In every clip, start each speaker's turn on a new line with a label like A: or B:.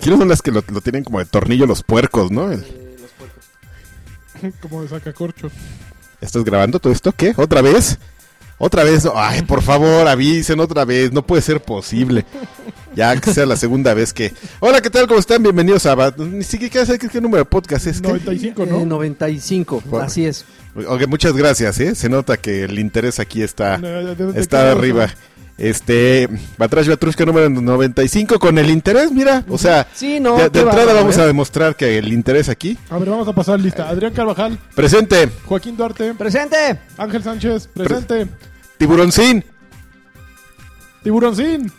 A: ¿Quiénes son las que lo, lo tienen como de tornillo los puercos, no? El-
B: Eh, los puercos.
C: Como de sacacorchos.
A: ¿Estás grabando todo esto? ¿Qué? ¿Otra vez? ¿Otra vez? Ay, por favor, avisen otra vez. No puede ser posible. Ya que sea la segunda vez que... Hola, ¿qué tal? ¿Cómo están? Bienvenidos a... Bat- Ni siquiera sé qué, qué número de podcast es. ¿qué?
C: 95,
B: Eh,
C: ¿no?
B: 95,
A: Por-
B: así es.
A: Ok, muchas gracias, ¿eh? Se nota que el interés aquí está...
C: No, desde
A: Está
C: que-
A: arriba. Este, Batrash Batrushka número 95 con el interés, mira. O sea,
B: Sí, no.
A: de, de
B: qué
A: entrada
B: bárbaro,
A: vamos
B: ¿eh?
A: a demostrar que el interés aquí.
C: A ver, vamos a pasar lista. Adrián Carvajal,
A: Presente,
C: Joaquín Duarte,
B: ¡Presente!
C: Ángel Sánchez, presente.
A: tiburoncín.
C: Tiburoncín.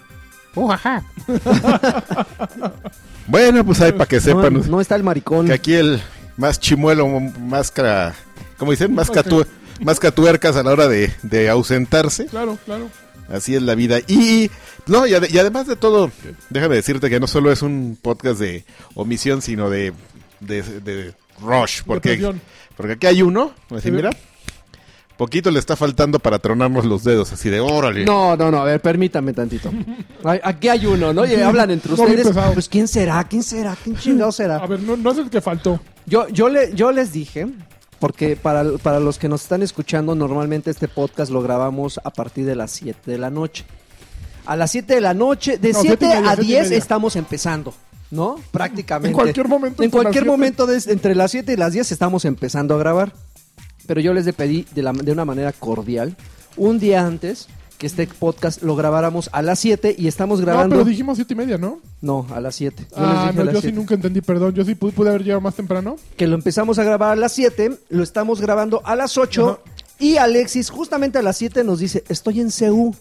A: Bueno, pues ahí para que
B: No,
A: sepan
B: no está el maricón.
A: que aquí el más chimuelo, más cara, ¿cómo dicen? Más,
C: Más
A: catu- más catuercas a la hora de, de ausentarse.
C: Claro, claro.
A: Así es la vida. Y no, y, ade- y además de todo, déjame decirte que no solo es un podcast de omisión, sino de, de, de rush. Porque,
C: Depresión.
A: porque aquí hay uno, así, mira, poquito le está faltando para tronarnos los dedos, así de órale.
B: No, no, no, a ver, permítame tantito. Ay, Aquí hay uno, ¿no? Y hablan entre
C: No, bien
B: ustedes.
C: pesado.
B: Pues quién será, quién será, quién chingado
C: A
B: será.
C: ver, no, no es el que faltó.
B: Yo, yo, le, yo les dije, porque para, para los que nos están escuchando, normalmente este podcast lo grabamos a partir de las 7 de la noche. A las 7 de la noche, de
C: No,
B: 7
C: siete y media,
B: a
C: siete y
B: 10
C: media.
B: estamos empezando, ¿no? Prácticamente.
C: En cualquier momento,
B: En
C: entre las
B: cualquier
C: siete.
B: momento, des- entre las 7 y las 10 estamos empezando a grabar. Pero yo les pedí de, la- de una manera cordial, un día antes, que este podcast lo grabáramos a las 7 y estamos
C: No,
B: grabando...
C: pero
B: No,
C: dijimos siete y media, ¿no?
B: a las 7. Yo les
C: ah,
B: dije
C: no,
B: a las
C: yo sí
B: siete.
C: nunca entendí, perdón. Yo sí pude, pude haber llegado más temprano.
B: que lo empezamos a grabar a las 7, lo estamos grabando a las 8 y Alexis justamente a las 7 nos dice, estoy en CU,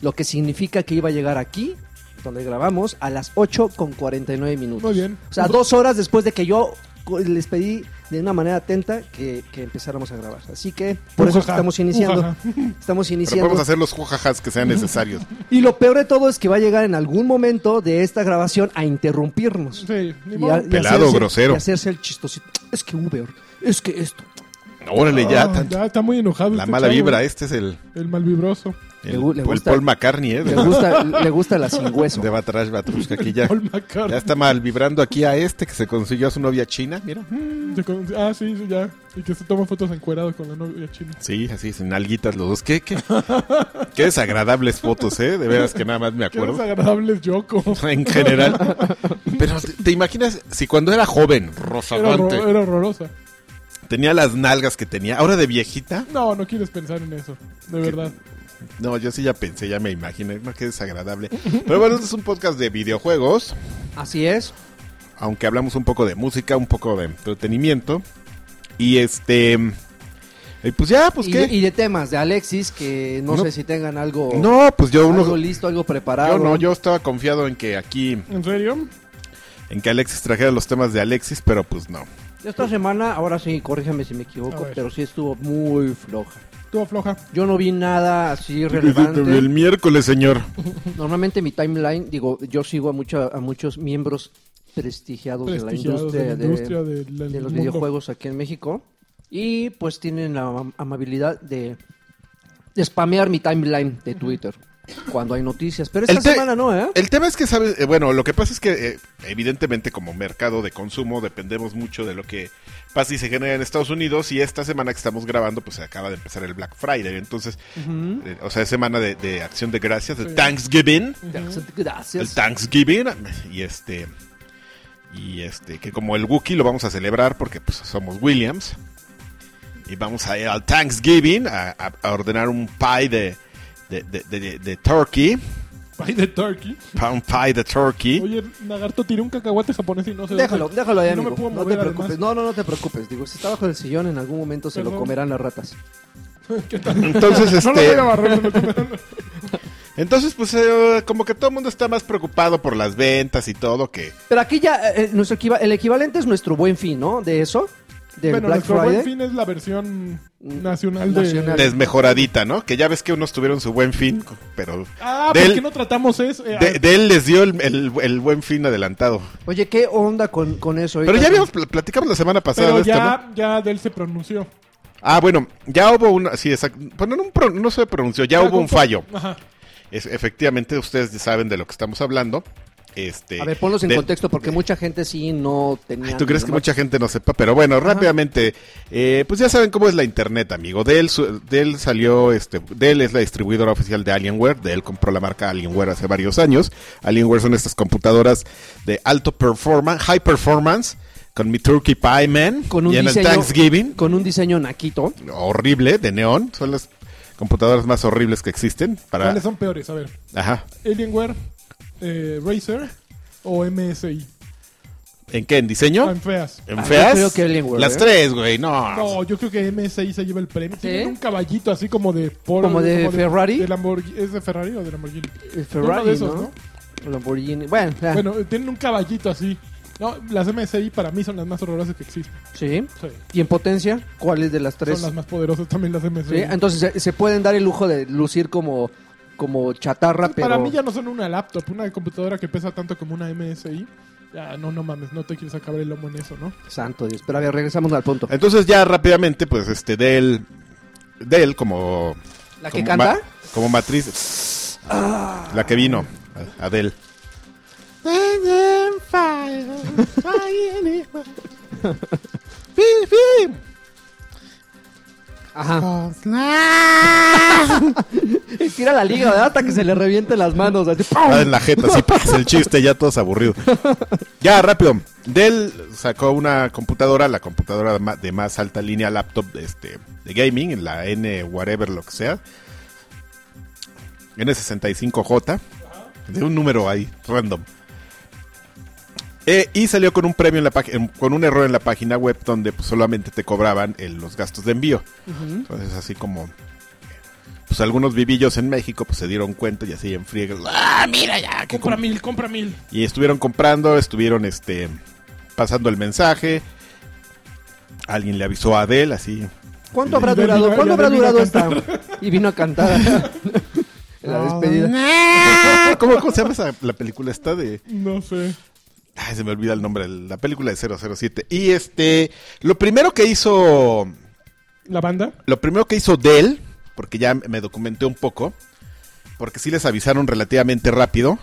B: lo que significa que iba a llegar aquí, donde grabamos, a las 8 con 49 minutos.
C: Muy bien. Pues
B: O sea, dos horas después de que yo co- les pedí de una manera atenta que, que empezáramos a grabar. Así que por eso es
C: Ujaja,
B: que estamos iniciando.
C: ujaja.
B: Estamos
A: Pero
B: iniciando.
A: podemos hacer los jujajas que sean necesarios.
B: Y lo peor de todo es que va a llegar en algún momento de esta grabación a interrumpirnos.
C: Sí, ni
B: Y
C: modo.
B: a- y
A: Pelado,
B: hacerse-
A: grosero.
B: y hacerse el chistosito. Es que Uber, es que esto.
A: Órale, ya.
C: Ah,
A: tan-
C: ya está muy enojado.
A: la
C: este
A: mala
C: chavo.
A: vibra, este es el,
C: El malvibroso.
A: el,
B: Le gu- le
A: el
B: gusta-
A: Paul McCartney, ¿eh?
B: Le
A: De,
B: gusta, le gusta la sin hueso.
A: de Batrash Batrushka, aquí ya.
C: Paul
A: Ya
C: McCartney.
A: está mal vibrando aquí a este que se consiguió a su novia china, mira.
B: Mm.
C: Se con- Ah, sí, sí, ya. Y que se toma fotos encuerados con la novia china.
A: Sí, así, sin alguitas los dos. ¿Qué, qué? qué desagradables fotos, ¿eh? De veras que nada más me
C: Qué
A: acuerdo.
C: desagradable es Yoko.
A: En general. Pero, ¿te, te imaginas si cuando era joven,
C: Era,
A: rozagante,
C: horror- era horrorosa.
A: tenía las nalgas que tenía? Ahora de viejita.
C: No, no quieres pensar en eso. De verdad.
A: No, yo sí ya pensé, ya me imaginé. No, qué desagradable. Pero bueno, este es un podcast de videojuegos.
B: Así es.
A: Aunque hablamos un poco de música, un poco de entretenimiento. Y este. y pues ya, pues
B: y,
A: qué.
B: y de temas de Alexis que no,
A: No.
B: sé si tengan algo,
A: no, pues yo uno.
B: algo listo, algo preparado.
A: Yo no, yo estaba confiado en que aquí
C: ¿En serio?
A: en que Alexis trajera los temas de Alexis, pero pues no.
B: Esta semana, ahora sí, corrígeme si me
C: A
B: equivoco,
C: ver.
B: pero sí estuvo muy floja.
C: Estuvo floja.
B: Yo no vi nada así
A: El
B: relevante.
A: miércoles, señor.
B: Normalmente mi timeline, digo, yo sigo a, mucha- a muchos miembros prestigiados,
C: Prestigiados
B: de la
C: de la industria del-
B: de
C: del
B: los
C: mundo.
B: videojuegos aquí en México. Y pues tienen la am- amabilidad de, de spamear mi timeline de Twitter cuando hay noticias. Pero esta
A: El te-
B: semana no, ¿eh?
A: El tema es que, ¿sabes? Eh, bueno, lo que pasa es que, eh, evidentemente, como mercado de consumo, dependemos mucho de lo que pasa y se genera en Estados Unidos. Y esta semana que estamos grabando, pues se acaba de empezar el Black Friday. Entonces, eh, o sea, es semana de, de acción de gracias, de
C: Sí.
A: Thanksgiving. El
B: Gracias.
A: Thanksgiving. Y este. Y este, que como el Wookiee lo vamos a celebrar porque pues, somos Williams. Y vamos a ir al Thanksgiving a, a- a ordenar un pie de, de, de, de- de turkey.
C: By the turkey.
A: pa- Un pie de turkey.
C: Oye, Nagarto tiré un cacahuate japonés y no sé
B: Déjalo,
C: dónde.
B: déjalo ahí,
C: No me
B: amigo. No,
C: puedo mover,
B: te preocupes.
C: además.
B: No, no, no te preocupes. Digo, si está bajo el sillón, en algún momento se lo
C: Perdón.
B: comerán las ratas.
C: ¿Qué tal?
A: Entonces,
C: No lo voy
A: este,
C: a barrer. me lo comieron.
A: entonces pues eh, como que todo el mundo está más preocupado por las ventas y todo que
B: Pero aquí ya, eh, eh, nuestro equiva- el equivalente es nuestro buen fin, ¿no? De eso, del
C: Bueno,
B: Black
C: nuestro
B: Friday. Mm,
C: buen fin es la versión nacional de...
B: Nacional.
A: desmejoradita, ¿no? Que ya ves que unos tuvieron su buen fin, pero
C: Ah,
A: Del-
C: ¿por qué no tratamos eso? Eh,
A: de, de él les dio el- el- el buen fin adelantado.
B: Oye, ¿qué onda con, con eso?
A: Pero
B: Ahorita-
A: ya habíamos pl- platicamos la semana pasada
C: pero
A: de esto,
C: ya,
A: ¿no?
C: ya Del se pronunció.
A: Ah, bueno, ya hubo una, sí, exacto. Bueno, no, un pro- no se pronunció, ya
C: Ya
A: hubo un
C: contó.
A: fallo.
C: Ajá.
A: Es- efectivamente, ustedes ya saben de lo que estamos hablando. Este,
B: A ver, ponlos en
A: de-
B: contexto porque mucha gente sí no tenía.
A: Ay, ¿Tú crees que
B: nomás-
A: mucha gente no sepa? Pero bueno, rápidamente, eh, pues ya saben cómo es la internet, amigo. Dell, su- Dell salió, este, Dell es la distribuidora oficial de Alienware. Dell compró la marca Alienware hace varios años. Alienware son estas computadoras de alto performance, high performance, con mi Turkey Pie Man,
B: Con un
A: y en el
B: diseño-
A: Thanksgiving,
B: Con un diseño naquito.
A: horrible, de neón. Son las computadoras más horribles que existen para,
C: ¿Cuáles son peores? A ver.
A: ajá.
C: Alienware, eh, Razer o MSI.
A: ¿En qué? ¿En
C: Ah,
A: diseño?
C: en feas.
A: ¿En
B: Ah, yo
A: feas?
B: creo que Alienware,
A: Las
B: ¿eh?
A: tres, güey, no.
C: No, yo creo que MSI se lleva el premio. Tiene un caballito así como de Ford-
B: ¿Como de Ferrari?
C: de Lamborghi- ¿Es de Ferrari o de Lamborghini?
B: El Ferrari,
C: Uno de esos,
B: ¿no? Lamborghini. Bueno, ah,
C: Bueno, eh, tienen un caballito así. No, las MSI para mí son las más horrorosas que existen.
B: sí.
C: Sí.
B: ¿Y en potencia? ¿Cuáles de las tres?
C: Son las más poderosas también las MSI.
B: Sí, Entonces se, se pueden dar el lujo de lucir como, como chatarra, pero.
C: Para mí ya no son una laptop, una computadora que pesa tanto como una MSI. Ya, no, no mames, no te quieres acabar el lomo en eso, ¿no?
B: Santo Dios. Pero a ver, regresamos al punto.
A: Entonces ya rápidamente, pues este, Dell, Dell como...
B: ¿La
A: como
B: que canta?
A: ma- como matriz. La que vino, a- Adele.
B: Ajá. Estira la liga, ¿verdad? Hasta que se le reviente las manos. así, ¡pum!
A: Ah, en la jeta, así pasa el chiste, ya todos aburridos. Ya, rápido. Dell sacó una computadora, la computadora de ma- de más alta línea laptop este, de gaming, la N whatever lo que sea. N65J. De un número ahí, random. Eh, y salió con un premio en la pag- en- con un error en la página web donde pues, solamente te cobraban eh, los gastos de envío. Entonces así como pues algunos vivillos en México pues se dieron cuenta y así en friega, ¡ah, mira ya! que
C: Compra
A: com-".
C: mil, compra mil.
A: Y estuvieron comprando, estuvieron este pasando el mensaje. Alguien le avisó a Adele así.
B: ¿Cuánto habrá
C: Y vino-
B: durado?
C: y
B: ¿Cuánto habrá
C: vino a
B: durado esta? Y vino a cantar. la despedida.
A: "Ah, ¿Cómo, cómo se llama esa, la película esta de
C: No sé.
A: Ay, se me olvida el nombre, la película de 007. Y este, lo primero que hizo,
C: ¿La banda?
A: lo primero que hizo Dell, porque ya me documenté un poco, porque sí les avisaron relativamente rápido,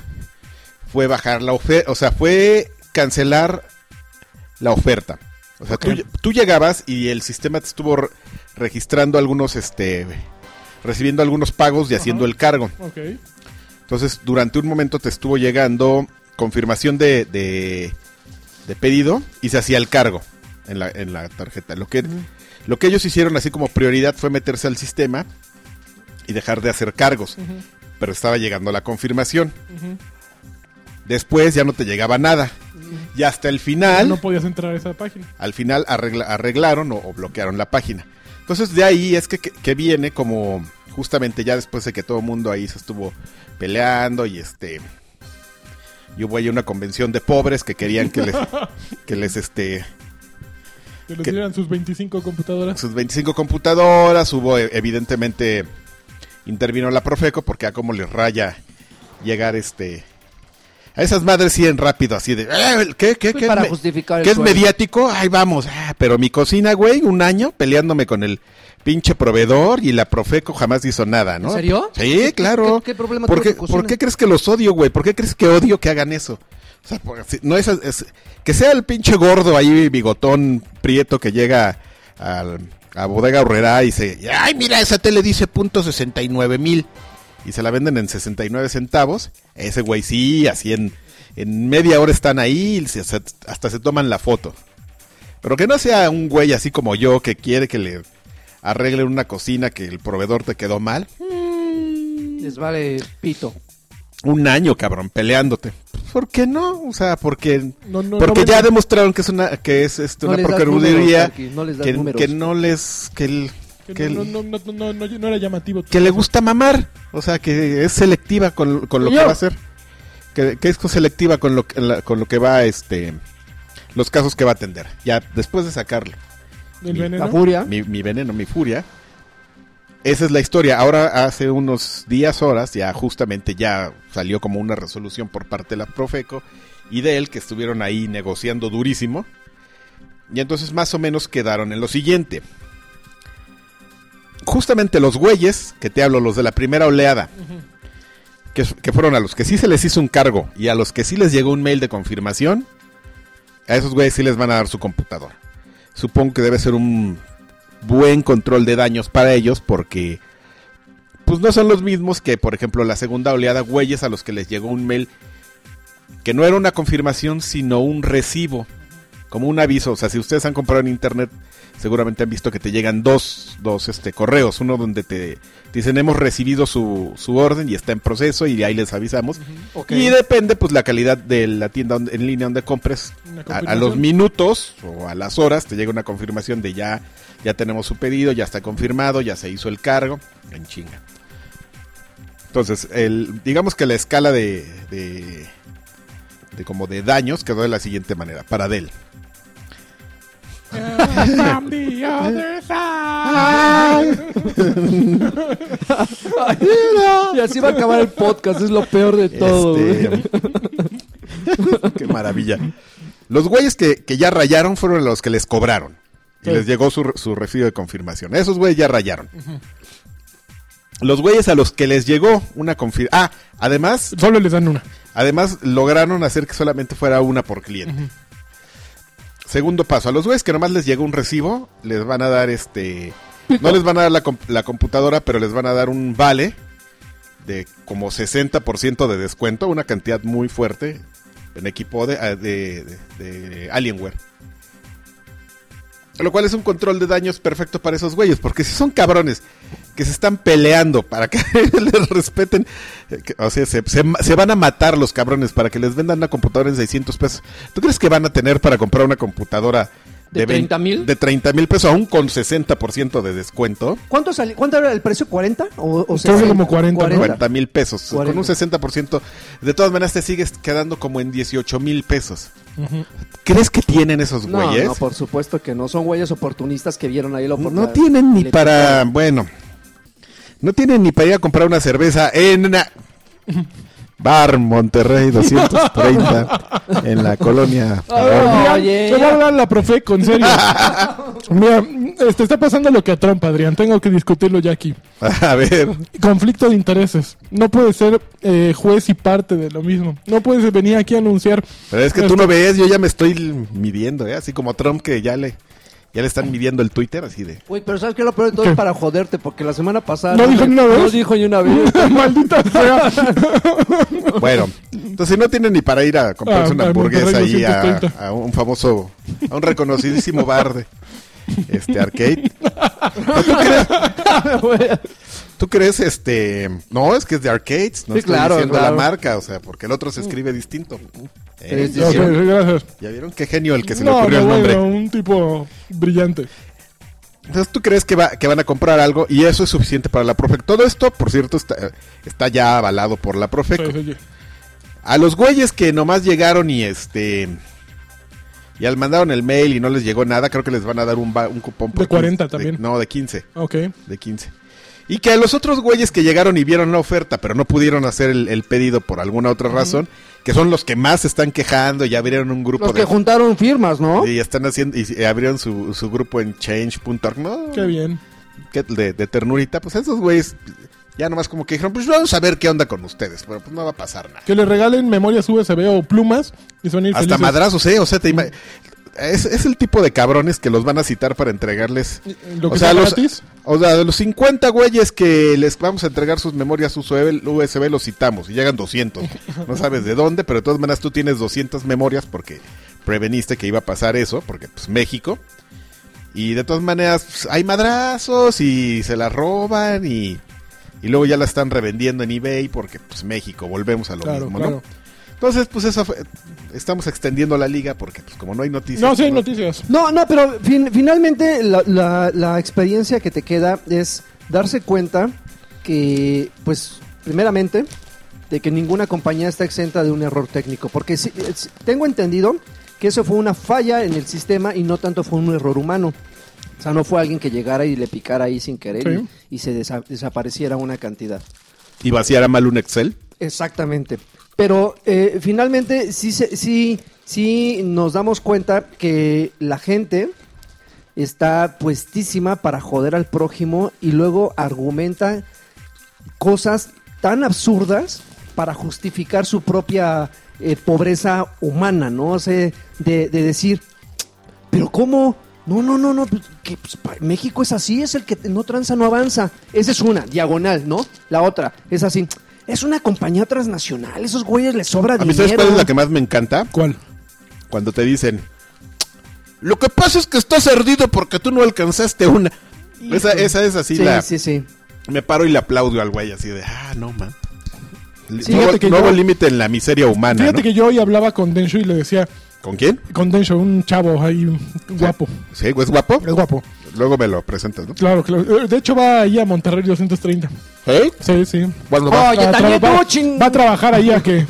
A: fue bajar la oferta, o sea, fue cancelar la oferta. O sea, tú, tú llegabas y el sistema te estuvo re- registrando algunos, este, recibiendo algunos pagos y haciendo el cargo.
C: Ok.
A: Entonces, durante un momento te estuvo llegando confirmación de, de- de pedido y se hacía el cargo en la, en la tarjeta. Lo que, lo que ellos hicieron así como prioridad fue meterse al sistema y dejar de hacer cargos. Pero estaba llegando la confirmación. Después ya no te llegaba nada. Y hasta el final
C: No podías entrar a esa página.
A: al final arregla- arreglaron o, o bloquearon la página. Entonces de ahí es que, que- que viene como justamente ya después de que todo el mundo ahí se estuvo peleando y este y hubo ahí una convención de pobres que querían que les que les este
C: Que les
A: ¿Qué?
C: dieran sus 25 computadoras.
A: sus 25 computadoras, hubo e- evidentemente intervino la Profeco porque a como les raya llegar este a esas madres sí en rápido así de "Eh, ¿qué, qué,
B: Pues
A: qué
B: para
A: me-
B: justificar el
A: ¿Qué es
B: sueldo.
A: mediático? Ahí vamos. Ah, pero mi cocina, güey, un año peleándome con el pinche proveedor y la Profeco jamás hizo nada, ¿no?
B: ¿En serio?
A: Sí, claro.
B: ¿Qué- qué problema
A: ¿Por
B: tuvo
A: qué,
B: tu cocina?
A: ¿Por qué crees que los odio, güey? ¿Por qué crees que odio que hagan eso? O sea, por- si- no es, es- que sea el pinche gordo ahí, bigotón, prieto que llega al- a Bodega Horrera y se... Ay, mira, esa tele dice punto .69 mil y se la venden en 69 centavos. Ese güey sí, así en, en media hora están ahí, y se- se- hasta se toman la foto. Pero que no sea un güey así como yo que quiere que le arreglen una cocina que el proveedor te quedó mal.
B: Les vale pito.
A: Un año, cabrón, peleándote. ¿Por qué no? O sea, porque,
C: No, no,
A: porque
C: no
A: ya
C: venden-
A: demostraron que es una, que es este,
B: No
A: una
B: les das números,
A: procuraduría
B: Karki, no les das
A: que,
B: números.
A: que no les... Que el-
C: que
A: que el-
C: no, no, no, no, no, no, no era llamativo.
A: que le gusta mamar, o sea, que es selectiva con, con lo que
B: Señor.
A: va a hacer. Que, que es selectiva con lo, que- la- con lo que va, este, los casos que va a atender. Ya después de sacarlo.
C: El
A: La
C: veneno.
B: La furia.
A: Mi, mi veneno, mi furia. Esa es la historia. Ahora, hace unos días, horas, ya justamente ya salió como una resolución por parte de la Profeco y de él, que estuvieron ahí negociando durísimo. Y entonces más o menos quedaron en lo siguiente. Justamente los güeyes, que te hablo, los de la primera oleada, que, que fueron a los que sí se les hizo un cargo y a los que sí les llegó un mail de confirmación, a esos güeyes sí les van a dar su computadora. Supongo que debe ser un buen control de daños para ellos porque pues no son los mismos que, por ejemplo, la segunda oleada güeyes a los que les llegó un mail que no era una confirmación, sino un recibo, como un aviso. O sea, si ustedes han comprado en internet, seguramente han visto que te llegan dos, dos este, correos. Uno donde te, te dicen hemos recibido su, su orden y está en proceso y ahí les avisamos.
B: Ok.
A: Y depende, pues, la calidad de la tienda donde- en línea donde compres. A,
C: Una
A: a
C: confirmación.
A: los minutos o a las horas te llega una confirmación de ya, ya tenemos su pedido, ya está confirmado, ya se hizo el cargo. En chinga. Entonces, el, digamos que la escala de, de, de como de daños quedó de la siguiente manera. Para Dell.
C: From the other side.
B: Y así va a acabar el podcast, es lo peor de todo.
A: Este,
B: güey.
A: Qué maravilla. Los güeyes que, que ya rayaron fueron los que les cobraron. Y
C: Sí.
A: les llegó su, su recibo de confirmación. Esos güeyes ya rayaron. Los güeyes a los que les llegó una confirmación. Ah, además,
C: Solo les dan una.
A: además lograron hacer que solamente fuera una por cliente. Segundo paso, a los güeyes que nomás les llegó un recibo, les van a dar este. No les van a dar la, comp- la computadora, pero les van a dar un vale de como 60% de descuento, una cantidad muy fuerte en equipo de, ah, de- de- de Alienware. Lo cual es un control de daños perfecto para esos güeyes, porque si son cabrones que se están peleando para que les respeten, eh, que- o sea, se, se- se van a matar los cabrones para que les vendan una computadora en 600 pesos. ¿Tú crees que van a tener para comprar una computadora
B: ¿De 30 mil?
A: De 30 mil pesos aún con 60% de descuento?
B: ¿Cuánto, sali- ¿Cuánto era el precio? ¿40? O, o
C: Creo que
B: 60?
C: como 40, ¿no?
A: 40 mil pesos.
B: 40.
A: Con un 60%. De todas maneras, te sigues quedando como en 18 mil pesos. ¿Crees que tienen esos
B: No,
A: güeyes?
B: no, por supuesto que no. Son güeyes oportunistas que vieron ahí la oportunidad.
A: No tienen ni
B: Le
A: para. Bueno. No tienen ni para ir a comprar una cerveza en. una- Bar Monterrey 230 en la
B: Ah.
A: colonia. Adorno.
C: Adrián,
B: Oye,
C: te voy
B: ya.
C: a hablar la profe con serio. Mira, este, está pasando lo que a Trump, Adrián. Tengo que discutirlo ya aquí.
A: A ver,
C: Conflicto de intereses. No puedes ser eh, juez y parte de lo mismo. No puedes venir aquí a anunciar.
A: pero es que tú no ves, yo ya me estoy midiendo, ¿eh? así como Trump que ya le ya le están midiendo el Twitter así de.
B: Güey, pero ¿sabes qué? Lo peor de todo es
C: ¿Qué?
B: para joderte, porque la semana pasada...
C: ¿No dijo
B: me-
C: ni una vez?
B: No dijo ni una vez.
C: Maldita sea.
A: Bueno, entonces no tienen ni para ir a comprarse
C: Ah,
A: una
C: a
A: hamburguesa
C: Monterrey
A: ahí a,
C: 230.
A: a un famoso, a un reconocidísimo bar de este arcade. No, ¿Tú crees? ¿Tú crees, este? No, es que es de arcades, no
B: Sí,
A: estoy
B: claro,
A: diciendo
B: claro.
A: la marca, o sea, porque el otro se escribe distinto. Eh,
B: Sí, sí,
A: ¿ya,
C: Ok,
A: vieron?
C: gracias.
A: ¿Ya vieron qué genio el que se le
C: No,
A: ocurrió
C: no,
A: el nombre?
C: bueno, un tipo brillante.
A: Entonces, ¿tú crees que, va, que van a comprar algo y eso es suficiente para la Profeco? Todo esto, por cierto, está, está ya avalado por la Profeco.
C: Sí, sí, sí.
A: A los güeyes que nomás llegaron y este. Y al mandaron el mail y no les llegó nada, creo que les van a dar un, va- un cupón.
C: De 40
A: 15,
C: también.
A: de- no, de 15.
C: Ok.
A: De 15. Y que a los otros güeyes que llegaron y vieron la oferta, pero no pudieron hacer el, el pedido por alguna otra razón, que son los que más se están quejando, ya abrieron un grupo
B: Los
A: de.
B: que juntaron firmas, ¿no?
A: y están haciendo. Y abrieron su, su grupo en change.org, ¿no?
C: Qué bien.
A: que- de, de ternurita. Pues esos güeyes ya nomás como que dijeron, pues vamos a ver qué onda con ustedes. Pero pues no va a pasar nada.
C: Que le regalen memorias USB o plumas y son ir
A: Hasta
C: felices.
A: madrazos, ¿eh? O sea, te ima- es, es el tipo de cabrones que los van a citar para entregarles.
C: Lo que
A: o, sea,
C: sea
A: los,
C: gratis.
A: o sea, de los 50 güeyes que les vamos a entregar sus memorias USB, USB los citamos y llegan 200. No sabes de dónde, pero de todas maneras tú tienes 200 memorias porque preveniste que iba a pasar eso, porque pues México. Y de todas maneras pues, hay madrazos y se las roban y, y luego ya la están revendiendo en eBay porque pues México, volvemos a lo
C: Claro,
A: mismo, ¿no?
C: claro.
A: Entonces, pues eso fue- estamos extendiendo la liga porque pues como no hay noticias.
C: No, sí hay
A: ¿no?
C: noticias.
B: No, no, pero fin- finalmente la, la- la experiencia que te queda es darse cuenta que, pues, primeramente, de que ninguna compañía está exenta de un error técnico. Porque sí, es- tengo entendido que eso fue una falla en el sistema y no tanto fue un error humano. O sea, no fue alguien que llegara y le picara ahí sin querer y-
C: Sí.
B: y, se desa- desapareciera una cantidad.
A: Y vaciar a mal un Excel.
B: Exactamente. Pero eh, finalmente sí, se- sí, sí nos damos cuenta que la gente está puestísima para joder al prójimo y luego argumenta cosas tan absurdas para justificar su propia eh, pobreza humana, ¿no? O sea, de, de decir, pero ¿cómo? No, no, no, no, pues, que, pues, pa- México es así, es el que no tranza, no avanza. Esa es una, diagonal, ¿no? La otra, es así. Es una compañía transnacional, esos güeyes les sobra
A: A mí,
B: Ah, dinero.
A: ¿sabes cuál es la que más me encanta?
C: ¿Cuál?
A: Cuando te dicen, lo que pasa es que estás ardido porque tú no alcanzaste una. Esa, esa es así
B: Sí,
A: la...
B: sí, sí.
A: Me paro y le aplaudo al güey así de, ah, no, man. Li-
C: Fíjate
A: nuevo
C: que
A: nuevo
C: yo-
A: límite en la miseria humana,
C: Fíjate
A: ¿no?
C: que yo hoy hablaba con Densho y le decía,
A: ¿Con quién?
C: con Densho, un chavo ahí guapo.
A: Sí, ¿es guapo?
C: Es guapo.
A: Luego me lo presentas, ¿no?
C: Claro, claro. Eh, De hecho va ahí a Monterrey 230.
A: ¿Eh?
C: Sí, sí.
A: Cuando
B: Oye,
C: Va a
B: también
C: traba-
B: tú, ching-
C: va a trabajar ahí a que...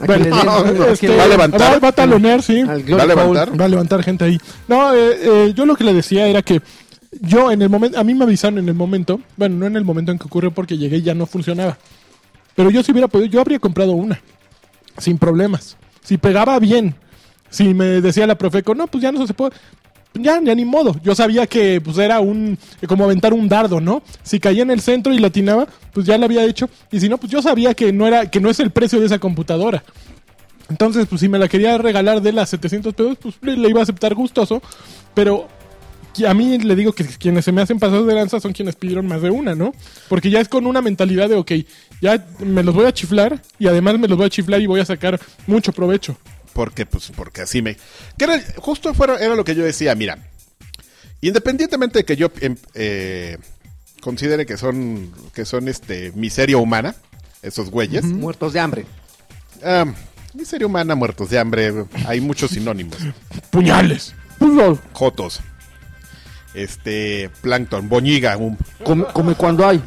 B: A
C: Bueno,
B: que le den- a que
C: este,
B: le
A: va a
B: den
A: levantar.
C: Va, va a talonear, sí.
B: al
A: va a
B: Glory Hole.
A: levantar.
C: Va a levantar gente ahí. No, eh, eh, yo lo que le decía era que yo en el momento, a mí me avisaron en el momento, bueno, no en el momento en que ocurrió porque llegué y ya no funcionaba. Pero yo si hubiera podido, yo habría comprado una, sin problemas. Si pegaba bien, si me decía la profeco, no, pues ya no se puede. Ya, ya ni modo. Yo sabía que pues era un como aventar un dardo, ¿no? Si caía en el centro y latinaba, pues ya lo había hecho. Y si no, pues yo sabía que no era, que no es el precio de esa computadora. Entonces, pues si me la quería regalar de las 700 pesos, pues le, le iba a aceptar gustoso. Pero que a mí le digo que quienes se me hacen pasados de lanza son quienes pidieron más de una, ¿no? Porque ya es con una mentalidad de, ok, ya me los voy a chiflar y además me los voy a chiflar y voy a sacar mucho provecho.
A: Porque, pues, porque así me. Que era, justo fuera, era lo que yo decía, mira. Independientemente de que yo em, eh, considere que son, que son este, miseria humana, esos güeyes.
B: Muertos de hambre.
A: ah, miseria humana, muertos de hambre, hay muchos sinónimos.
C: ¡Puñales!
A: Jotos, este, plancton, boñiga, un-
B: Come, come cuando hay.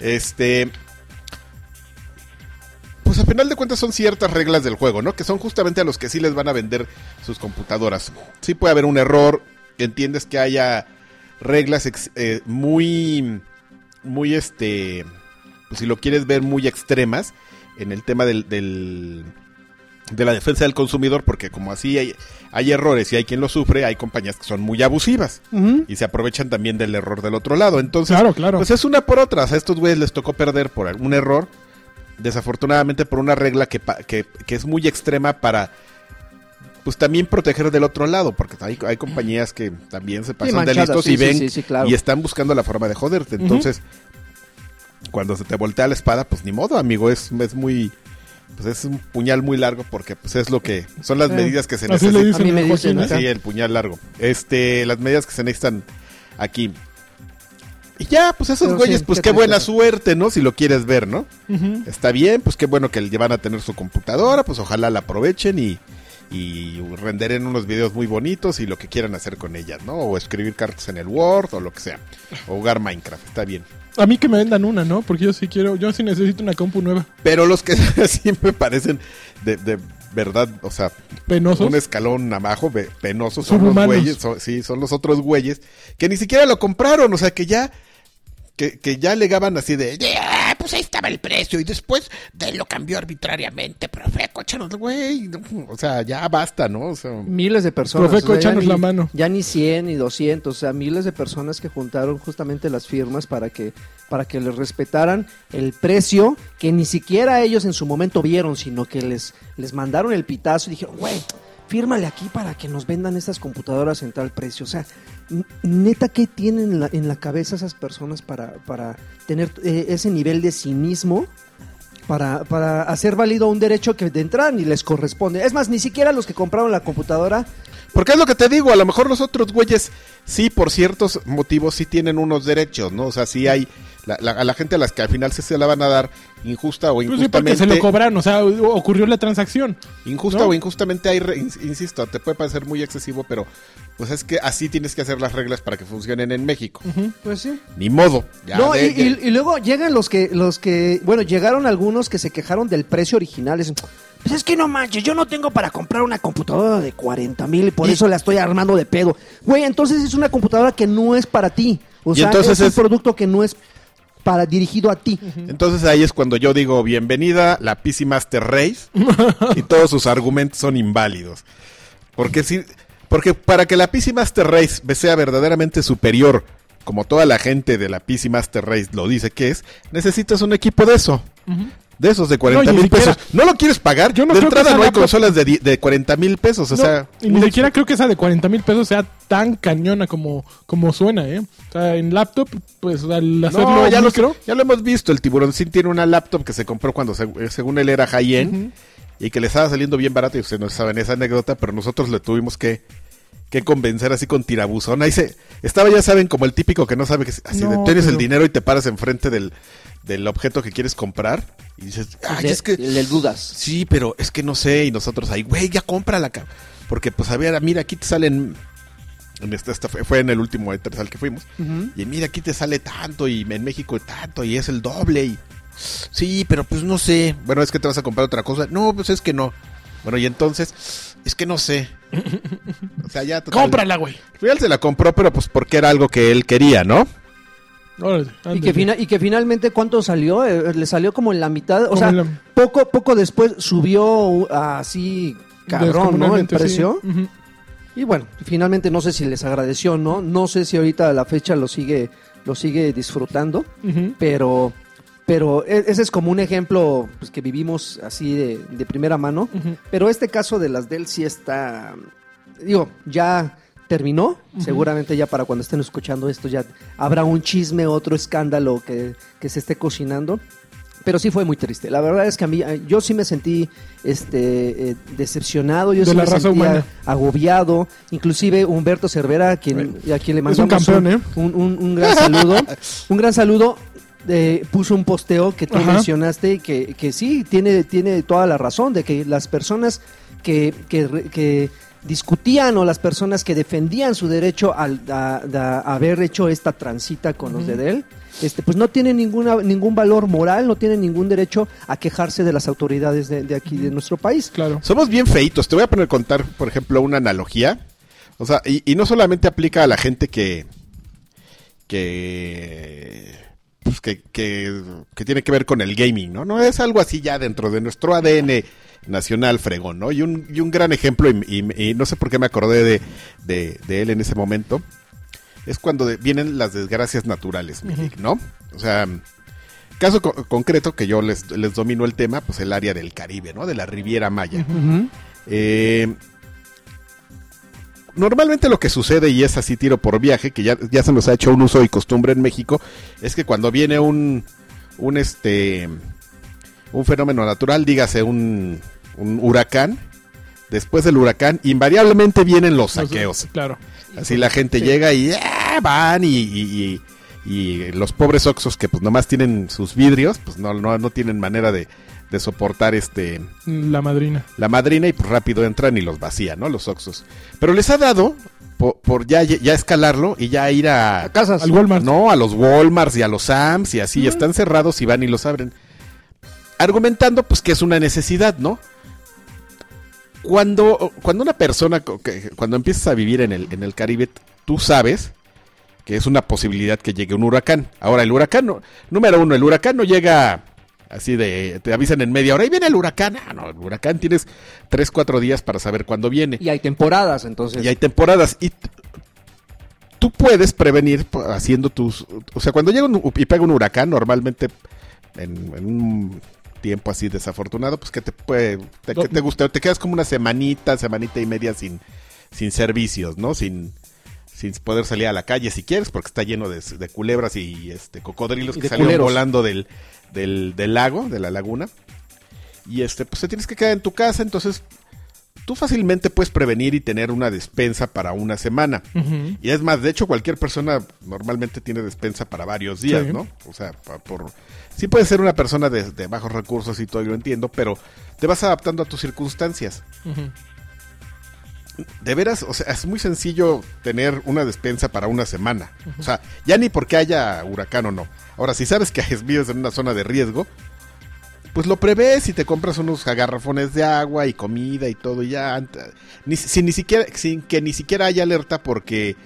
A: Este. Pues a final de cuentas son ciertas reglas del juego, ¿no? Que son justamente a los que sí les van a vender sus computadoras. Sí puede haber un error, entiendes que haya reglas ex- eh, muy, muy este, pues, si lo quieres ver muy extremas en el tema del, del- de la defensa del consumidor, porque como así hay, hay errores y hay quien lo sufre, hay compañías que son muy abusivas
B: Ujú.
A: y se aprovechan también del error del otro lado. Entonces,
C: Claro, claro.
A: pues es una por otra. O sea, a estos güeyes les tocó perder por algún error. Desafortunadamente por una regla que, pa- que, que es muy extrema para pues también proteger del otro lado, porque hay, hay compañías que también se pasan de
B: manchadas,
A: listos
B: sí,
A: y
B: sí,
A: ven
B: sí, sí, claro.
A: y están buscando la forma de joderte. Entonces, cuando se te voltea la espada, pues ni modo, amigo, es, es muy pues es un puñal muy largo porque pues es lo que son las
C: Eh,
A: medidas que se
C: Así le
A: necesitan.
C: dicen
B: A mí me
C: a
B: dicen,
C: Joaquín.
B: Ajá.
A: Así, el puñal largo. Este, las medidas que se necesitan aquí. Y ya, pues esos
B: Pero
A: güeyes,
B: sí,
A: pues
B: qué
A: qué buena
B: tristeza.
A: suerte, ¿no? Si lo quieres ver, ¿no?
C: Ujú.
A: Está bien, pues qué bueno que le van a tener su computadora, pues ojalá la aprovechen y, y renderen unos videos muy bonitos y lo que quieran hacer con ellas, ¿no? O escribir cartas en el Word o lo que sea. O jugar Minecraft, está bien.
C: A mí que me vendan una, ¿no? Porque yo sí quiero, yo sí necesito una compu nueva.
A: Pero los que sí me parecen de, de verdad, o sea,
C: Penosos.
A: un escalón abajo, ve- penoso, son los
C: Subhumanos.
A: güeyes, son- sí, son los otros güeyes que ni siquiera lo compraron, o sea que ya, que, que ya alegaban así de, "Ya, pues ahí estaba el precio y después de lo cambió arbitrariamente, profe, cochanos, güey, no, o sea, ya basta, ¿no? O sea,
B: Miles de personas.
C: Profe,
B: ya
C: échanos
B: ni-
C: la mano.
B: Ya ni 100 ni 200, o sea, miles de personas que juntaron justamente las firmas para que para que les respetaran el precio que ni siquiera ellos en su momento vieron, sino que les les mandaron el pitazo y dijeron, "Güey, fírmale aquí para que nos vendan estas computadoras en tal precio." O sea, n- neta qué tienen en la, en la cabeza esas personas para para tener eh, ese nivel de cinismo para, para hacer válido un derecho que de entrada ni les corresponde. Es más, ni siquiera los que compraron la computadora
A: porque es lo que te digo, a lo mejor los otros güeyes sí, por ciertos motivos, sí tienen unos derechos, ¿no? O sea, sí hay, la- la- a la gente a las que al final sí se la van a dar injusta o
C: Pues sí, porque
A: injustamente.
C: se lo cobran, o sea, ocurrió la transacción.
A: Injusta
C: ¿No?
A: o injustamente hay, re- ins- insisto, te puede parecer muy excesivo, pero pues es que así tienes que hacer las reglas para que funcionen en México.
B: Pues sí.
A: Ni modo. ya
B: no,
A: de-
B: y, y- y luego llegan los que, los que, bueno, llegaron algunos que se quejaron del precio original. Dicen, pues es que no manches, yo no tengo para comprar una computadora de 40 mil y por eso la estoy armando de pedo. Güey, entonces es una computadora que no es para ti. O
A: Y
B: sea,
A: entonces
B: es un
A: es-
B: producto que no es para dirigido a ti.
A: Entonces ahí es cuando yo digo, bienvenida la PC Master Race, y todos sus argumentos son inválidos. Porque si, porque para que la PC Master Race sea verdaderamente superior, como toda la gente de la PC Master Race lo dice que es, necesitas un equipo de eso. de esos de 40
C: No, ni
A: mil
C: siquiera.
A: pesos. ¿No lo quieres pagar?
C: Yo no
A: de
C: creo que
A: entrada
C: sea
A: no hay
C: la pro-
A: consolas de, di- de 40 mil pesos, o
C: No,
A: sea...
C: y ni siquiera creo que esa de 40 mil pesos sea tan cañona como, como suena, ¿eh? O sea, en laptop, pues al hacerlo
A: No, ya, lo,
C: micro,
A: ya lo hemos visto. El tiburón sin tiene una laptop que se compró cuando, se- eh, según él, era high-end y que le estaba saliendo bien barata. Y ustedes no saben esa anécdota, pero nosotros le tuvimos que, que convencer así con tirabuzón. Ahí se estaba, ya saben, como el típico que no sabe que es- así de,
C: No,
A: tienes el
C: pero-
A: dinero y te paras enfrente del, del objeto que quieres comprar y dices, ay,
B: Le-
A: es que.
B: le dudas.
A: Sí, pero es que no sé. Y nosotros ahí, güey, ya cómprala. ca-". Porque, pues, a ver, mira, aquí te salen. En esta, esta fue, fue en el último E E3 al que fuimos. Y mira, aquí te sale tanto. Y en México tanto. Y es el doble. Y... Sí, pero pues no sé. Bueno, es que te vas a comprar otra cosa. No, pues es que no. Bueno, y entonces, es que no sé. O sea, ya total.
C: cómprala, güey.
A: Al final se la compró, pero pues porque era algo que él quería, ¿no?
C: Órale,
B: Y
C: ándale.
B: que, fina- y que finalmente, ¿cuánto salió? Eh, le salió como en la mitad. O
C: Como
B: sea,
C: en la-
B: poco, poco después subió ah, así cabrón, ¿no? El
C: Descomunalmente, sí.
B: precio.
C: Ujú.
B: Y bueno, finalmente no sé si les agradeció o no. No sé si ahorita a la fecha lo sigue, lo sigue disfrutando.
C: Ujú.
B: Pero, pero e- ese es como un ejemplo pues, que vivimos así de, de primera mano.
C: Ujú.
B: Pero este caso de las Dell sí está. Digo, ya terminó. Seguramente ya para cuando estén escuchando esto ya habrá un chisme, otro escándalo que, que se esté cocinando. Pero sí fue muy triste. La verdad es que a mí, eh, yo sí me sentí este, eh, decepcionado. Yo
C: De
B: sí
C: la
B: me
C: raza
B: sentía
C: humana.
B: agobiado. Inclusive Humberto Cervera, a quien, a quien le
C: Es
B: mandamos
C: un campeón, ¿eh?
B: un, un- un gran saludo. un gran saludo. eh, puso un posteo que tú
C: Ajá.
B: mencionaste y que, que sí, tiene, tiene toda la razón de que las personas que, que re- que discutían o las personas que defendían su derecho al a, a haber hecho esta transita con los de Dell, este, pues no tienen ninguna, ningún valor moral, no tienen ningún derecho a quejarse de las autoridades de, de aquí, de nuestro país.
C: Claro.
A: Somos bien feitos. Te voy a poner contar, por ejemplo, una analogía. O sea, y, y no solamente aplica a la gente que. que. pues, que, que- que tiene que ver con el gaming, ¿no? No es algo así ya dentro de nuestro ADN nacional fregón, ¿no? Y un, y un gran ejemplo, y, y- y no sé por qué me acordé de, de- de él en ese momento, es cuando de- vienen las desgracias naturales, Milik, ¿no? O sea, caso co- concreto que yo les, les domino el tema, pues el área del Caribe, ¿no? De la Riviera Maya. Eh, normalmente lo que sucede, y es así tiro por viaje, que ya, ya se nos ha hecho un uso y costumbre en México, es que cuando viene un, un, este, un fenómeno natural, dígase un, un huracán, después del huracán, invariablemente vienen los saqueos.
C: Claro.
A: Así la gente
B: Sí.
A: llega y ¡ah! van y, y- y- y los pobres oxos que pues nomás tienen sus vidrios, pues no, no, no tienen manera de, de soportar este
C: La madrina.
A: la madrina y pues rápido entran y los vacían, ¿no? Los oxos. Pero les ha dado po- por, ya, ya escalarlo y ya ir a...
B: Casas.
C: Al Walmart.
A: No, a los Walmarts y a los Sams y así, y están cerrados y van y los abren. Argumentando pues que es una necesidad, ¿no? Cuando, cuando una persona, co- que- cuando empiezas a vivir en el, en el Caribe, tú sabes que es una posibilidad que llegue un huracán. Ahora, el huracán, no- número uno, el huracán no llega así de, te avisan en media hora, y viene el huracán. Ah, no, el huracán tienes tres, cuatro días para saber cuándo viene.
B: Y hay temporadas, entonces.
A: Y hay temporadas. Y t- tú puedes prevenir p- haciendo tus. O sea, cuando llega un hu- y pega un huracán, normalmente en, en un tiempo así desafortunado, pues que te puede. Te, que te gusta. Te quedas como una semanita, semanita y media sin, sin servicios, ¿no? Sin. Sin poder salir a la calle si quieres, porque está lleno de, de culebras y este cocodrilos
B: Y
A: que
B: de
A: salieron
B: culeros.
A: volando del, del, del lago, de la laguna. Y este, pues te tienes que quedar en tu casa, entonces tú fácilmente puedes prevenir y tener una despensa para una semana.
C: Ujú.
A: Y es más, de hecho, cualquier persona normalmente tiene despensa para varios días,
C: Sí.
A: ¿no? O sea, pa- por... sí puede ser una persona de, de bajos recursos y todo, yo entiendo, pero te vas adaptando a tus circunstancias.
C: Ujú.
A: De veras, o sea, es muy sencillo tener una despensa para una semana. O sea, ya ni porque haya huracán o no. Ahora, si sabes que vives en una zona de riesgo, pues lo prevés y te compras unos garrafones de agua y comida y todo y ya. ant- Ni, sin, ni siquiera, sin que ni siquiera haya alerta porque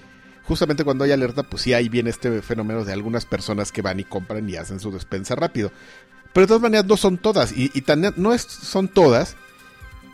A: justamente cuando hay alerta, pues sí ahí viene este fenómeno de algunas personas que van y compran y hacen su despensa rápido. Pero de todas maneras no son todas y, y tan- no es- son todas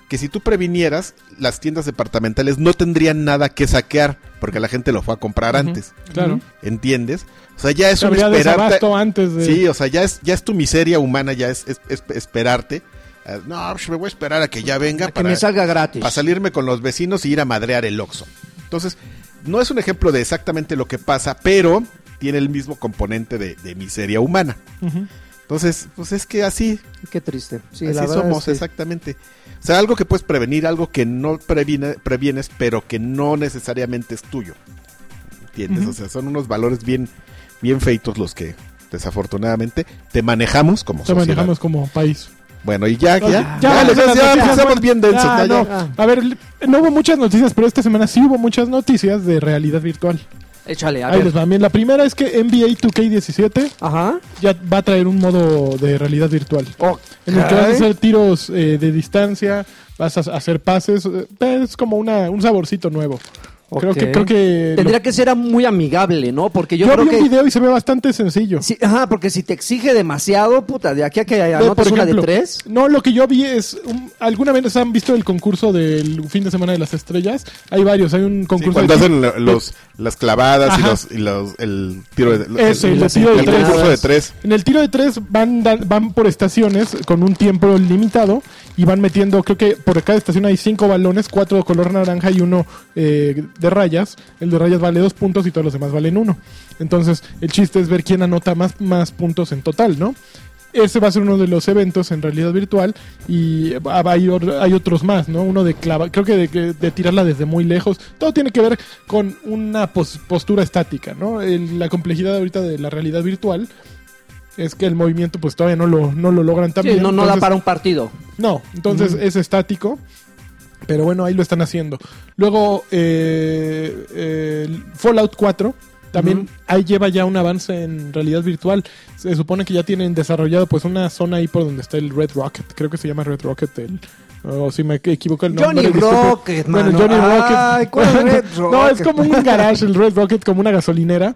A: que si tú previnieras, las tiendas departamentales no tendrían nada que saquear, porque la gente lo fue a comprar antes.
C: Claro.
A: ¿Entiendes? O sea, ya es
C: Se
A: un
C: habría
A: esperarte.
C: desabasto antes de.
A: Sí, o sea, ya es, ya es tu miseria humana, ya es, es- es esperarte. Ah, No, pues, me voy a esperar a que ya venga
B: que me salga gratis.
A: para salirme con los vecinos y ir a madrear el Oxxo. Entonces, no es un ejemplo de exactamente lo que pasa, pero tiene el mismo componente de, de miseria humana.
C: Ujú.
A: Entonces, pues es que así,
B: Qué triste. Sí, la
A: así
B: verdad
A: somos,
B: es que-
A: exactamente. O sea, algo que puedes prevenir, algo que no previne- previenes, pero que no necesariamente es tuyo. ¿Entiendes?
C: Ujú.
A: O sea, son unos valores bien, bien feitos los que desafortunadamente te manejamos como
C: Te
A: sociedad.
C: manejamos como país.
A: Bueno, y ya, ya, ya,
C: Ya, ya,
A: les- ya
C: las noticias,
A: empezamos
C: bueno,
A: bien densos.
C: ya,
A: ya, ya.
C: Ah, no. A ver, no hubo muchas noticias, pero esta semana sí hubo muchas noticias de realidad virtual.
B: Échale, a
C: Ahí
B: ver.
C: les va. Bien, la primera es que NBA 2K17
B: Ajá.
C: ya va a traer un modo de realidad virtual. En el que vas a
B: Ay.
C: hacer tiros eh, de distancia, vas a hacer pases. eh, Es como una, un saborcito nuevo. Creo
B: Ok.
C: que. Creo que
B: Tendría
C: lo-
B: que ser muy amigable, ¿no? Porque yo,
C: yo
B: creo
C: vi un
B: que.
C: video y se ve bastante sencillo.
B: Sí, ajá, porque si te exige demasiado, puta, de aquí a que
C: Ve,
B: anotes una de tres.
C: No, lo que yo vi es. un- ¿Alguna vez han visto el concurso del fin de semana de las estrellas? Hay varios. Hay un
A: Sí,
C: concurso.
A: cuando
C: de
A: hacen lo- los, las clavadas y
C: Ajá.
A: los, y los- el tiro de,
C: Eso,
A: el,
C: el tiro de
A: el
C: tres.
A: concurso de tres.
C: En el tiro de tres van, dan- van por estaciones con un tiempo limitado y van metiendo, creo que por cada estación hay cinco balones, cuatro de color naranja y uno eh, de rayas. El de rayas vale dos puntos y todos los demás valen uno. Entonces el chiste es ver quién anota más, más puntos en total, ¿no? Ese va a ser uno de los eventos en realidad virtual y eh, hay, or- hay otros más, ¿no? Uno de clava, creo que de, que- de tirarla desde muy lejos. Todo tiene que ver con una pos- postura estática, ¿no? El- la complejidad ahorita de la realidad virtual es que el movimiento pues todavía no lo, no lo logran tan
B: Sí,
C: bien.
B: no, no da
C: entonces-
B: para un partido.
C: no, entonces es estático. Pero bueno, ahí lo están haciendo. Luego, eh, eh, el Fallout 4. También ahí lleva ya un avance en realidad virtual. Se supone que ya tienen desarrollado pues una zona ahí por donde está el Red Rocket. Creo que se llama Red Rocket. el- o si me equivoco el nombre.
B: Johnny
C: disculpe.
B: Rocket,
C: Bueno,
B: mano.
C: Johnny Rocket.
B: Ay, ¿cuál Red
C: No, es
B: Rocket?
C: como un garage, el Red Rocket, como una gasolinera.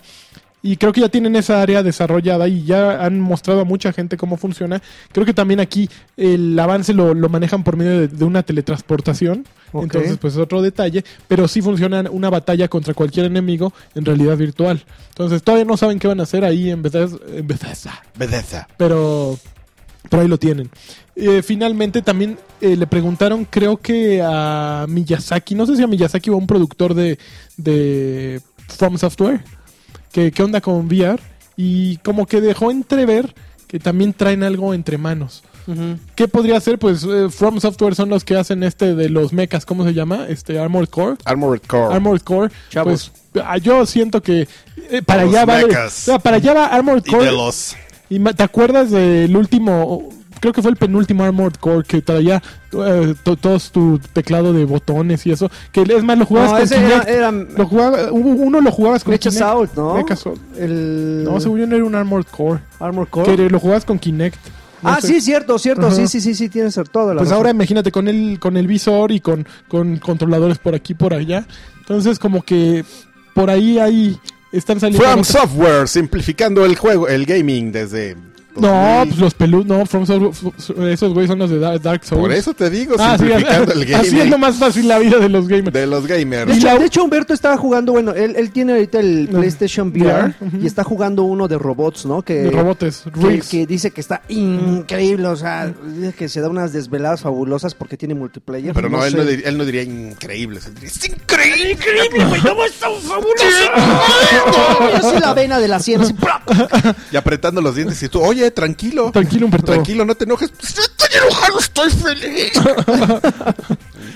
C: Y creo que ya tienen esa área desarrollada y ya han mostrado a mucha gente cómo funciona. Creo que también aquí el avance lo, lo manejan por medio de, de una teletransportación.
B: Ok.
C: Entonces, pues es otro detalle. Pero sí funciona una batalla contra cualquier enemigo en realidad virtual. Entonces, todavía no saben qué van a hacer ahí en Bethesda. En Bethesda
A: Bethesda.
C: pero por ahí lo tienen. Eh, finalmente también eh, le preguntaron, creo que a Miyazaki, no sé si a Miyazaki o a un productor de, de From Software, que qué onda con VR, y como que dejó entrever que también traen algo entre manos. ¿Qué podría ser? Pues eh, From Software son los que hacen este de los mechas, ¿cómo se llama? Este Armored Core.
A: Armored Core.
C: Armored Core,
B: Chavos.
C: pues ah, yo siento que eh, para
A: Los
C: allá va, o
A: mechas.
C: sea, para allá va Armored
A: y
C: Core.
A: de los.
C: Y ma- te acuerdas del último, creo que fue el penúltimo Armored Core que traía eh, to- todos tu teclado de botones y eso. Que es más, lo jugabas
B: No,
C: con
B: ese era,
C: Kinect.
B: era
C: Lo jugaba- hubo- uno lo jugabas con
B: Mecha
C: Kinect.
B: Assault, ¿no?
C: Mecha Assault.
B: el
C: No, según yo no era un Armored Core.
B: Armor Core.
C: Que lo jugabas con Kinect. No
B: ah,
C: sé.
B: sí, cierto, cierto.
C: Ajá.
B: Sí, sí, sí, sí, tienes todo.
C: Pues ahora imagínate con el, con el visor y con, con controladores por aquí por allá. Entonces como que por ahí ahí están saliendo...
A: From
C: otras-
A: Software, simplificando el juego, el gaming desde.
C: No,
A: 2000.
C: pues los pelus, no, From Software- esos güeyes son los de Dark Dark Souls.
A: Por eso te digo,
C: Ah, sí,
A: simplificando el
C: así es lo
A: gaming
C: más fácil la vida de los gamers.
A: de los
B: De
A: gamers.
C: Y
B: hecho,
C: la-
B: de hecho, Humberto estaba jugando, bueno, él, él tiene ahorita el
C: No.
B: PlayStation VR
C: VR, ujú.
B: y está jugando uno de robots, ¿no? Que,
C: de robotes,
B: que,
C: Riggs.
B: que dice que está increíble, o sea, dice que se da unas desveladas fabulosas porque tiene multiplayer.
A: Pero no, él
B: sé.
A: no, diría, él no diría increíbles. él diría, ¡Es increíble!
B: Yo soy la vena de la sien, así, ¡plop!
A: Y apretando los dientes y tú, oye, tranquilo.
C: Tranquilo, Humberto.
A: Tranquilo, no te enojes. Pues, No estoy enojado, estoy feliz.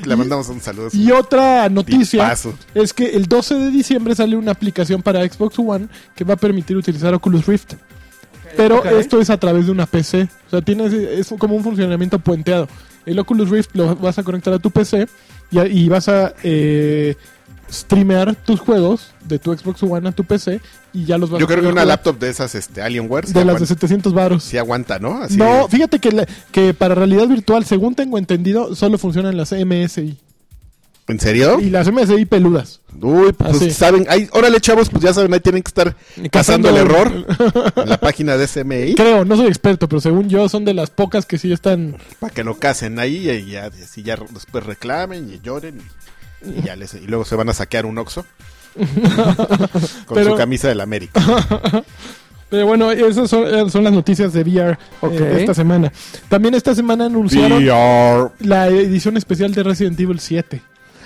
A: Le mandamos un saludo. a su
C: Y otra noticia
A: tipazo.
C: es que el 12 de diciembre sale una aplicación para Xbox One que va a permitir utilizar Oculus Rift. Pero
B: ok.
C: esto es a través de una PC. O sea, tienes, es como un funcionamiento puenteado. El Oculus Rift lo vas a conectar a tu PC y, a- y vas a eh, streamear tus juegos de tu Xbox One a tu PC y ya los vas
A: Yo
C: a
A: creo que
C: poder
A: una
C: jugar
A: laptop de esas este, Alienware sí
C: de las
A: aguanta-
C: de 700 varos.
A: sí aguanta, ¿no? Así-
C: No, fíjate que, la- que para realidad virtual, según tengo entendido, solo funcionan las MSI.
A: ¿En serio?
C: Y las MSI peludas.
A: Uy, pues
C: Así.
A: saben, ahí, órale chavos, pues ya saben, ahí tienen que estar cazando el error en la página de SMI
C: Creo, no soy experto, pero según yo son de las pocas que sí están.
A: para que lo casen ahí y ya, y así ya después reclamen y lloren y, y ya les, y luego se van a saquear un Oxxo con
C: Pero-
A: su camisa del América.
C: Pero bueno, esas son, eh, son las noticias de VR eh,
B: Ok.
C: de esta semana. También esta semana anunciaron
A: VR.
C: la edición especial de Resident Evil 7.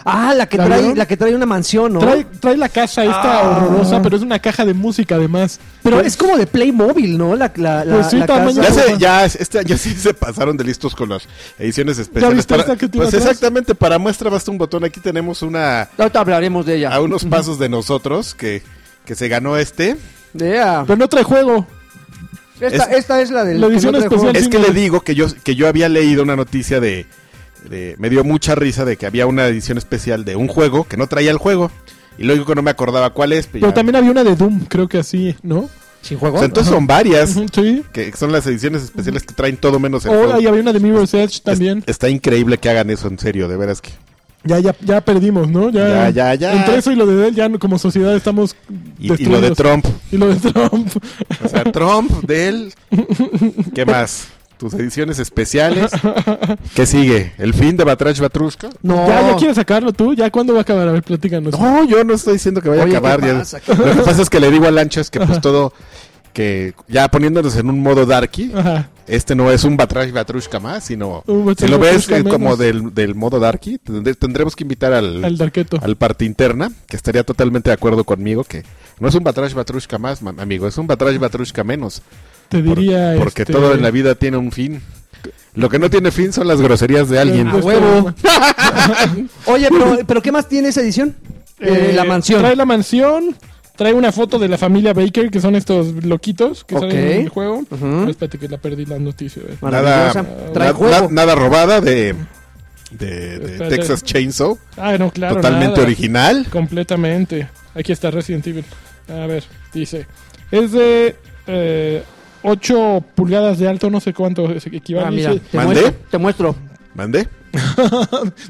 B: Ah, la que,
C: ¿La
B: trae,
C: vieron?
B: la que trae una mansión, ¿no?
C: Trae, trae la caja esta
B: Ah.
C: horrorosa, pero es una caja de música además.
B: Pero
C: Pues,
B: es como de Playmobil, ¿no? La, la, la,
C: Pues sí,
B: la
C: tamaño-
A: Ya,
B: casa.
A: se, ya este año sí se pasaron de listos con las ediciones
C: ¿Ya
A: especiales.
C: viste
A: para-
C: esta que tiene
A: pues
C: atrás?
A: exactamente, para muestra basta un botón. Aquí tenemos una
B: Ahorita hablaremos de
A: a
B: ella.
A: unos pasos de nosotros que, que se ganó este.
B: Yeah.
C: Pero no trae juego.
B: Esta,
A: es-
B: esta es la del
C: la
B: que
C: edición
B: no trae
C: especial.
B: juego.
A: Es
C: sí,
A: que
C: no.
A: le digo que yo, que yo había leído una noticia de, de- Me dio mucha risa de que había una edición especial de un juego que no traía el juego. Y luego que no me acordaba cuál es. pues
C: Pero
A: ya-
C: también había una de Doom, creo que así, ¿no?
B: Sin juego.
A: O sea, Pues entonces son varias.
C: Ujú, Sí.
A: Que son las ediciones especiales que traen todo menos el
C: O,
A: juego.
C: y había una de Mirror's Edge
A: Es-
C: también.
A: está increíble que hagan eso, en serio, de veras que.
C: Ya, ya, ya perdimos, ¿no? Ya,
A: Ya, ya, ya.
C: Entre eso y lo de él, ya no- como sociedad estamos
A: Y, y lo de
C: destruidos.
A: Trump.
C: Y lo de Trump.
A: O sea, Trump, de él. ¿Qué más? Tus ediciones especiales. ¿Qué sigue? ¿El fin de Batrach Batrushka?
B: No.
C: Ya, ya quieres sacarlo tú. ¿Ya cuándo va a acabar? A ver, platícanos.
A: No, yo no estoy diciendo que vaya
B: Oye,
A: a acabar.
B: ¿qué
A: ya-
B: pasa?
A: Lo que pasa es que le digo a Lanchas que pues todo, que ya poniéndonos en un modo darky,
C: Ajá.
A: este no es un Batrash Batrushka más, sino
C: Ah. Un Batrash
A: si lo ves
C: Batrushka
A: eh, como
C: menos.
A: del, del modo darky, tend- tendremos que invitar al,
C: Al Darketo.
A: al parte interna, que estaría totalmente de acuerdo conmigo que no es un Batrash Batrushka más, ma- amigo, es un Batrash Batrushka menos.
C: Te
A: Por-
C: diría.
A: porque
C: este,
A: todo en la vida tiene un fin. Lo que no tiene fin son las groserías de alguien.
B: Ah,
C: eh,
B: huevo. Oye, pero, pero ¿qué más tiene esa edición? Eh,
C: Eh,
B: la mansión.
C: Trae la mansión. Trae una foto de la familia Baker, que son estos loquitos que
B: Ok.
C: salen en el juego.
B: Ujú.
C: Espérate que la perdí la noticia. eh.
A: Nada,
B: Maravillosa. Trae
A: na-
B: juego.
A: na- nada robada de, de- de
C: Espérate.
A: Texas Chainsaw.
C: Ah, no, claro.
A: totalmente
C: nada.
A: original.
C: Completamente. Aquí está Resident Evil. A ver, dice. Es de eh, 8 pulgadas de alto, no sé cuánto es- equivale.
B: Ah, mira,
C: Dice-
B: te
A: ¿Mandé?
B: muestro, te muestro.
A: ¿Mandé?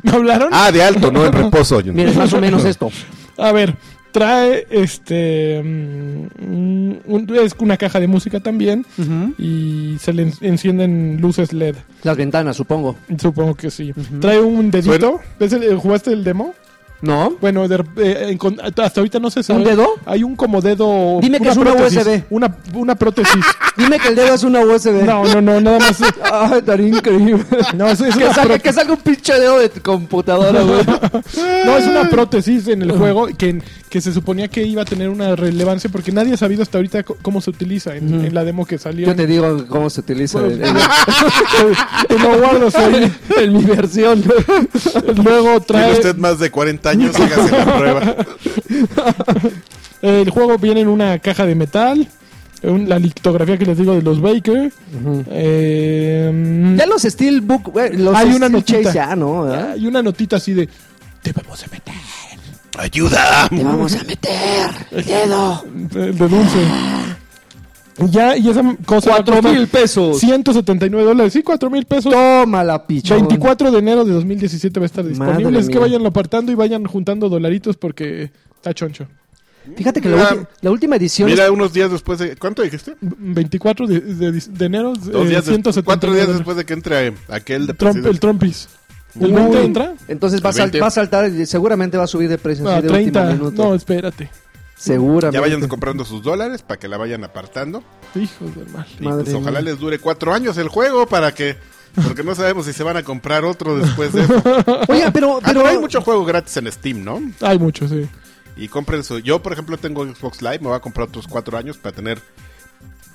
C: ¿Me hablaron?
A: Ah, de alto, no en reposo.
B: Miren, más o menos esto.
C: A ver, trae este. mm, mm, un- es una caja de música también.
B: Ujú.
C: Y se le en- encienden luces LED.
B: Las ventanas, supongo.
C: Supongo que sí. Trae un dedito. ¿Ves el- ¿Jugaste el demo?
B: ¿No?
C: Bueno, de rep- eh, en con- hasta ahorita no se sabe.
B: dedo?
C: Hay un como dedo.
B: Dime que es una
C: prótesis,
B: USB.
C: Una, una prótesis.
B: Dime que el dedo es una USB.
C: No, no, no, nada más.
B: Ay, estaría increíble.
C: No, es, es
B: Que
C: una
B: salga,
C: pró-
B: que salga un pinche dedo de tu computadora, güey.
C: no, es una prótesis en el juego que, que se suponía que iba a tener una relevancia porque nadie ha sabido hasta ahorita co- cómo se utiliza en, en la demo que salió.
B: Yo te digo cómo se utiliza el- el-
C: Te lo guardas ahí.
B: en mi versión.
C: Luego
A: Tiene
C: trae.
A: usted más de 40 años, hágase la prueba.
C: El juego viene en una caja de metal. un- la litografía que les digo de los Baker. eh,
B: Ya ¿eh? los Steelbook, güey, los
C: Hay una
B: Steel
C: notita.
B: Chase ya, ¿no? ¿Verdad?
C: hay una notita así de. Te vamos a meter.
A: ¡Ayuda!
B: Te vamos a meter, dedo.
C: De, de dulce. Y ya, y esa cosa. va a
B: Cuatro
C: costar
B: mil pesos.
C: 179 dólares. Sí, 4 mil pesos.
B: Toma la picha.
C: 24 de enero de 2017 va a estar disponible.
B: Madre
C: es que
B: mía.
C: vayan apartando y vayan juntando dolaritos porque está choncho.
B: Fíjate que la,
A: Mira.
B: ulti- la última edición. es-
A: Mira, unos días después de... ¿Cuánto dijiste?
C: 24 de, de- de enero,
A: Dos
C: eh,
A: días después,
C: 179
A: cuatro días
C: dólares.
A: después de que entre eh, aquel de
C: Trump- el
A: presidente.
C: Trumpis. ¿El
B: Uy.
C: 20 entra?
B: Entonces va a,
A: El
B: sal-
A: 20.
B: va a saltar y seguramente va a subir de precio.
C: No,
B: así de
C: 30.
B: último minuto.
C: No, espérate.
B: seguramente.
A: Ya vayan comprando sus dólares para que la vayan apartando.
C: Hijos del mal.
A: Y
B: Madre
A: pues ojalá
B: mía.
A: les dure cuatro años el juego para que... Porque no sabemos si se van a comprar otro después de eso.
B: Oye, pero,
A: Ah,
B: pero
A: pero hay mucho juego gratis en Steam, ¿no?
C: Hay muchos, sí.
A: Y compren su... Yo, por ejemplo, tengo Xbox Live. Me voy a comprar otros cuatro años para tener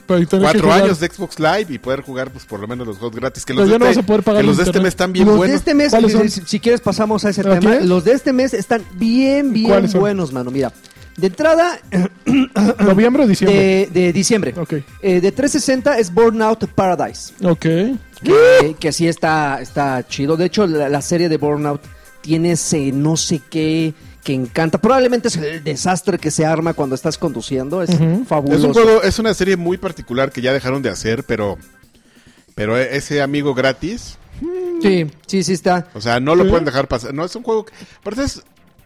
C: Pero tenés que
A: cuatro
C: jugar.
A: años de Xbox Live y poder jugar, pues, por lo menos los juegos gratis. Que
C: Pero
A: los, de
C: ya no
A: este,
C: vas a poder pagar
A: que los
C: el
A: de este
C: internet.
A: mes están bien
B: Los de
A: buenos.
B: este mes,
C: ¿Cuáles son?
B: si, si quieres pasamos a ese
C: ¿A
B: tema,
C: qué?
B: los de este mes están bien, bien
C: ¿Cuáles son?
B: buenos, mano. Mira, de entrada
A: ¿eh?
C: Noviembre o diciembre.
B: de, de diciembre,
C: Ok.
B: eh, de 360 es Burnout Paradise.
C: Ok.
B: que, que sí está, está chido. De hecho, la, la serie de Burnout tiene ese no sé qué que encanta. Probablemente es el desastre que se arma cuando estás conduciendo. Es
C: Ujú.
A: Es
B: fabuloso.
A: un juego, es una serie muy particular que ya dejaron de hacer, pero pero ese amigo e-, gratis
B: Sí, sí, sí está.
A: O sea, no lo
C: Sí.
A: pueden dejar pasar. No, es un juego. que- Aparte, es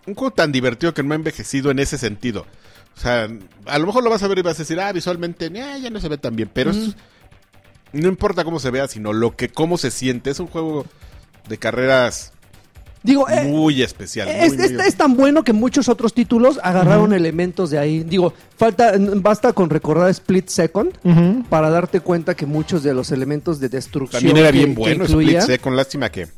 A: un juego tan divertido que no ha envejecido en ese sentido. O sea, a lo mejor lo vas a ver y vas a decir, ah, visualmente, nah, ya no se ve tan bien. Pero es- no importa cómo se vea, sino lo que, cómo se siente. Es un juego de carreras
B: Digo, eh,
A: muy especial. muy,
B: Es,
A: muy-
B: es- es tan bueno que muchos otros títulos agarraron elementos de ahí. Digo, falta, n- basta con recordar Split Second
C: Ujú.
B: para darte cuenta que muchos de los elementos de destrucción
A: También era
B: que-
A: bien
B: que
A: bueno
B: incluía-
A: Split Second, lástima que.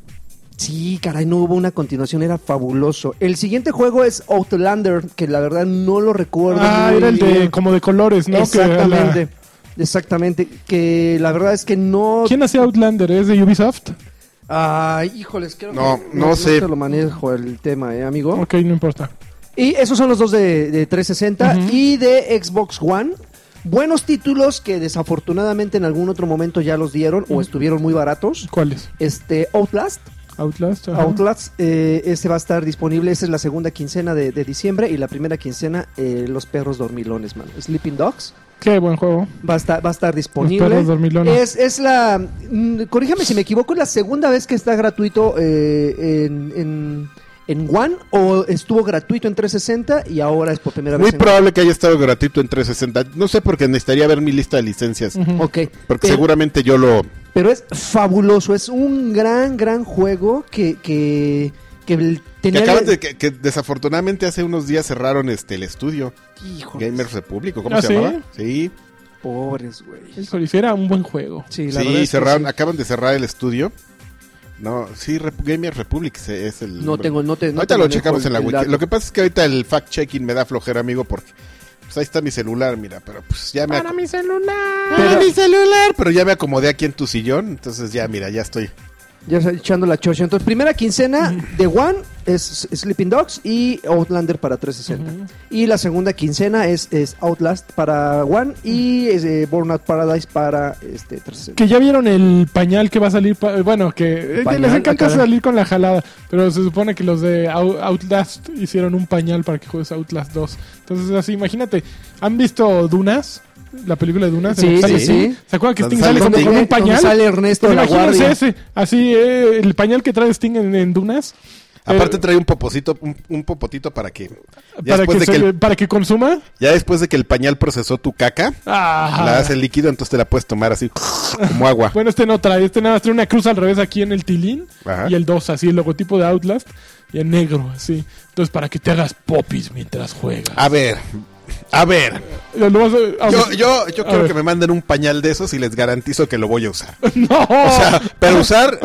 B: Sí, caray, no hubo una continuación, era fabuloso. El siguiente juego es Outlander, que la verdad no lo recuerdo.
C: Ah,
B: muy
C: era el de
B: bien.
C: como de colores, ¿no? Que a la-
B: Exactamente. Exactamente, que la verdad es que no...
C: ¿Quién hacía Outlander? ¿Es de Ubisoft?
B: Ay, híjoles, creo
A: No,
B: que
A: no sé.
B: te lo manejo el tema, ¿eh, amigo?
C: Ok, no importa.
B: Y esos son los dos de, de 360 y de Xbox One. Buenos títulos que desafortunadamente en algún otro momento ya los dieron o estuvieron muy baratos.
C: ¿Cuál es?
B: Este Outlast,
C: Outlast. ajá.
B: Outlast, eh, ese va a estar disponible. Esa es la segunda quincena de, de diciembre y la primera quincena eh, Los Perros Dormilones, man. Sleeping Dogs
C: Qué buen juego.
B: va a estar, va a estar disponible.
C: Los Perros Dormilones.
B: Es, es la, mm, corríjame si me equivoco, es la segunda vez que está gratuito eh, en, en, en One o estuvo gratuito en 360 y ahora es por primera
A: Muy
B: vez. en...
A: probable que haya estado gratuito en 360. No sé porque necesitaría ver mi lista de licencias.
C: Ujú.
B: Ok,
A: Porque
B: Eh,
A: seguramente yo lo.
B: pero es fabuloso, es un gran, gran juego que, que, que el-
A: Que
B: tenía...
A: acaban de- que- que desafortunadamente hace unos días cerraron este el estudio.
B: Híjoles,
A: Gamers Repúblico, ¿cómo
C: ¿Ah,
A: se
C: sí?
A: llamaba? Sí,
B: pobres, güey.
C: Híjole, sí, era un buen juego.
B: Sí, la verdad
A: sí,
B: es que
A: cerraron,
B: sí.
A: acaban de cerrar el estudio. No, sí, Rep- Gamers Republic se- es el.
B: No
A: nombre.
B: tengo, no te, no
A: ahorita
B: te
A: lo
B: manejo
A: checamos
B: el-
A: en la
B: el
A: wiki.
B: dato.
A: Lo que pasa es que ahorita el fact-checking me da flojera, amigo, porque pues ahí está mi celular, mira, pero pues ya
B: Ah,
A: me. ac-
C: mi Ah, celular. Eh,
A: Para
B: Pero-
A: mi celular, pero ya me acomodé aquí en tu sillón, entonces ya, mira, ya estoy.
B: Ya está echando la chocha. Entonces, primera quincena de One es Sleeping Dogs y Outlander para 360. Y la segunda quincena es, es Outlast para One y es, eh, Burnout Paradise para este, 360.
C: Que ya vieron el pañal que va a salir. pa- bueno, que eh,
B: ¿Pañal?
C: les encanta
B: Ah, caray.
C: salir con la jalada. Pero se supone que los de Out- Outlast hicieron un pañal para que juegues Outlast 2. Entonces, así, imagínate. ¿Han visto Dunas? La película de Dunas. ¿Se
B: Sí,
C: acuerdan
B: sí,
C: Sting?
B: sí.
C: ¿Se acuerdan que
A: Donde
C: Sting
A: sale
C: sale como
A: Sting.
C: con un
B: Eh, donde
C: pañal?
B: sale Ernesto de la
C: Imagínense
B: Guardia.
C: ese. Así, eh, el pañal que trae Sting en, en Dunas. Eh,
A: Aparte trae un popocito, un, un popotito para que. Ya
C: para, que
A: después, de que
C: se-
A: el,
C: para que consuma.
A: ya después de que el pañal procesó tu caca,
C: Ah.
A: la hace líquido, entonces te la puedes tomar así, como agua.
C: Bueno, este no trae, este nada más trae una cruz al revés aquí en el tilín
A: Ajá.
C: y el 2, así el logotipo de Outlast y en negro, así. Entonces, para que te hagas popis mientras juegas.
A: A ver, a ver.
C: Lo- lo vas a-
A: Yo, yo, yo
C: A
A: quiero
C: ver.
A: que me manden un pañal de esos y les garantizo que lo voy a usar.
C: No,
A: O sea, pero usar,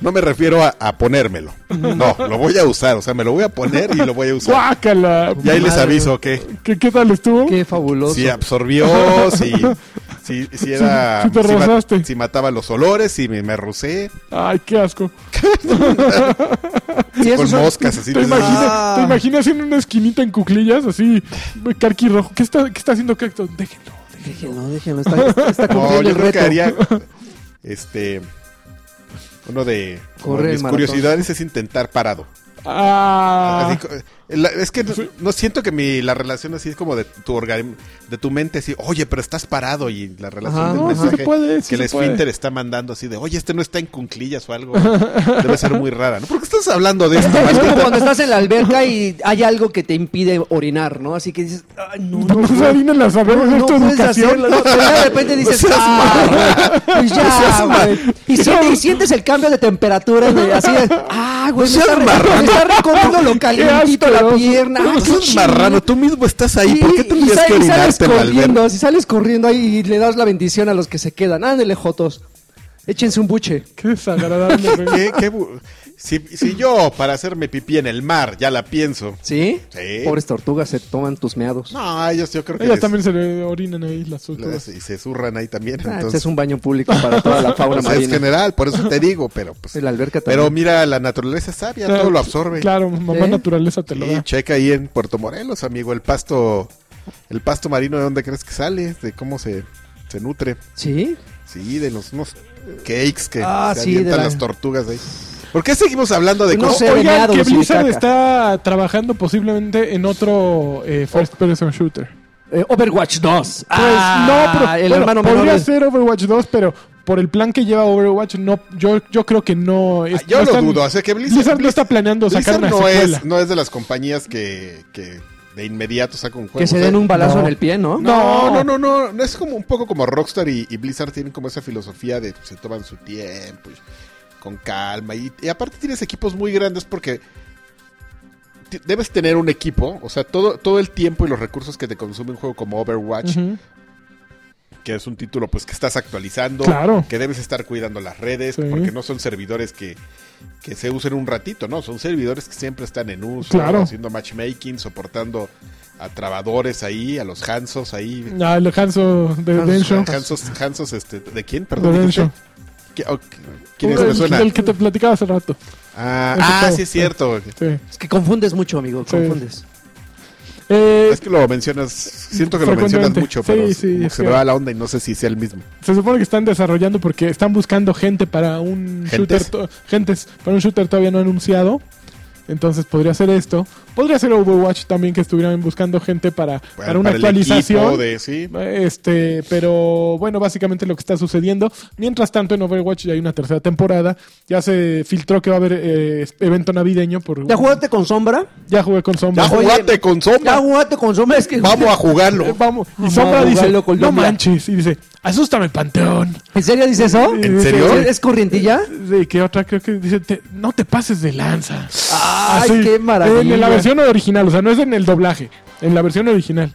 A: no me refiero a, a ponérmelo. No, lo voy a usar. O sea, me lo voy a poner y lo voy a usar.
C: guácala.
A: Y ahí les
B: Madre.
A: aviso que
C: ¿Qué, qué tal estuvo?
B: Qué fabuloso.
A: si absorbió, si, si, si era.
C: Sí, sí te
A: si, ma-
C: rozaste.
A: si mataba los olores, si me, me rusé.
C: Ay, qué asco.
B: Sí, esos
A: Con
B: son-
A: moscas, así.
C: ¿Te
A: de-
C: imaginas,
B: Ah.
C: te imaginas en una esquinita en cuclillas, así, carqui rojo? ¿Qué está, qué está haciendo Cacto? Déjenlo.
B: Déjenlo, déjenlo, está, está- está
A: No,
B: cumpliendo
A: yo
B: el
A: creo que
B: reto.
A: haría. Este. Uno de. como
B: Correr el
A: mis
B: maratón.
A: curiosidades es intentar parado.
C: Ah,
A: Así co- eh, la- es que no, no siento que mi, la relación así es como de tu organ- de tu mente así, oye, pero estás parado y la relación
B: Ajá.
A: del
B: No, sí
A: mensaje
C: se puede, sí
A: que el
C: se puede.
A: esfínter está mandando así de, oye, este no está en cunclillas o algo. Debe ser muy rara, ¿no? ¿Por qué estás hablando de esto?
B: Es como cuando estás en la alberca y hay algo que te impide orinar, ¿no? Así que dices, "Ay, no, no,
C: no se
B: no,
C: alinean las saberes de
B: no
C: tu
B: puedes
C: educación.
B: hacerlo. no, pero de repente dices,
A: seas
B: ah, pues ya, güey. Y, siente- y sientes el cambio de temperatura, güey, así de, ah, güey, me está, re- me está recomiendo lo calientito la
C: asqueroso.
B: pierna. Ah, qué
A: estás marrano, pues tú mismo estás ahí.
B: Sí,
A: ¿Por qué
B: y
A: tendrías
B: sal-
A: que
B: y sales
A: orinarte en la alberca?
B: corriendo, si sales corriendo ahí y le das la bendición a los que se quedan. Ándele, Jotos. Échense un buche.
C: Qué desagradable, güey.
A: ¿Qué- qué bu- si, si yo, para hacerme pipí en el mar, ya la pienso.
B: ¿Sí?
A: Sí.
B: Pobres tortugas se toman tus meados. Ah,
A: No, a ellos yo creo que
C: Ellas
A: les-
C: también se le orinan ahí las
A: les-
C: tortugas.
A: y se zurran ahí también.
B: Ah,
A: entonces,
B: este es un baño público para toda la fauna
A: O sea, es
B: marina.
A: general, por eso te digo, pero pues...
B: La alberca
A: Pero
B: también. pues,
A: mira, la naturaleza es sabia, todo lo absorbe.
C: Claro, mamá
B: ¿Sí?
C: naturaleza te lo
A: Sí,
C: da.
A: checa ahí en Puerto Morelos, amigo, el pasto, el pasto marino, ¿de dónde crees que sale? ¿De cómo se, se nutre?
B: ¿Sí?
A: Sí, de los unos cakes que
B: Ah,
A: se
B: sí,
A: avientan
B: de la-
A: las tortugas ahí. ¿Por qué seguimos hablando de
B: No
A: cosas?
B: sé.
C: Oigan,
B: venados
C: que
B: y de
C: Blizzard
B: caca.
C: está trabajando posiblemente en otro
A: Oh.
C: eh, first person shooter.
B: Eh, Overwatch 2.
C: Pues
B: Ah,
C: no, pero
B: el
C: bueno,
B: hermano
C: podría
B: menor. de-
C: ser Overwatch 2, pero por el plan que lleva Overwatch, no, yo, yo creo que no. es-
A: Ah, yo
C: no
A: lo
C: están-
A: dudo, así que Blizzard,
C: Blizzard no está planeando
A: Blizzard
C: sacar una
A: no,
C: secuela.
A: es, no es de las compañías que, que de inmediato saca un juego.
B: Que se
A: o sea,
B: den un balazo
C: no.
B: en el pie, ¿no?
A: No,
C: No.
A: no, no, no, no es como un poco como Rockstar y, y Blizzard tienen como esa filosofía de se toman su tiempo y con calma y, y aparte tienes equipos muy grandes porque ti- debes tener un equipo, o sea, todo todo el tiempo y los recursos que te consume un juego como Overwatch,
C: Ujú.
A: que es un título pues que estás actualizando,
C: Claro.
A: que debes estar cuidando las redes
C: Sí.
A: porque no son servidores que que se usen un ratito, no, son servidores que siempre están en uso,
C: Claro.
A: haciendo matchmaking, soportando a trabadores ahí, a los Hansos ahí,
C: Ah, el Hanso de
B: Hanso-
C: Densho.
A: Hansos, Hansos, este, ¿de quién?
C: De
A: Perdón.
C: Densho.
A: dijiste. ¿Qui- o- ¿Quién es?
C: El-
A: Me suena.
C: El que te platicaba hace rato.
A: Ah,
C: el que
A: ah,
C: estaba.
A: sí es cierto.
C: Sí. Eh,
B: Es que confundes mucho, amigo,
C: Sí.
B: confundes.
C: Eh,
A: Es que lo mencionas, siento que lo mencionas
C: Frecuentemente.
A: mucho,
C: Sí,
A: pero
C: sí,
A: como
C: es
A: se me
C: que-
A: va la onda y no sé si sea el mismo.
C: se supone que están desarrollando porque están buscando gente para un
A: ¿Gentes?
C: shooter. to- Gentes, para un shooter todavía no anunciado. Entonces podría ser esto. Podría ser Overwatch también que estuvieran buscando gente para, para, una
A: el
C: actualización.
A: equipo de, sí.
C: Este, pero bueno, básicamente lo que está sucediendo. Mientras tanto, en Overwatch ya hay una tercera temporada. Ya se filtró que va a haber eh, evento navideño. Por,
B: ¿Ya jugaste con sombra?
C: Ya jugué con Sombra.
A: Ya
B: Oye,
A: jugaste con
B: ¿Ya
A: sombra.
B: jugaste con sombra? Es que
A: Vamos a
C: Eh,
A: jugarlo.
C: Vamos. Y
B: Ah,
C: Sombra
B: madrugada,
C: dice,
B: loco, yo
C: no
B: mira".
C: manches. Y dice, asústame, Panteón.
B: ¿En serio dice eso?
C: Sí,
A: ¿En
C: sí,
A: serio?
C: sí.
B: ¿Es, es corrientilla?
C: Sí, que otra creo que dice, "Te- no te pases de lanza.
B: ¡Ay,
C: Así,
B: qué maravilla!
C: En la versión original, o sea, no es en el doblaje. En la versión original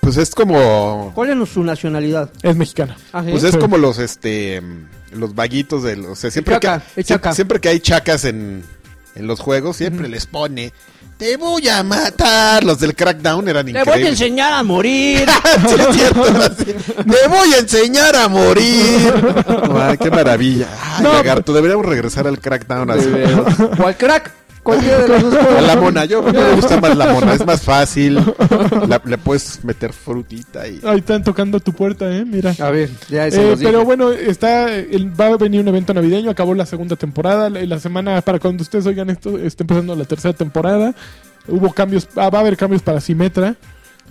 A: Pues es como.
B: ¿Cuál es su nacionalidad?
C: es mexicana.
B: Ajá.
A: Pues es
C: Sí.
A: como los este mm, los vaguitos de los. O sea, siempre,
B: chaca,
A: que,
B: el chaca.
A: siempre, siempre que hay chacas en, en los juegos, siempre les pone. Te voy a matar. Los del crackdown eran
B: Te
A: increíbles.
B: voy a enseñar a morir.
A: Sí, es cierto, así, Te voy a enseñar a morir. Ah, qué maravilla. Ay,
C: No,
A: lagarto, deberíamos regresar al crackdown así.
B: o al crack. Cualquiera de las dos
A: A
B: cosas.
A: la mona, yo, yo me gusta más la mona, es más fácil. La- le puedes meter frutita
B: Ah,
A: y.
C: Ahí están tocando tu puerta, eh, mira.
B: A ver, ya se
C: Eh,
B: Ah, los dije.
C: pero bueno, está el- va a venir un evento navideño, acabó la segunda temporada, la, la semana para cuando ustedes oigan esto está empezando la tercera temporada. Hubo cambios, ah, va a haber cambios para Simetra.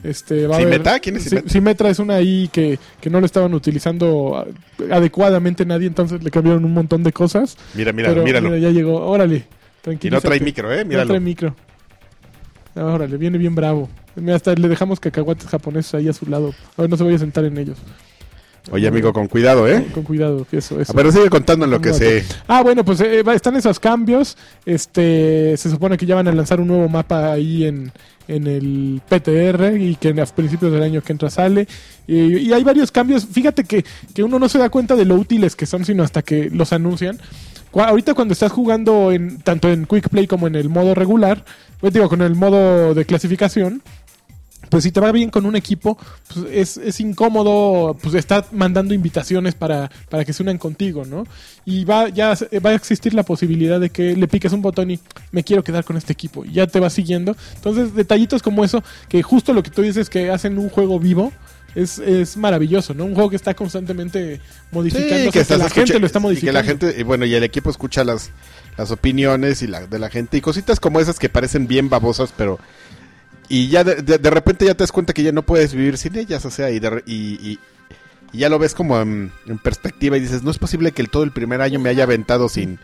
C: Este, va a haber-
A: ¿Symmetra? ¿Quién es
C: Si-
A: Symmetra?
C: Symmetra es una I que, que no lo estaban utilizando ah, adecuadamente nadie, entonces le cambiaron un montón de cosas.
A: Mira, mira,
C: Pero,
A: míralo.
C: mira, ya llegó, órale,
A: y
C: tranquilo.
A: no trae micro, eh,
C: No trae
A: míralo.
C: micro. Ah, Órale, viene bien bravo. Mira, hasta le dejamos cacahuates japoneses ahí a su lado. A ver, no se vaya a sentar en ellos.
A: Oye, amigo, con cuidado, eh.
C: Con cuidado, eso, eso.
A: A ver, sigue contando en lo que
C: No,
A: se.
C: Ah, bueno, pues eh, va- están esos cambios. Este, se supone que ya van a lanzar un nuevo mapa ahí en, en el PTR y que a principios del año que entra sale. Y, y hay varios cambios. Fíjate que, que uno no se da cuenta de lo útiles que son, sino hasta que los anuncian. Cu- ahorita cuando estás jugando en, tanto en Quick Play como en el modo regular, pues digo, con el modo de clasificación, pues si te va bien con un equipo, pues es, es incómodo pues estar mandando invitaciones para, para que se unan contigo, ¿no? Y va, ya se- va a existir la posibilidad de que le piques un botón y me quiero quedar con este equipo. Y ya te va siguiendo. Entonces, detallitos como eso, que justo lo que tú dices que hacen un juego vivo. Es, es maravilloso, ¿no? Un juego que está constantemente modificándose, que,
A: estás
C: la
A: escucha-
C: gente lo está
A: y que
C: modificando.
A: la gente, y bueno, y el equipo escucha las, las opiniones y la, de la gente y cositas como esas que parecen bien babosas, pero. Y ya de, de- de repente ya te das cuenta que ya no puedes vivir sin ellas, o sea, y, de re- y, y- y ya lo ves como en, en perspectiva y dices, no es posible que el, todo el primer año me haya aventado sin,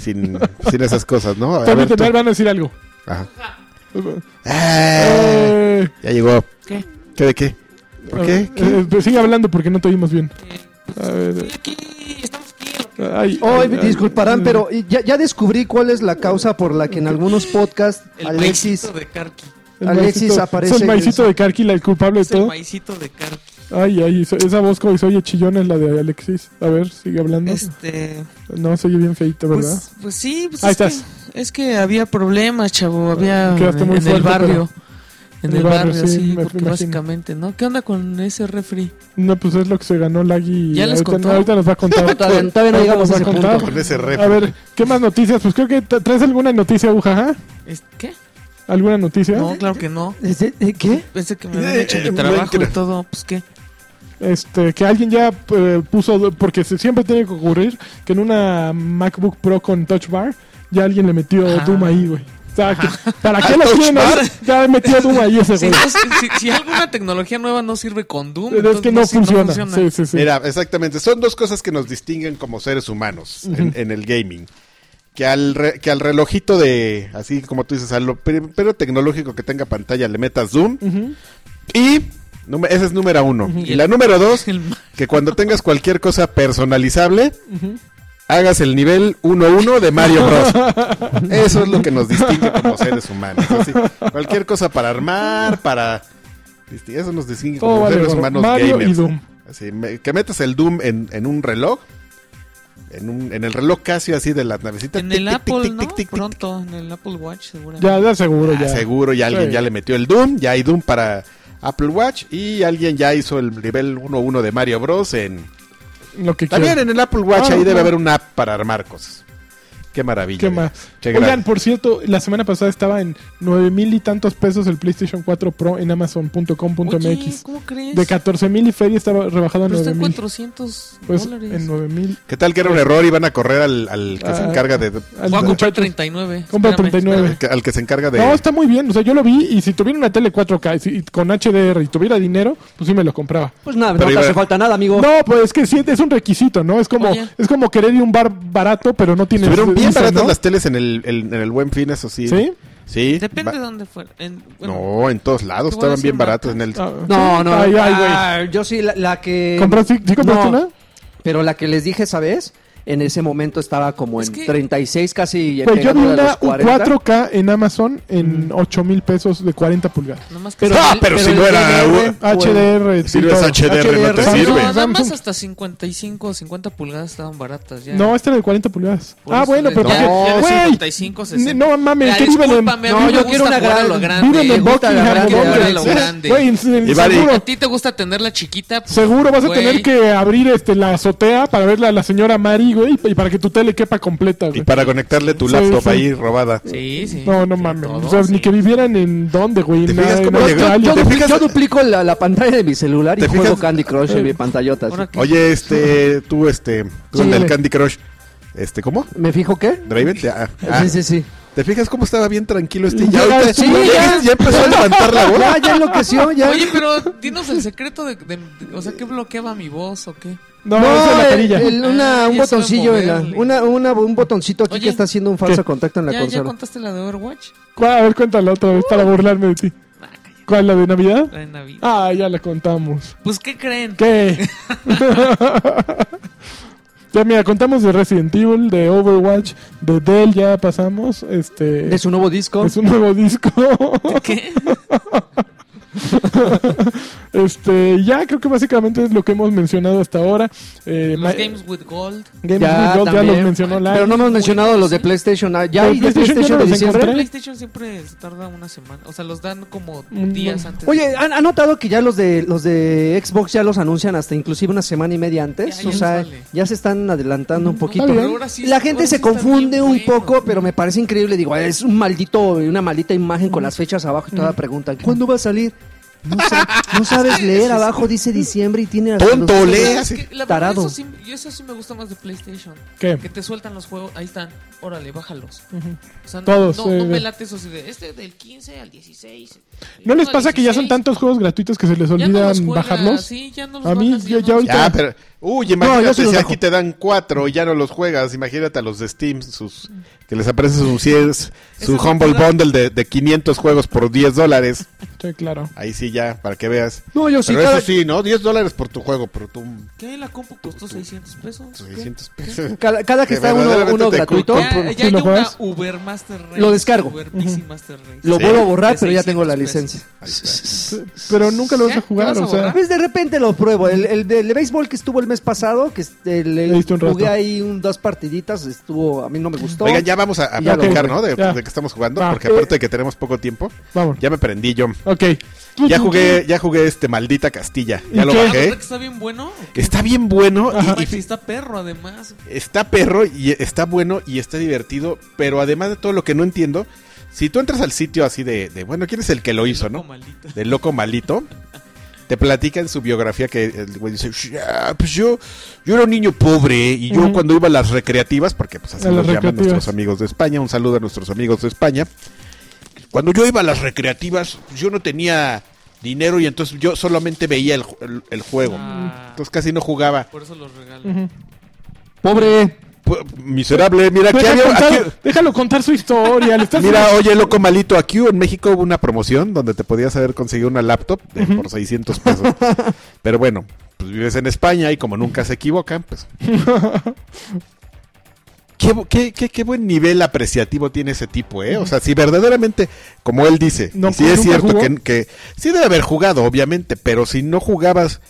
A: sin, sin esas cosas, ¿no? A
C: También
A: ver,
C: te
A: tú-
C: van a decir algo.
A: Ajá. Ah,
C: Eh,
A: ya llegó.
D: ¿Qué?
A: ¿Qué de qué? ¿Por qué? ¿Qué?
C: eh, pues sigue hablando porque no te oímos bien. A ver,
D: Estoy aquí, estamos aquí.
C: ay,
B: Hoy
C: ay, ay,
B: disculparán,
C: ay.
B: pero ya, ya descubrí cuál es la causa por la que en algunos podcasts
D: El
B: Alexis
D: maicito de Karki.
C: El
B: Alexis
C: maicito-
B: aparece
C: Es el
B: en
C: maicito
B: el-
C: de Karki, la- el culpable de
D: Es el
C: todo.
D: maicito de Karki.
C: Ay, ay, eso- esa voz como se oye chillona es la de Alexis. A ver, sigue hablando.
D: Este.
C: No, se oye bien feito, ¿verdad?
D: Pues, pues sí, pues
C: Ahí
D: es,
C: estás.
D: Que, es que había problemas, chavo. Había.
C: Quedaste muy
D: en el
C: fuerte,
D: barrio. En el barrio, sí,
C: me-
D: porque
C: me imagino.
D: básicamente, ¿no? ¿Qué onda con ese refri?
C: No, pues es lo que se ganó Lagui.
D: ¿Ya les
C: ahorita,
D: contó?
C: ahorita nos va a contar.
B: Todavía- todavía no
C: Ahorita
B: llegamos
C: nos va
B: a ese
C: contar.
B: punto.
A: Con ese ref.
C: A ver, ¿qué más noticias? Pues creo que tra- traes alguna noticia, Ujaja.
D: Es- ¿Qué?
C: ¿Alguna noticia?
D: No, claro que no.
B: ¿Este- eh, ¿Qué?
D: Pensé que me habían hecho
A: Eh,
D: mi trabajo y
A: Minecraft.
D: todo. Pues qué.
C: Este, que alguien ya eh, puso, porque se- siempre tiene que ocurrir que en una MacBook Pro con Touch Bar ya alguien le metió
D: Ah.
C: Doom ahí, güey. O sea, que- ¿para qué lo quieren? ahí? Ya metió Doom ahí ese
D: Si,
C: güey.
D: no- si- si alguna tecnología nueva no sirve con Doom,
C: Es
D: entonces
C: que no
D: si- no
C: funciona. Sí, sí, sí.
A: Mira, exactamente. Son dos cosas que nos distinguen como seres humanos en, en el gaming. Que al, re- que al relojito de, así como tú dices, al lo primero tecnológico que tenga pantalla le metas zoom. Y número- esa es número uno. Y la número dos,
D: El ma-
A: que cuando tengas cualquier cosa personalizable, hagas el nivel 1-1 de Mario Bros. Eso es lo que nos distingue como seres humanos. Así, cualquier cosa para armar, para... este, Eso nos distingue como
C: Todo Oh, vale,
A: seres
C: gorro.
A: humanos
C: Mario
A: gamers.
C: y Doom.
A: Así, me- que metas el Doom en, en un reloj. En, un, en el reloj casi así de las navecitas.
D: En
A: tic,
D: el
A: tic,
D: Apple,
A: tic,
D: ¿no?
A: tic, tic, tic.
D: Pronto, en el Apple Watch, seguramente.
C: Ya, ya seguro,
A: Ah,
C: ya.
A: seguro ya alguien
C: Sí.
A: ya le metió el Doom. Ya hay Doom para Apple Watch. Y alguien ya hizo el nivel 1-1 de Mario Bros. en
C: Lo que
A: También
C: quieran.
A: en el Apple Watch
C: Ah,
A: ahí debe
C: no.
A: haber una app para armar cosas. Qué maravilla.
C: ¿Qué
A: mira.
C: más?
A: Che,
C: Oigan,
A: gracias.
C: por cierto, la semana pasada estaba en 9 mil y tantos pesos el PlayStation 4 Pro en
D: Oye,
C: amazon.com.mx.
D: ¿cómo crees?
C: De 14 mil y feria estaba rebajado a
D: Pero
C: 9
D: está en
C: mil.
D: 400
C: Pues
D: dólares.
C: en 9 mil.
A: ¿Qué tal que era un error y van a correr al, al que se
C: pues, Ah,
A: encarga de
C: al-
D: Voy a comprar
C: muchachos.
D: 39.
C: Compra
D: Espérame,
C: 39.
D: espérame.
A: que- al que se encarga de
C: No, está muy bien. O sea, yo lo vi y si tuviera una tele 4K y si- y con HDR y tuviera dinero, pues sí me lo compraba.
B: Pues nada,
A: Pero
B: no te
A: iba-
B: hace falta nada, amigo.
C: No, pues es que sí, es un requisito, ¿no? Es como
D: Oye.
C: es como querer ir a un bar barato, pero no tienes
A: Estuvieron bien
C: visa,
A: baratas
C: ¿no?
A: las teles en el, el- en el buen fin, eso sí.
C: ¿Sí?
A: Sí.
D: Depende
A: Va-
D: de dónde fuera. En- bueno,
A: No, en todos lados
D: Te voy a
A: estaban bien
D: decir
A: baratas. En el...
C: Ah,
B: No,
C: sí.
B: no.
C: Ay, ay, güey.
B: ah, yo sí, la, la
A: eh,
B: que.
C: ¿Compraste- sí compraste
B: No,
C: una?
B: Pero la que les dije, ¿sabes? En ese momento estaba como
D: Es
B: en
D: que-
B: 36 casi.
C: Güey, yo vi
B: pegándole a
C: una
B: los 40.
C: 4K en Amazon en 8 mil pesos de 40 pulgadas.
D: Nomás que
B: Pero,
A: Ah,
B: el-
A: pero si
B: el
A: no era-
B: DDR, pues,
C: HDR.
A: Si
C: sí,
A: no es
C: todo.
A: HDR, no te
B: HDR.
D: No,
A: sirve.
D: nada más
C: Samsung.
D: hasta 55 o 50 pulgadas estaban baratas ya.
C: No, este era de 40 pulgadas.
D: Por
C: ah,
D: eso
C: bueno,
D: de-
C: pero
A: No,
C: porque-
D: ya de
C: güey,
D: 55, 60.
C: No mames,
D: Ya,
C: que viven en,
D: discúlpame, a
B: No,
D: mí me
B: yo
D: gusta
B: quiero una
D: jugar a
B: gran-
D: lo grande.
C: viven en
B: gusta la
C: Buckingham,
B: gran-
C: no
B: que
C: mames.
B: juegan a lo
D: grande.
C: Güey, en- en-
A: Y vale.
C: seguro,
D: ¿A ti te gusta tenerla chiquita? Pues,
C: seguro vas a
D: güey.
C: tener que abrir este, la azotea para verla a la señora Mari, güey, y para que tu tele quepa completa,
A: Y
C: güey.
A: para conectarle tu
C: Sí,
A: laptop
C: sí.
A: ahí robada.
D: Sí, sí.
C: No, no
D: Sí,
C: mames.
D: todo,
C: o sea,
D: sí.
C: ni que vivieran en dónde, güey.
A: ¿Te
C: en-
A: fijas
C: en
A: cómo llegaron?
B: Yo,
C: Australia.
A: ¿Te
B: dupli-
A: fijas?
B: yo duplico la, la pantalla de mi celular y
A: ¿Te
B: juego
A: fijas?
B: Candy Crush en mi pantallota. así.
D: Ahora que-
A: Oye, este, tú, este, tú en
C: Sí,
A: el
C: le-
A: Candy Crush. Este, ¿cómo?
B: ¿Me fijo qué?
A: Draven. te- ah, ah.
B: Sí, sí, sí.
A: ¿Te fijas cómo estaba bien tranquilo este? Ya,
C: Ya,
A: ahorita-
C: sí,
B: ya.
A: ya empezó a levantar la voz.
B: Ya, ya enloqueció, ya.
D: Oye, pero dinos el secreto de, de- de- O sea, ¿qué bloqueaba mi voz o qué?
C: No,
B: No,
C: esa es la
B: el-
C: perilla.
B: el- una-
D: Ah,
B: un
D: ya sabe
B: botoncillo, en la-
D: moverle.
B: una, una- un botoncito aquí
D: Oye,
B: que está haciendo un falso
C: ¿qué?
B: contacto en la
D: ¿Ya, ¿Ya
B: consola.
D: contaste la de Overwatch?
C: ¿Cuál? A ver, cuéntala otra vez para burlarme de ti.
D: Ah, cállate,
C: ¿Cuál, la de Navidad?
D: la de Navidad.
C: Ah, ya la contamos.
D: Pues, ¿qué creen?
C: ¿Qué? ya mira, contamos de Resident Evil, de Overwatch, de Dell, ya pasamos. Este,
B: De su nuevo disco.
C: es un nuevo disco.
D: ¿Qué?
C: este, ya creo que básicamente es lo que hemos mencionado hasta ahora. Eh,
D: Los
C: Ma-
D: Games with Gold.
C: Games
B: Ya,
C: with Gold ya
B: también.
C: los mencionó la.
B: Pero no hemos
D: Muy
B: mencionado
D: bien.
B: los de PlayStation. Ah, ¿Ya
C: Los
B: hay de
C: PlayStation
B: PlayStation
C: yo
B: de
C: no los
B: diciembre?
C: encontré.
D: PlayStation siempre se tarda una semana. O sea, los dan como
C: Mm,
D: días
C: no.
D: antes.
B: Oye, ¿han, han notado que ya los de los de Xbox ya los anuncian hasta inclusive una semana y media antes?
D: Ya, ya
B: o sea,
D: les vale.
B: ya se están adelantando un poquito.
C: Está bien.
B: La gente se confunde un poco, pero me parece increíble. Digo, es un maldito, una maldita imagen con las fechas abajo y toda pregunta. ¿Cuándo va a salir? No, sa- no sabes leer, abajo dice diciembre y tiene... hasta
A: Tonto,
B: los-
A: lee.
D: Es que, la verdad,
B: Tarado.
D: eso sí, y eso sí me gusta más de PlayStation.
C: ¿Qué?
D: Que te sueltan los juegos, ahí están, órale, bájalos.
C: Ujú.
D: O sea, no-
C: Todos,
D: no,
C: sí,
D: no
C: sí.
D: me late eso. así de, Este del 15 al 16.
C: ¿No les
D: al
C: pasa que ya son
D: 16,
C: tantos juegos gratuitos que se les
D: ya no
C: olvidan
D: los juegas,
C: bajarlos?
D: sí, ya no los
C: A mí,
D: bajas,
C: yo- ya
D: no los-
C: ahorita-
A: Ya, pero. Uy,
B: No, yo
A: imagínate
B: se los
A: si
B: bajo.
A: aquí te dan cuatro y ya no los juegas. Imagínate a los de Steam, sus, que les aparece su, cier- su
D: Eso
A: Humble
D: es verdad.
A: Bundle de, de 500 juegos por 10 dólares.
C: Sí, claro.
A: Ahí sí, ya, para que veas.
B: No, yo Pues sí,
A: Pero
B: cada,
A: eso sí, ¿no? 10 dólares por tu juego, por tu
D: ¿Qué? La compu costó 600 pesos. ¿Qué?
A: 600 pesos.
B: cada- cada que
A: Que
B: está uno,
A: verdaderamente
B: uno
A: te
B: gratuito,
A: culpan.
D: Ya,
C: ¿Sí
D: ya hay
C: lo
D: una
C: juegas?
D: Uber Master Race.
B: Lo descargo.
D: Uber PC Master Race.
B: lo
A: Sí.
B: vuelvo a borrar,
D: De
B: pero ya tengo la
D: 600 pesos.
B: licencia.
A: Ahí está.
C: Pero nunca lo vas
D: ¿Ya?
C: a jugar,
D: ¿Te vas a
C: o sea.
D: borrar?
B: Pues de repente lo pruebo. El, el de, el de béisbol que estuvo el mes pasado, que este, el- el-
C: Le diste un rato.
B: jugué ahí un, dos partiditas, estuvo, a mí no me gustó.
A: Oigan, ya vamos a, a
B: Y ya
A: platicar,
C: lo-
A: ¿no? De,
C: ya.
A: de que estamos jugando,
C: Va.
A: porque aparte de que tenemos poco tiempo,
C: Vamos.
A: ya me prendí yo.
C: Ok.
A: Ya jugué, ya jugué este maldita Castilla.
C: ¿Y
A: Ya lo
C: qué?
D: ¿La verdad
A: bajé.
D: que está bien bueno?
A: Está bien bueno. y-
D: Ay,
A: y
D: sí, está perro, además.
A: Está perro y está bueno y está divertido, pero además de todo lo que no entiendo, si tú entras al sitio así de, de, bueno, ¿quién es el que lo hizo,
D: Loco
A: no?
D: maldito.
A: De loco malito. te platica en su biografía que el güey dice, "Ah, pues yo, yo era un niño pobre y yo
C: Ujú.
A: cuando iba a las recreativas, porque pues así
C: A las
A: nos llaman
C: recreativas.
A: nuestros amigos de España, un saludo a nuestros amigos de España. Cuando yo iba a las recreativas, pues, yo no tenía dinero y entonces yo solamente veía el, ju- el- el juego.
D: Ah.
A: Entonces casi no jugaba.
D: Por eso los regalo.
C: Pobre.
A: Pu- Miserable, mira, aquí
C: Pues Deja
A: había-
C: contar-
A: aquí-
C: Déjalo contar su historia. le estás-
A: Mira, oye, loco malito, aquí en México hubo una promoción donde te podías haber conseguido una laptop eh, por 600 pesos. Pero bueno, pues vives en España y como nunca se equivocan, pues... Qué, bu- qué- qué- qué buen nivel apreciativo tiene ese tipo, ¿eh? O sea, si verdaderamente, como él dice,
C: No,
A: si es
C: nunca
A: cierto
C: jugó.
A: que, que sí debe haber jugado, obviamente, pero si no jugabas,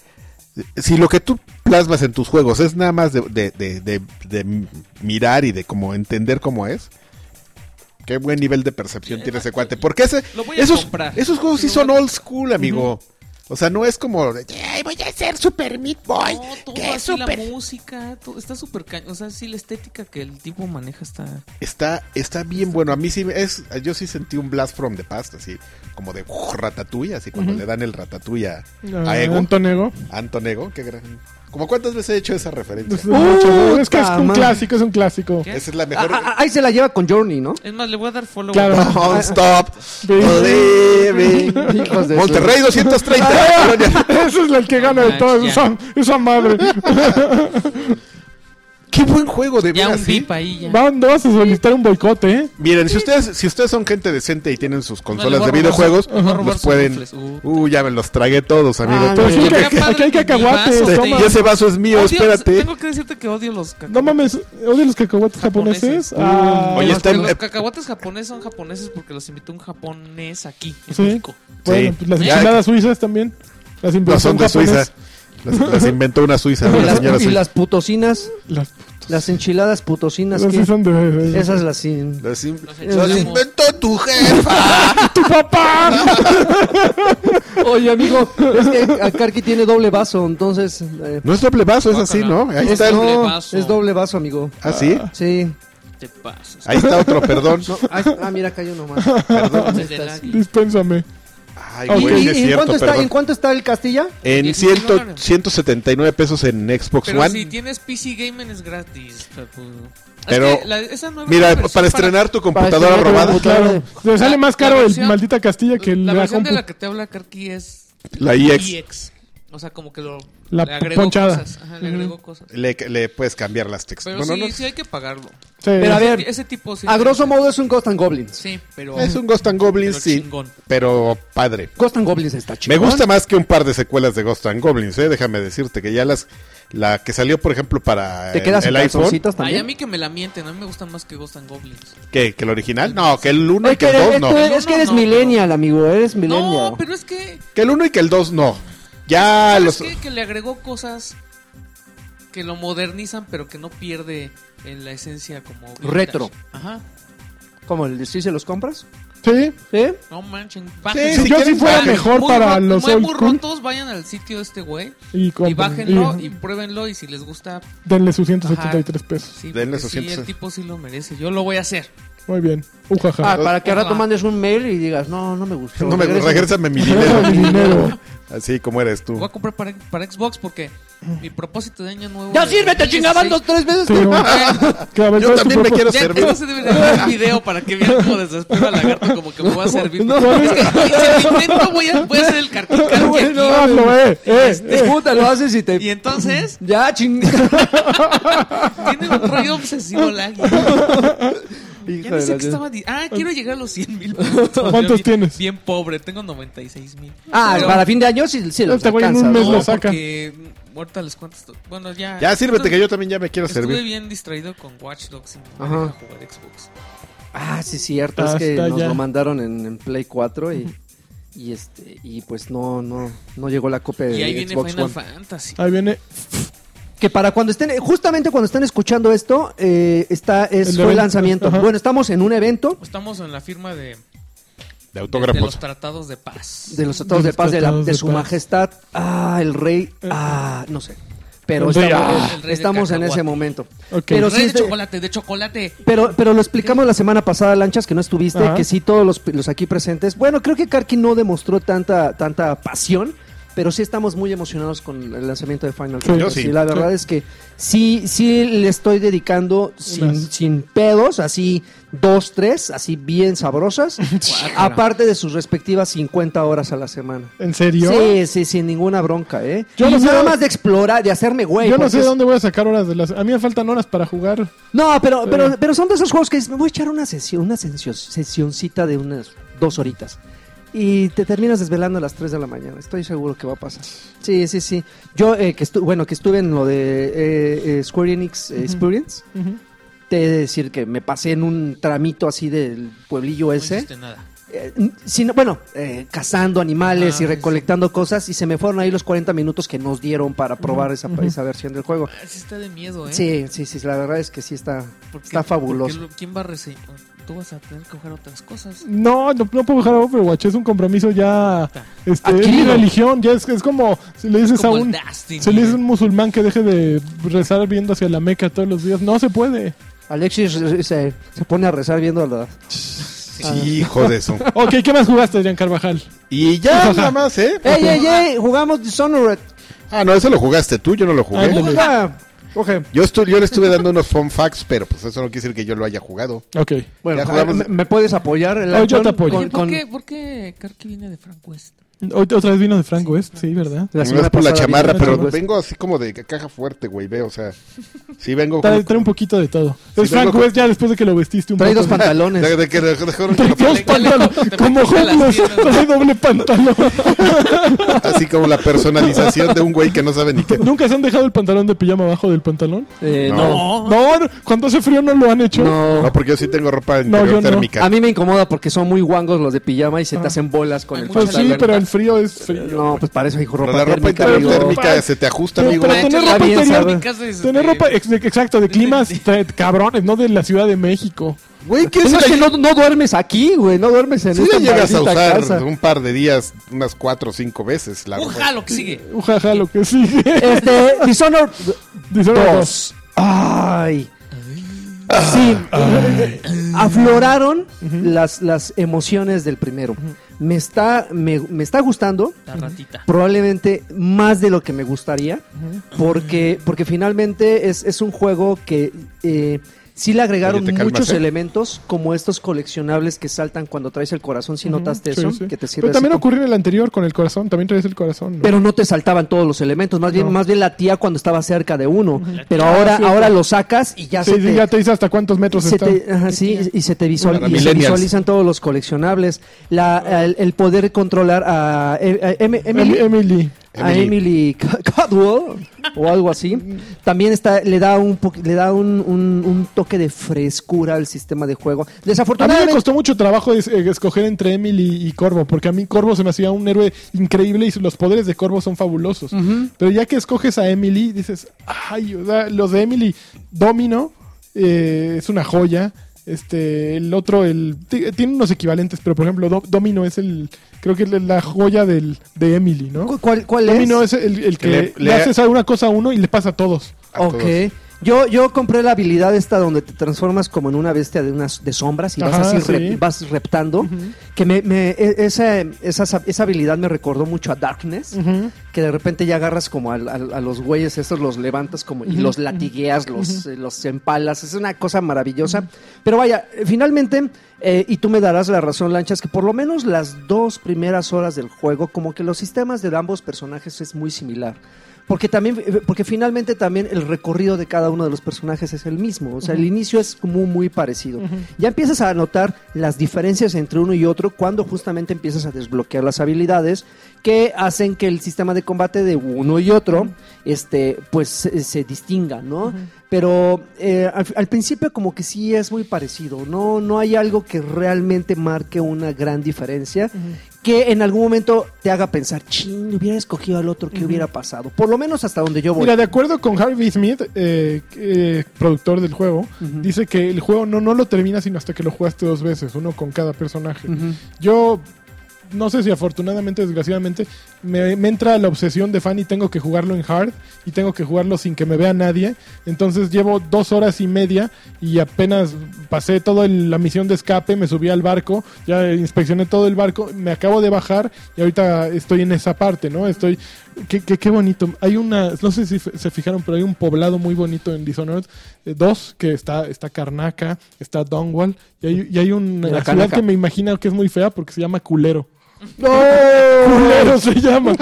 A: si lo que tú plasmas en tus juegos es nada más de, de- de- de- de mirar y de como entender cómo es, qué buen nivel de percepción tiene ese cuate. Porque ese,
D: Lo voy a
A: esos,
D: comprar.
A: esos juegos sí
D: Lo
A: son
D: voy a-
A: old school, amigo. O sea, no es como, de, "Ay, voy a ser Super Meat Boy.
D: No, todo
A: que es
D: así la
A: super...
D: música, todo- está súper cañón. O sea, sí, la estética que el tipo maneja está...
A: Está, está bien bueno. A mí sí me- es, yo sí sentí un blast from the past, así, como de uh, ratatouille, así cuando le dan el ratatouille a, a
C: Ah,
A: Ego,
C: Antonego.
A: Antonego, qué gran. Como cuántas veces he hecho esa referencia.
C: Es mucho, Pues ¿no? Es que es
B: Puta
C: un
B: madre.
C: clásico, es un clásico.
D: ¿Qué?
A: Esa es la
B: Ah,
A: mejor.
B: ah, ah, ahí se la lleva con Journey, ¿no?
D: Es más, le voy a dar follow.
C: Claro.
A: Don't stop.
C: Baby.
A: believing.
B: Hijos de su-
A: Monterrey 230. Colonia.
C: Ese es el que gana de
D: Ah,
C: todas.
D: ya.
C: Esa, esa madre.
A: Qué buen juego de
D: Ya
A: veras,
D: un
A: ¿sí?
D: VIP ahí, ya.
C: Van, no vas a solicitar un boicote, ¿eh?
A: Miren, si ustedes, si ustedes son gente decente y tienen sus
D: le
A: consolas
D: voy a
A: de
D: robar
A: videojuegos,
D: su- le voy a robar
A: los
D: sus
A: pueden.
D: rifles. Uh.
A: Uh, ya me los tragué todos, amigo.
B: Ah,
A: Todo-
C: Pero sí,
D: Pero
C: que-
D: qué padre,
C: aquí hay
D: mi
C: cacahuates.
D: vaso,
C: toma.
A: y ese vaso es mío,
D: Odio-
A: espérate.
D: Tengo que decirte que odio los cacahuates.
C: No mames, ¿odias los cacahuates japoneses?
D: Japoneses. Uh,
C: Ah,
A: Oye,
D: Los-
A: está en-
D: Los cacahuates japoneses son japoneses porque los invitó un japonés aquí, en
C: Sí.
D: México.
C: bueno,
A: Sí.
C: pues las
A: Ya-
C: enchiladas suizas también. Las
A: No son
C: inversión
A: de Suiza.
C: japonés.
A: Las, las inventó una suiza,
B: Y
A: una
B: las,
A: señora
B: y
A: suiza.
B: las putosinas,
C: Las,
B: las enchiladas putosinas.
C: las
B: ¿qué?
C: sí son de- de- de-
B: Esas las... in-
A: Las in-
D: Las
A: las inventó tu jefa.
C: ¡Tu papá!
B: Oye, amigo, es que a Karki tiene doble vaso, entonces... eh,
A: No es doble vaso, es así, ¿no? Ahí
B: es,
A: está. el-
D: doble
B: no,
D: vaso.
B: es doble vaso, amigo.
A: Ah, sí.
B: Sí.
D: Te pasas.
A: Ahí está otro, perdón.
B: No, ah, ah, mira, cayó nomás.
A: Perdón.
D: Desde el águila.
C: Dispénsame.
A: Ay,
C: Ok.
A: güey,
B: ¿Y-
A: sí es
B: y- ¿en,
A: cierto,
B: cuánto está,
A: perdón.
B: ¿En cuánto está el Castilla?
A: En
D: Diez
A: ciento,
D: dólares.
A: 179 pesos en Xbox
D: Pero
A: One.
D: si tienes PC Gamer es gratis. papu. Es
A: Pero-
D: que la- esa nueva
A: Mira,
D: versión
A: para estrenar tu computadora
B: estrenar tu
A: robada,
B: computadora.
C: Claro. Le sale
D: La-
C: más
D: la
C: caro
D: versión-
C: el maldita Castilla que
D: la
C: la,
D: versión de
C: compu.
D: la que te habla Karki es
A: la E IX.
D: EX. O sea, como que lo,
C: La
D: le agregó
C: ponchada.
D: cosas. Ajá, le agregó cosas.
A: Le, le puedes cambiar las
D: Pero
A: texturas. Bueno,
D: sí,
A: no,
D: sí hay que pagarlo.
C: Sí.
B: Pero a ver,
D: Ese tipo sí.
B: A grosso modo es un Ghost and Goblins.
D: Sí, pero...
A: Es un Ghost and Goblins,
D: Pero
A: sí.
D: chingón.
A: Pero padre.
B: Ghost and Goblins está
A: Me
B: chido.
A: gusta más que un par de secuelas de Ghost and Goblins, ¿eh? Déjame decirte que ya las. La que salió, por ejemplo, para
B: ¿Te
A: el-
B: quedas
A: el
B: en
A: iPhone.
B: calzoncitos
D: Ay,
B: también?
D: a mí que me la mienten. A mí me gustan más que Ghost and Goblins.
A: ¿Qué? ¿Que el original? No, que el 1 y
B: Es que,
A: que el 2
B: eres,
A: no.
B: tú
D: No,
B: eres- es que
D: no,
B: eres
D: no,
B: millennial, amigo. Eres millennial.
D: No, pero es que...
A: Que el 1 y que el 2 no. Ya
D: ¿Sabes
A: Ah, los.
D: qué? Que le agregó cosas que lo modernizan, pero que no pierde en la esencia como... vintage.
B: Retro.
D: Ajá.
B: ¿Cómo? ¿El ¿Sí se los compras?
C: Sí.
B: ¿Eh?
D: No manchen.
A: Sí,
D: bájense.
A: si
C: si yo
A: quieren
C: si fuera
A: bajen.
C: mejor
D: Muy
C: para
D: rot-
C: los
D: muy,
C: old
D: muy
C: school
D: rotos, vayan al sitio de este güey
C: y,
D: y
C: compren,
D: bájenlo
C: y
D: y pruébenlo y si les gusta, pues
C: denle sus 173 pesos.
D: sí,
A: Denle
D: porque
A: sus
D: sí,
A: 100.
D: el tipo sí lo merece. Yo lo voy a hacer.
C: Muy bien. Ujaja.
B: Ah, para que ahora
D: Ajá.
B: tú mandes un mail y digas, no, no me gustó.
A: No me
B: Regresa.
A: regrésame mi
C: Mi
A: dinero.
C: dinero.
A: Así como eres
D: Lo voy
A: tú.
D: a comprar para, para Xbox porque mi propósito de año nuevo.
B: ¡Ya
D: de
B: sirve! ¡Te
D: 2016
B: chingaban dos, tres veces!
C: Sí, no. Cada vez
A: Yo
C: más tu
A: también me
C: propio-
A: quiero
D: Ya
A: servir.
D: no se debe de hacer un video para que vean cómo desespero al lagarto como que me voy a servir.
C: No,
D: es que si lo intento voy a, voy a ser el carticán que aquí.
C: No, hazlo, eh, eh, eh.
B: Puta, lo haces y te...
D: Y entonces
B: Ya, ching...
D: tiene un rollo obsesivo la Ya
B: Hijo
D: no
B: de
D: sé
B: la-
D: qué estaba di- Ah, quiero llegar a los 100 mil pesos.
C: ¿Cuántos
D: Yo bien-
C: tienes?
D: Bien pobre, tengo 96 mil.
B: Ah,
D: Pero-
B: para fin de año sí, sí los
C: Este güey en
B: alcanza,
C: un mes
B: ¿no?
C: lo saca.
D: Porque mm, ahorita les cuento esto. Bueno, ya.
A: Ya sírvete que yo también ya me quiero
D: Estuve
A: servir.
D: bien distraído con Watch Dogs y no
B: Ajá.
D: me deja jugar Xbox.
B: Ah, sí, cierto.
C: Hasta
B: es que nos
C: ya.
B: lo mandaron en, en Play 4 y, y este y pues no no no llegó la copia de
D: Y ahí viene
B: Eh, Xbox
D: Final
B: One.
D: Fantasy.
C: Ahí viene
B: Que para cuando estén, justamente cuando estén escuchando esto, eh, está es,
C: El
B: fue el
C: evento,
B: lanzamiento.
C: ajá.
B: Bueno, estamos en un evento
D: Estamos en la firma de, de-
A: De
D: de los
A: autógrafos.
D: tratados de paz.
B: de los tratados
C: De
B: de
C: los
B: paz de, la-
C: tratados
B: de
C: de
B: su
C: paz. Eh,
B: majestad, ah, el rey, ah, no sé. Pero
C: El rey,
B: estamos,
C: ah.
D: El rey de
B: estamos en ese
D: cacahuate.
B: momento.
C: Ok.
B: Pero
D: Pero
B: sí,
D: de
B: este-
D: chocolate, de chocolate.
B: Pero, pero lo explicamos la semana pasada, Lanchas, que no estuviste,
C: Ajá.
B: que sí todos los, los aquí presentes. Bueno, creo que Karki no demostró tanta, tanta pasión, pero sí estamos muy emocionados con el lanzamiento de Final
C: Sí.
B: Fantasy.
A: Yo sí.
B: la verdad es que sí, sí le estoy dedicando sin,
C: Unas.
B: sin pedos, así dos, tres, así bien sabrosas, aparte de sus respectivas 50 horas a la semana.
C: ¿En serio?
B: Sí, sí, sin ninguna bronca, ¿eh?
C: Yo
B: y
C: no sé-
B: nada más de explorar, de hacerme güey.
C: Yo no
B: porque
C: sé
B: es-
C: de dónde voy a sacar horas de las. A mí me faltan horas para jugar.
B: No, pero, pero,
C: Eh.
B: pero son de esos juegos que dices, me voy a echar una sesión, una sensio- sesioncita de unas dos horitas. Y te terminas desvelando a las 3 de la mañana. Estoy seguro que va a pasar. Sí, sí, sí. Yo, eh, que estuve, bueno, que estuve en lo de eh, eh, Square Enix eh, Experience, te he de decir que me pasé en un tramito así del pueblillo
D: No
B: ese.
D: hiciste nada.
B: Eh, n- sino- bueno, eh, cazando animales
D: Ah,
B: y recolectando cosas. Y se me fueron ahí los 40 minutos que nos dieron para probar esa, esa versión del juego.
D: Ah, sí está de miedo, ¿eh?
B: Sí, sí, sí, la verdad es que sí está,
D: Porque-
B: está fabuloso.
D: porque lo- ¿Quién va a reseñar? Tú vas a tener que jugar otras cosas.
C: No, no, no puedo jugar a Overwatch. Es un compromiso ya. Este, es mi
B: Adquirido.
C: religión. Ya es, Pues es como. Si le dices
D: Como
C: a
D: el
C: un.
D: Destiny.
C: Si le dices a un musulmán que deje de rezar viendo hacia la Meca todos los días. No se puede.
B: Alexis eh, se, se pone a rezar viendo a la... Ah,
A: Sí, hijo de eso.
C: Ok, ¿qué más jugaste, Adrián Carvajal?
A: Y ya nada más, ¿eh?
B: ¡Ey, ey, ey! Jugamos Dishonored.
A: Ah, no, eso lo jugaste tú, yo no lo
B: Ah,
A: jugué.
C: Ándale.
B: Oiga. Ok,
A: Yo, estu- yo le estuve dando unos fun facts, pero pues eso no quiere decir que yo lo haya jugado.
C: Ok.
B: bueno, eh,
A: Ya jugamos-
B: ¿me, me puedes apoyar? el
C: Oh, yo
B: Anton,
C: te apoyo.
B: con-
D: Oye, ¿por,
B: con-
D: qué, ¿Por qué Karki viene de Frank West?
C: Hoy- Otra vez vino de Frank West, sí, ¿verdad?
B: la
A: no
B: semana
A: es por la
B: pasada
A: chamarra,
B: vino-
A: pero
C: pues.
A: vengo así como de ca- caja fuerte, güey, ve, o sea, sí vengo
C: Trae,
A: como...
C: trae un poquito de todo.
A: Sí,
C: es Frank
A: tengo-
C: West ya después de que lo vestiste un
B: Trae dos
C: poco. de-
B: pantalones.
A: De- de- que- de- dejaron que
C: Trae
A: lo
C: dos
A: pone-
C: pantalones.
D: Te
C: Como
D: metiste a las
C: homeless,
D: tiendas.
C: trae doble pantalón.
A: así como la personalización de un güey que no sabe ni qué.
C: ¿Nunca se han dejado el pantalón de pijama abajo del pantalón?
B: Eh, no.
D: No.
C: No, no, cuando hace frío no lo han hecho.
B: No.
A: No, porque yo sí tengo ropa
C: yo no.
A: interior térmica.
B: A mí me incomoda porque son muy guangos los de pijama y
A: Ah.
B: se te hacen bolas con
D: Hay
B: el
D: muchos
C: Pues sí,
B: pantalón.
C: pero el frío es frío.
B: No, pues para eso hay
A: Pero
B: ropa
A: la ropa
B: térmica,
A: interior
B: amigo.
A: térmica se te ajusta,
C: Pero-
A: amigo.
C: pero tener ropa
B: bien,
C: interior-
B: sabe.
C: Tener ropa, ex- de- exacto, de
D: de-
C: climas
D: de-
C: te- cabrones, no de la Ciudad de México.
B: Güey, ¿qué
A: Pues
B: es que no, no duermes aquí, güey? No duermes en
A: Si
B: esta
A: la llegas a
B: maldita
A: usar
B: casa.
A: un par de días, unas cuatro o cinco veces, la ropa.
D: Ojalá lo que sigue.
C: Ujaja, lo que sigue.
B: Este, Dishonored
C: Dice uno, dos.
B: 2. Ay. Sí, afloraron las, las emociones del primero. Me está, me, me está gustando,
D: La ratita.
B: probablemente más de lo que me gustaría, porque, porque finalmente es, es un juego que eh, sí le agregaron
A: Oye, te calmas,
B: muchos
A: ¿eh?
B: elementos, como estos coleccionables que saltan cuando traes el corazón, si notaste
C: Sí,
B: eso,
C: sí.
B: que te sirve
C: Pero
B: así
C: también
B: como-
C: ocurrió en el anterior con el corazón, también traes el corazón. ¿no?
B: pero no te saltaban todos los elementos, más bien,
C: No.
B: más bien la tía cuando estaba cerca de uno. Pero
C: Ah,
B: ahora,
C: sí,
B: ahora
C: sí.
B: lo sacas y ya
C: Sí,
B: se
C: sí,
B: te,
C: ya te dice hasta cuántos metros
B: se
C: está.
B: te- ajá, sí, y se te visual-
A: Para
B: y se
A: millennials.
B: visualizan todos los coleccionables. La, el, el poder controlar a, eh, a Em-
C: Emily.
B: Emily,
C: Emily.
B: a Emily Cadwell o algo así. También está, le da un po- le da un, un- un toque de frescura al sistema de juego.
C: A mí me
B: Desafortunadamente,
C: costó mucho trabajo es- eh, escoger entre Emily y Corvo, porque a mí Corvo se me hacía un héroe increíble y los poderes de Corvo son fabulosos. Pero ya que escoges a Emily, dices, ay, o sea, los de Emily, Domino eh, es una joya. Este, el otro, el ti- tiene unos equivalentes, pero por ejemplo, Do- Domino es el, creo que es la joya del, de Emily, ¿no?
B: ¿cu- ¿cuál, cuál es?
C: Domino es el, el que
A: Que le-
C: le,
A: le-
C: haces a una cosa a uno y le pasa a todos.
A: A
B: Ok.
A: todos.
B: Yo, yo compré la habilidad esta donde te transformas como en una bestia de unas de sombras y vas
C: Ajá,
B: así
C: sí.
B: rep- vas reptando. Que me, me- e- esa, esa, esa habilidad me recordó mucho a Darkness. Que de repente ya agarras como al- al- a, los güeyes estos, los levantas como y los latigueas, los, eh, los empalas. Es una cosa maravillosa. Pero vaya, eh, finalmente, eh, y tú me darás la razón, Lanchas, que por lo menos las dos primeras horas del juego, como que los sistemas de ambos personajes es muy similar. Porque también, eh, porque finalmente también el recorrido de cada uno de los personajes es el mismo. O sea, el inicio es muy, muy parecido. Ya empiezas a notar las diferencias entre uno y otro cuando justamente empiezas a desbloquear las habilidades que hacen que el sistema de combate de uno y otro, este, pues se, se distinga, ¿no? Pero eh, al, al principio como que sí es muy parecido. No, no hay algo que realmente marque una gran diferencia que en algún momento te haga pensar, ching, hubiera escogido al otro, ¿qué hubiera pasado? Por lo menos hasta donde yo voy.
C: Mira, de acuerdo con Harvey Smith, eh, eh, productor del juego,
B: Ujú.
C: dice que el juego no, no lo termina sino hasta que lo jugaste dos veces, uno con cada personaje.
B: Ujú.
C: Yo no sé si afortunadamente, desgraciadamente, me, me entra la obsesión de fan y tengo que jugarlo en hard y tengo que jugarlo sin que me vea nadie. Entonces llevo dos horas y media y apenas pasé toda el- la misión de escape, me subí al barco, ya inspeccioné todo el barco, me acabo de bajar y ahorita estoy en esa parte, ¿no? Estoy... Qué, qué- qué bonito. Hay una, no sé si f- se fijaron, pero hay un poblado muy bonito en Dishonored 2 que está, está Karnaca, está Dunwall y hay, y hay una
B: La
C: ciudad
B: Karnaca.
C: que me imagino que es muy fea porque se llama Culero.
B: ¡No!
C: Culero se llama.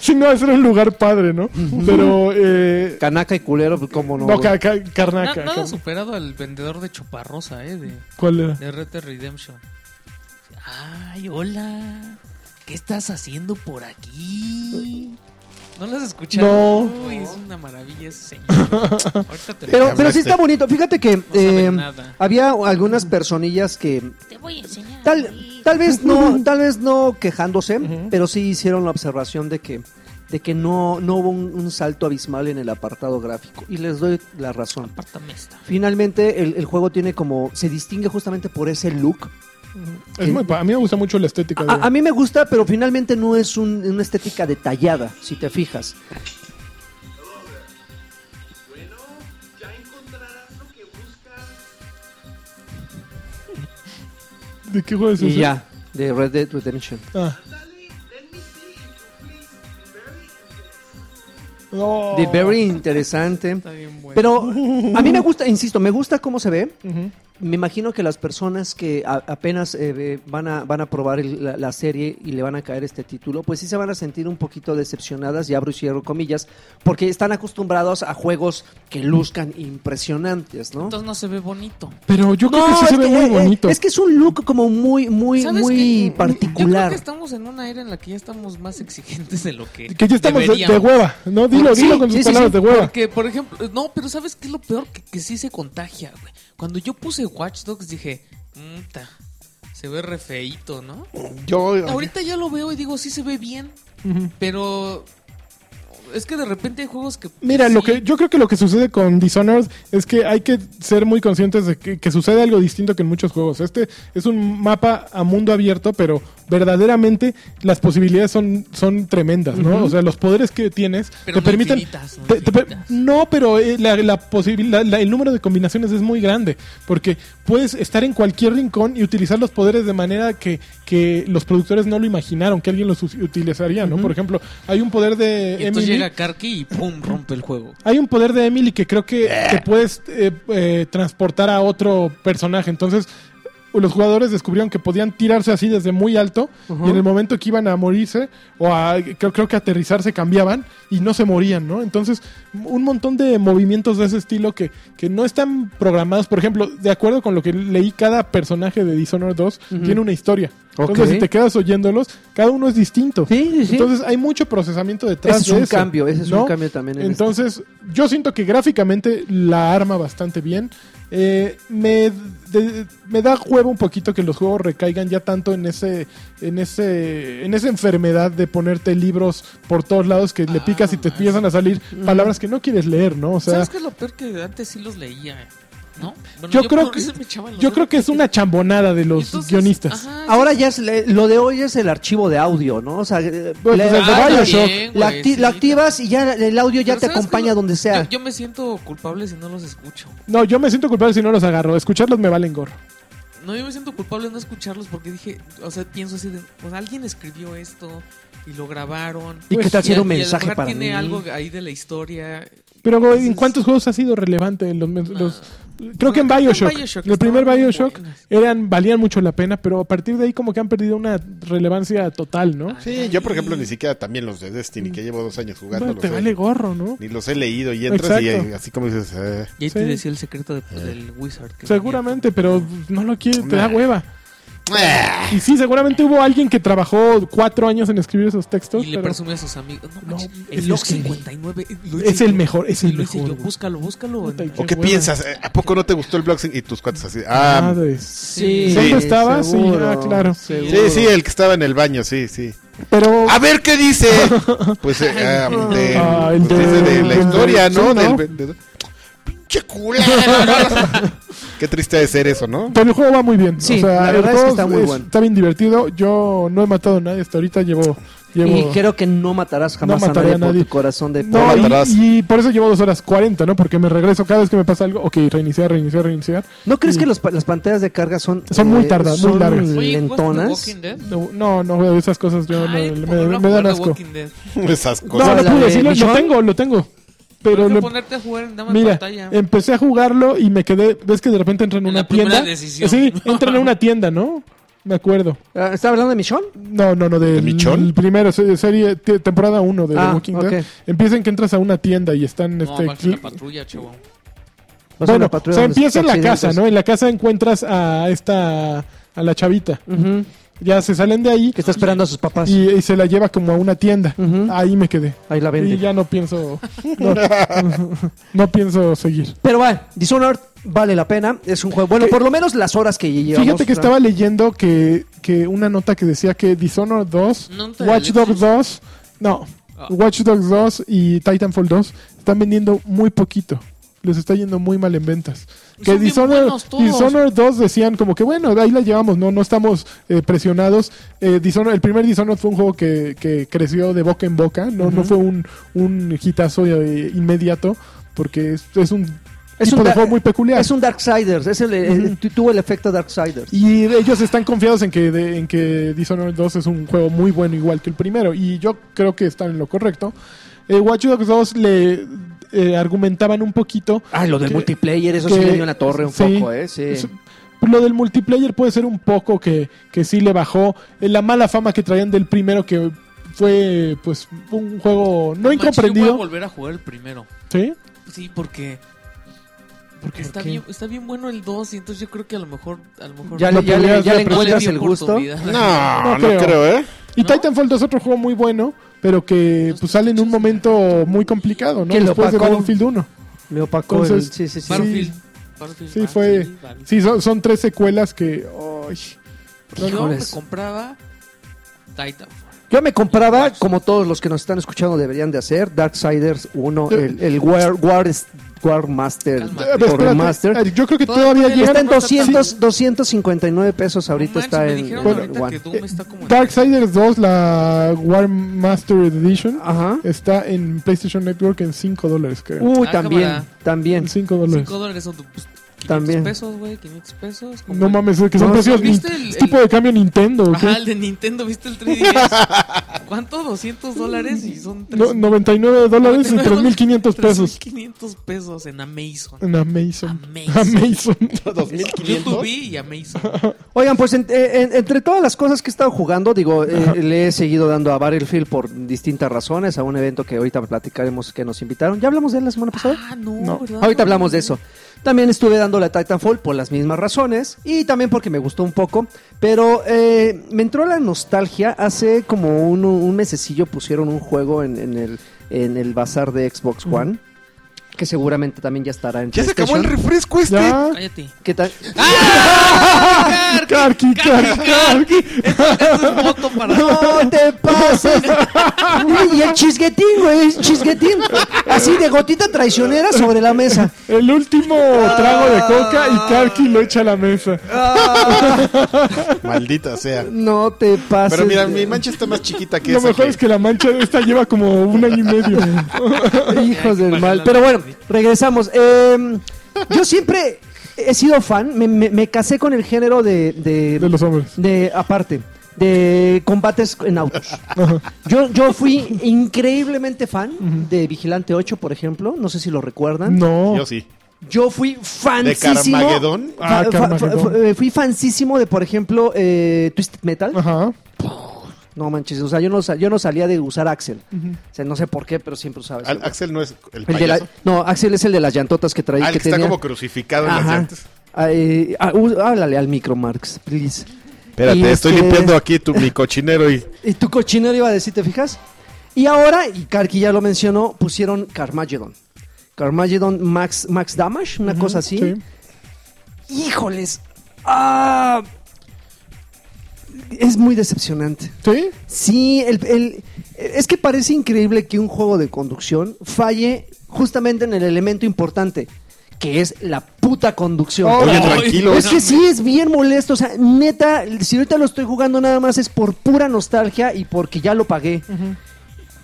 C: si no, ese era un lugar padre, ¿no? Pero. Eh,
B: Canaca y culero, pues, cómo no.
C: no,
B: güey?
C: ca- ca-
D: Na-
C: Carnaca.
D: nada
C: Carnaca.
D: superado al vendedor de chuparrosa, ¿eh? De,
C: ¿Cuál era?
D: de Red Dead Redemption. Ay, hola. ¿Qué estás haciendo por aquí? ¿No las has escuchado?
C: No.
D: Uy, es una maravilla ese señor. Ahorita te lo
B: Pero,
D: cambio.
B: pero sí está bonito. Fíjate que
D: saben
B: eh,
D: nada.
B: había algunas personillas que
E: Te voy a enseñar.
B: tal, tal vez no, tal vez no quejándose, pero sí hicieron la observación de que de que no, no hubo un, un salto abismal en el apartado gráfico. Y les doy la razón.
D: Apártame esta.
B: Finalmente, el, el juego tiene como. se distingue justamente por ese look.
C: Es muy pa- a mí me gusta mucho la estética. de-
B: A, a mí me gusta, pero finalmente no es un- una estética detallada, si te fijas.
C: ¿De qué juego es
B: Y
C: ese?
B: ya, de Red Dead Redemption.
C: Ah. No.
B: De very interesante.
D: Oh. Está bien bueno.
B: Pero a mí me gusta, insisto, me gusta cómo se ve.
C: Ujú.
B: Me imagino que las personas que a- apenas eh, ve- van, a, van a probar el- la, la serie y le van a caer este título, pues sí se van a sentir un poquito decepcionadas, y abro y cierro comillas, porque están acostumbrados a juegos que luzcan impresionantes, ¿no?
D: Entonces no se ve bonito.
C: Pero yo creo
B: No,
C: que sí
B: es
C: se ve
B: que,
C: muy
B: eh, eh,
C: bonito.
B: Es que es un look como muy, muy,
D: ¿Sabes
B: muy
D: qué? Yo creo
B: particular.
D: que estamos en una era en la que ya estamos más exigentes de lo que.
C: que ya estamos de, de
D: deberíamos.
C: hueva. No, dilo,
B: Sí,
C: dilo con
B: sí,
C: sus
B: sí,
C: palabras,
B: sí.
C: de hueva.
D: Porque, por ejemplo, no, pero ¿sabes qué es lo peor? Que, que sí se contagia, güey. Cuando yo puse Watch Dogs dije, "Mta, se ve re feíto, ¿no?
A: Yo,
D: Ahorita ya lo veo y digo, sí se ve bien,
C: Ujú.
D: pero es que de repente hay juegos que...
C: Mira, lo
D: sí,
C: que yo creo que lo que sucede con Dishonored es que hay que ser muy conscientes de que, que sucede algo distinto que en muchos juegos. Este es un mapa a mundo abierto, pero verdaderamente las posibilidades son, son tremendas, ¿no? O sea, los poderes que tienes
D: Pero
C: te
D: no
C: permiten...
D: infinitas, no
C: te- te per-
D: infinitas.
C: no, pero eh, la, la posibilidad, la- el número de combinaciones es muy grande, porque puedes estar en cualquier rincón y utilizar los poderes de manera que, que los productores no lo imaginaron, que alguien los us- utilizaría, ¿no? Por ejemplo, hay un poder de...
D: Y entonces
C: Emily-
D: llega Karki y pum, rompe el juego.
C: hay un poder de Emily que creo que te puedes eh, eh, transportar a otro personaje. Entonces, los jugadores descubrieron que podían tirarse así desde muy alto y en el momento que iban a morirse o a, creo, creo que aterrizar se cambiaban y no se morían, ¿no? Entonces, un montón de movimientos de ese estilo que, que no están programados. Por ejemplo, de acuerdo con lo que leí, cada personaje de Dishonored 2 tiene una historia. Entonces,
B: Ok.
C: si te quedas oyéndolos, cada uno es distinto.
B: Sí, sí, sí.
C: Entonces, hay mucho procesamiento detrás
B: Ese es
C: de
B: un
C: eso,
B: cambio, ese es un
C: ¿no?
B: cambio también en este.
C: Entonces, yo siento que gráficamente la arma bastante bien. Eh, me, de- me da huevo un poquito que los juegos recaigan ya tanto en ese en ese en esa enfermedad de ponerte libros por todos lados que le
D: Ah,
C: picas y te
D: no
C: empiezan a salir palabras que no quieres leer, ¿no? O sea,
D: ¿Sabes qué es lo peor que antes sí los leía? ¿No? Bueno,
C: Yo creo
D: por
C: que-
D: eso me echaba los
C: yo creo que es una chambonada de los
D: dedos. Entonces,
C: guionistas.
D: ajá,
B: Ahora ya es le- lo de hoy es el archivo de audio, ¿no? O sea, eh,
C: Bueno,
B: le-
C: pues el de
B: la-
C: Bioshock.
B: la,
D: Ah, güey,
B: acti- la
D: sí.
B: activas y ya el audio ya
D: Pero
B: te
D: ¿sabes qué
B: acompaña
D: es lo-
B: donde sea.
D: Yo, yo me siento culpable si no los escucho.
C: No, yo me siento culpable si no los agarro. Escucharlos me valen gorro.
D: No, yo me siento culpable de no escucharlos porque dije, o sea, pienso así de, pues alguien escribió esto y lo grabaron.
B: ¿Y
C: Pues,
B: qué tal si
D: Y
B: era
D: a-
B: un
D: y a lo
B: mensaje
D: mejor
B: para
D: tiene
B: mí?
D: algo ahí de la historia.
C: Pero güey, ¿en
D: Entonces- Ah,
C: cuántos juegos ha sido relevante los, men- los- creo que en
D: No, creo que en
C: BioShock,
D: BioShock
C: el primer
D: estaban muy
C: BioShock
D: buenas.
C: eran valían mucho la pena, pero a partir de ahí como que han perdido una relevancia total, ¿no?
A: sí, yo, por ejemplo, ni siquiera también los de Destiny, que llevo dos años jugando.
C: Bueno,
A: los
C: te
A: he-
C: vale gorro, ¿no?
A: Ni los he leído y entras y
C: Exacto.
A: eh, así como dices, eh,
D: Y ahí
C: Sí.
D: te decía el secreto de- del Wizard. que
C: Seguramente,
D: venía
C: pero
D: con-
C: no lo quiere, te da hueva. Y sí, seguramente hubo alguien que trabajó cuatro años en escribir esos textos.
D: Y le
C: pero-
D: presume a sus amigos. No, manches,
C: es
D: el Log
C: que-
D: 59. eh, lo
C: Es
D: hice
C: el
D: yo.
C: mejor, es
D: Sí,
C: el
D: lo hice
C: mejor,
D: yo.
C: güey.
D: Búscalo, búscalo. en-
C: Puta,
A: ¿O
C: Qué
A: qué
C: hueva.
A: piensas? Eh, ¿A poco no te gustó el Bloxing? Y tus cuates así. Ah,
C: Madres.
D: Sí.
C: ¿Dónde estabas? Sí, ah, claro.
A: sí, sí, el que estaba en el baño, sí, sí.
C: Pero
A: A ver qué dice. Pues, eh, ah, de,
C: Ah, el
A: pues
C: de-
A: dice de la
C: el de-
A: historia,
C: sí,
A: ¿no?
C: ¿no?
A: Del- de- Pinche culero. Qué triste ha de ser eso, ¿no?
C: Pero el juego va muy bien.
B: Sí,
C: o sea,
B: la
C: el
B: verdad es que
C: juego
B: está muy bueno.
C: está bien divertido. Yo no he matado a nadie hasta ahorita. Llevo Llevo-
B: Y creo que no matarás jamás
C: No
B: a
C: mataré
B: nadie,
C: a
B: por
C: nadie.
B: tu corazón de
C: No,
A: Te
C: y-
B: pollo.
A: matarás.
C: y, por eso llevo dos horas 40, ¿no? Porque me regreso cada vez que me pasa algo. Ok, reiniciar, reiniciar, reiniciar.
B: ¿No crees
C: y-
B: que los pa- las pantallas de carga son eh,
C: Son muy tardas, muy
B: son
C: largas.
D: Oye, ¿jugaste The
B: lentonas?
D: Walking Dead?
C: No, no, no, esas cosas yo no-
D: Ay,
C: me,
D: ponlo a
C: me
D: jugar
C: dan
D: The
C: asco.
D: Walking Dead.
A: Esas
C: No,
A: cosas.
B: la
C: no
B: de
C: pude, sí, lo, lo
B: Michonne.
C: tengo, lo tengo. Pero
D: Tienes que
C: le-
D: ponerte a jugar nada más
C: Mira,
D: pantalla.
C: empecé a jugarlo y me quedé. ¿Ves que de repente entra en
D: En
C: una
D: la primera
C: tienda?
D: decisión.
C: Sí, entra en una tienda, ¿no? Me acuerdo.
B: Ah, ¿Está hablando de Michonne?
C: No, no, no, de,
A: ¿De Michonne?
C: El primero, se- serie, te- temporada 1 de The
B: Ah,
C: Walking
B: ok.
C: Dead. Empieza en que entras a una tienda y están.
D: No,
C: este,
D: Marcia, la
C: cl-
D: patrulla, chavo.
B: Vas a
C: bueno,
B: una
C: o
B: patrulla
C: sea,
B: donde
C: empieza en la
B: accidentes.
C: casa, ¿no? En la casa encuentras a esta. a la chavita.
B: Ujú,
C: Ya se salen de ahí
B: Que está esperando a sus papás.
C: y, y se la lleva como a una tienda.
B: Ujú.
C: Ahí me quedé.
B: Ahí la vende.
C: Y ya no pienso. No, no pienso seguir.
B: Pero bueno, Dishonored vale la pena. Es un juego. Bueno, por lo menos las horas que llevamos.
C: Fíjate que estaba leyendo que, que una nota que decía que Dishonored 2,
D: ¿No te
C: Watch Dogs 2, no,
D: Ah.
C: Watch Dogs 2 y Titanfall 2 están vendiendo muy poquito. Les está yendo muy mal en ventas.
D: Son
C: Que
D: bien
C: Dishonored,
D: buenos todos.
C: Dishonored 2 decían como que bueno, ahí la llevamos, no, no estamos eh, presionados. Eh, Dishonored- el primer Dishonored fue un juego que, que creció de boca en boca, no, no fue un, un hitazo eh, inmediato, porque es, es un
B: Es
C: tipo
B: un
C: de
B: da-
C: juego muy peculiar.
B: Es un Darksiders. Es el, el- tu- tuvo el efecto Darksiders.
C: Y ellos están confiados en que, de- en que Dishonored 2 es un juego muy bueno igual que el primero. Y yo creo que están en lo correcto. Eh, Watch Dogs 2 le eh, argumentaban un poquito.
B: Ah, lo del
C: que-
B: multiplayer, eso
C: que-
B: sí le dio en la torre un
C: sí.
B: poco, ¿eh? Sí.
C: es- Lo del multiplayer puede ser un poco que, que sí le bajó eh, la mala fama que traían del primero que fue pues un juego no
D: Manches, yo voy a
C: incomprendido.
D: volver a jugar el primero.
C: ¿Sí?
D: Sí, porque. Porque está,
B: qué?
D: bien, está bien bueno el 2 y entonces yo creo que a lo mejor. A lo mejor
B: Ya
D: no
B: le, ya le-
C: podrías
B: ya le
D: le di
B: encuentras el gusto.
D: oportunidad.
A: No,
C: No
A: no, creo.
C: creo,
A: ¿eh?
C: Y
D: ¿No?
C: Titanfall 2 es otro juego muy bueno, pero que pues sale en un momento muy complicado, ¿no?
B: Que lo
C: Después de
B: opacó.
C: Battlefield 1.
B: Me opacó
C: Entonces,
B: el- Sí, sí, sí.
D: Battlefield. Battlefield,
C: Sí, fue.
D: Battlefield.
C: Sí, son, son tres secuelas que. ay.
D: Ah, Yo
B: Híjoles.
D: me compraba Titanfall.
B: Yo me compraba, como todos los que nos están escuchando deberían de hacer, Darksiders 1, el, el War, War, War Master,
D: Calma.
C: Eh, a ver,
B: por el
C: espérate,
B: Master.
C: eh, Yo creo que
D: Todavía
C: todavía
D: le
B: Está
C: llegan.
B: en 200, 259 pesos ahorita,
D: No manches,
B: está
D: me
B: en, en
D: dijeron ahorita
B: One.
D: que Doom está como en-
C: Darksiders 2, la War Master Edition,
B: Ajá.
C: está en PlayStation Network en 5 dólares, creo.
B: Uy,
D: Ah,
B: también,
D: cámara.
B: también.
C: en 5 dólares.
D: 5 dólares son pues, 500
B: También.
D: pesos, güey. 500 pesos.
C: No mames, que son
B: No,
C: precios.
D: ¿viste
C: ni-
D: el- el-
C: tipo de cambio Nintendo. ¿o qué?
D: Ajá, el de Nintendo, ¿viste el 3DS? ¿Cuánto? 200 dólares y son tres-
C: No, 99 dólares y 3.500 pesos.
D: 3.500 pesos en Amazon.
C: En Amazon.
D: Amazon.
C: Amazon.
D: YouTube y Amazon.
B: Oigan, pues en- en- entre todas las cosas que he estado jugando, digo, eh, le he seguido dando a Battlefield por distintas razones, a un evento que ahorita platicaremos que nos invitaron. ¿Ya hablamos de él la semana pasada?
D: Ah, no,
C: No.
D: ¿verdad?
B: Ahorita hablamos de eso. También estuve dándole a Titanfall por las mismas razones y también porque me gustó un poco. Pero eh, me entró la nostalgia. Hace como un, un mesecillo pusieron un juego en, en el, en el bazar de Xbox One. Que seguramente también ya estará en
A: Ya se acabó el ¡Ah!
B: PlayStation.
A: refresco este.
C: Ya.
D: Cállate.
B: ¿Qué tal?
C: Karki, Karki.
D: Esto es voto para.
B: ¡No te pases! Y el chisguetín, güey, el chisguetín. Así de gotita traicionera sobre la mesa.
C: El último trago de coca y Karki lo echa a la mesa.
A: Maldita sea.
B: No te pases.
A: Pero mira, mi mancha está más chiquita que
C: Lo
A: esa
C: mejor
A: que-
C: es que la mancha esta lleva como un año y medio.
B: Hijos del
D: Ay, qué
B: mal.
D: mala
B: Pero bueno,
D: leche.
B: regresamos. Eh, yo siempre he sido fan, me, me- me casé con el género de, de,
C: De los hombres.
B: de- aparte, de combates en autos. Yo, yo fui increíblemente fan de Vigilante 8, por ejemplo. No sé si lo recuerdan.
C: No.
A: Yo sí.
B: Yo fui
A: ¿De
B: fansísimo.
A: Carmageddon?
C: Ah,
B: fa- fa-
C: Carmageddon.
B: fa- eh, fui fansísimo de, por ejemplo, eh, Twisted Metal.
C: Ajá.
B: No manches, o sea, yo no, sa- yo no salía de usar Axel. O sea, no sé por qué, pero siempre usaba ese
A: Al-
B: güey.
A: Axel no es el
B: El de la-
A: payaso.
B: no, Axel es el de las llantotas que traía.
A: Ah, el
B: que
A: que está
B: tenía.
A: como crucificado en las
B: Ajá.
A: llantas.
B: Ay, ah, uh, háblale al micro, Marx, please.
A: Espérate,
B: Y
A: estoy
B: este-
A: limpiando aquí tu, mi cochinero y...
B: Y tu cochino iba a decir, ¿te fijas? Y ahora, y Karki ya lo mencionó, pusieron Carmageddon. Carmageddon Max, Max Damage, una cosa así.
C: Sí.
B: Híjoles. Ah, es muy decepcionante.
C: ¿Sí?
B: Sí, el, el- es que parece increíble que un juego de conducción falle justamente en el elemento importante, que es la puta conducción.
A: Oye,
D: Ay,
A: tranquilo.
B: Es que Oh, sí, es bien molesto. O sea, neta, si ahorita lo estoy jugando nada más es por pura nostalgia y porque ya lo pagué.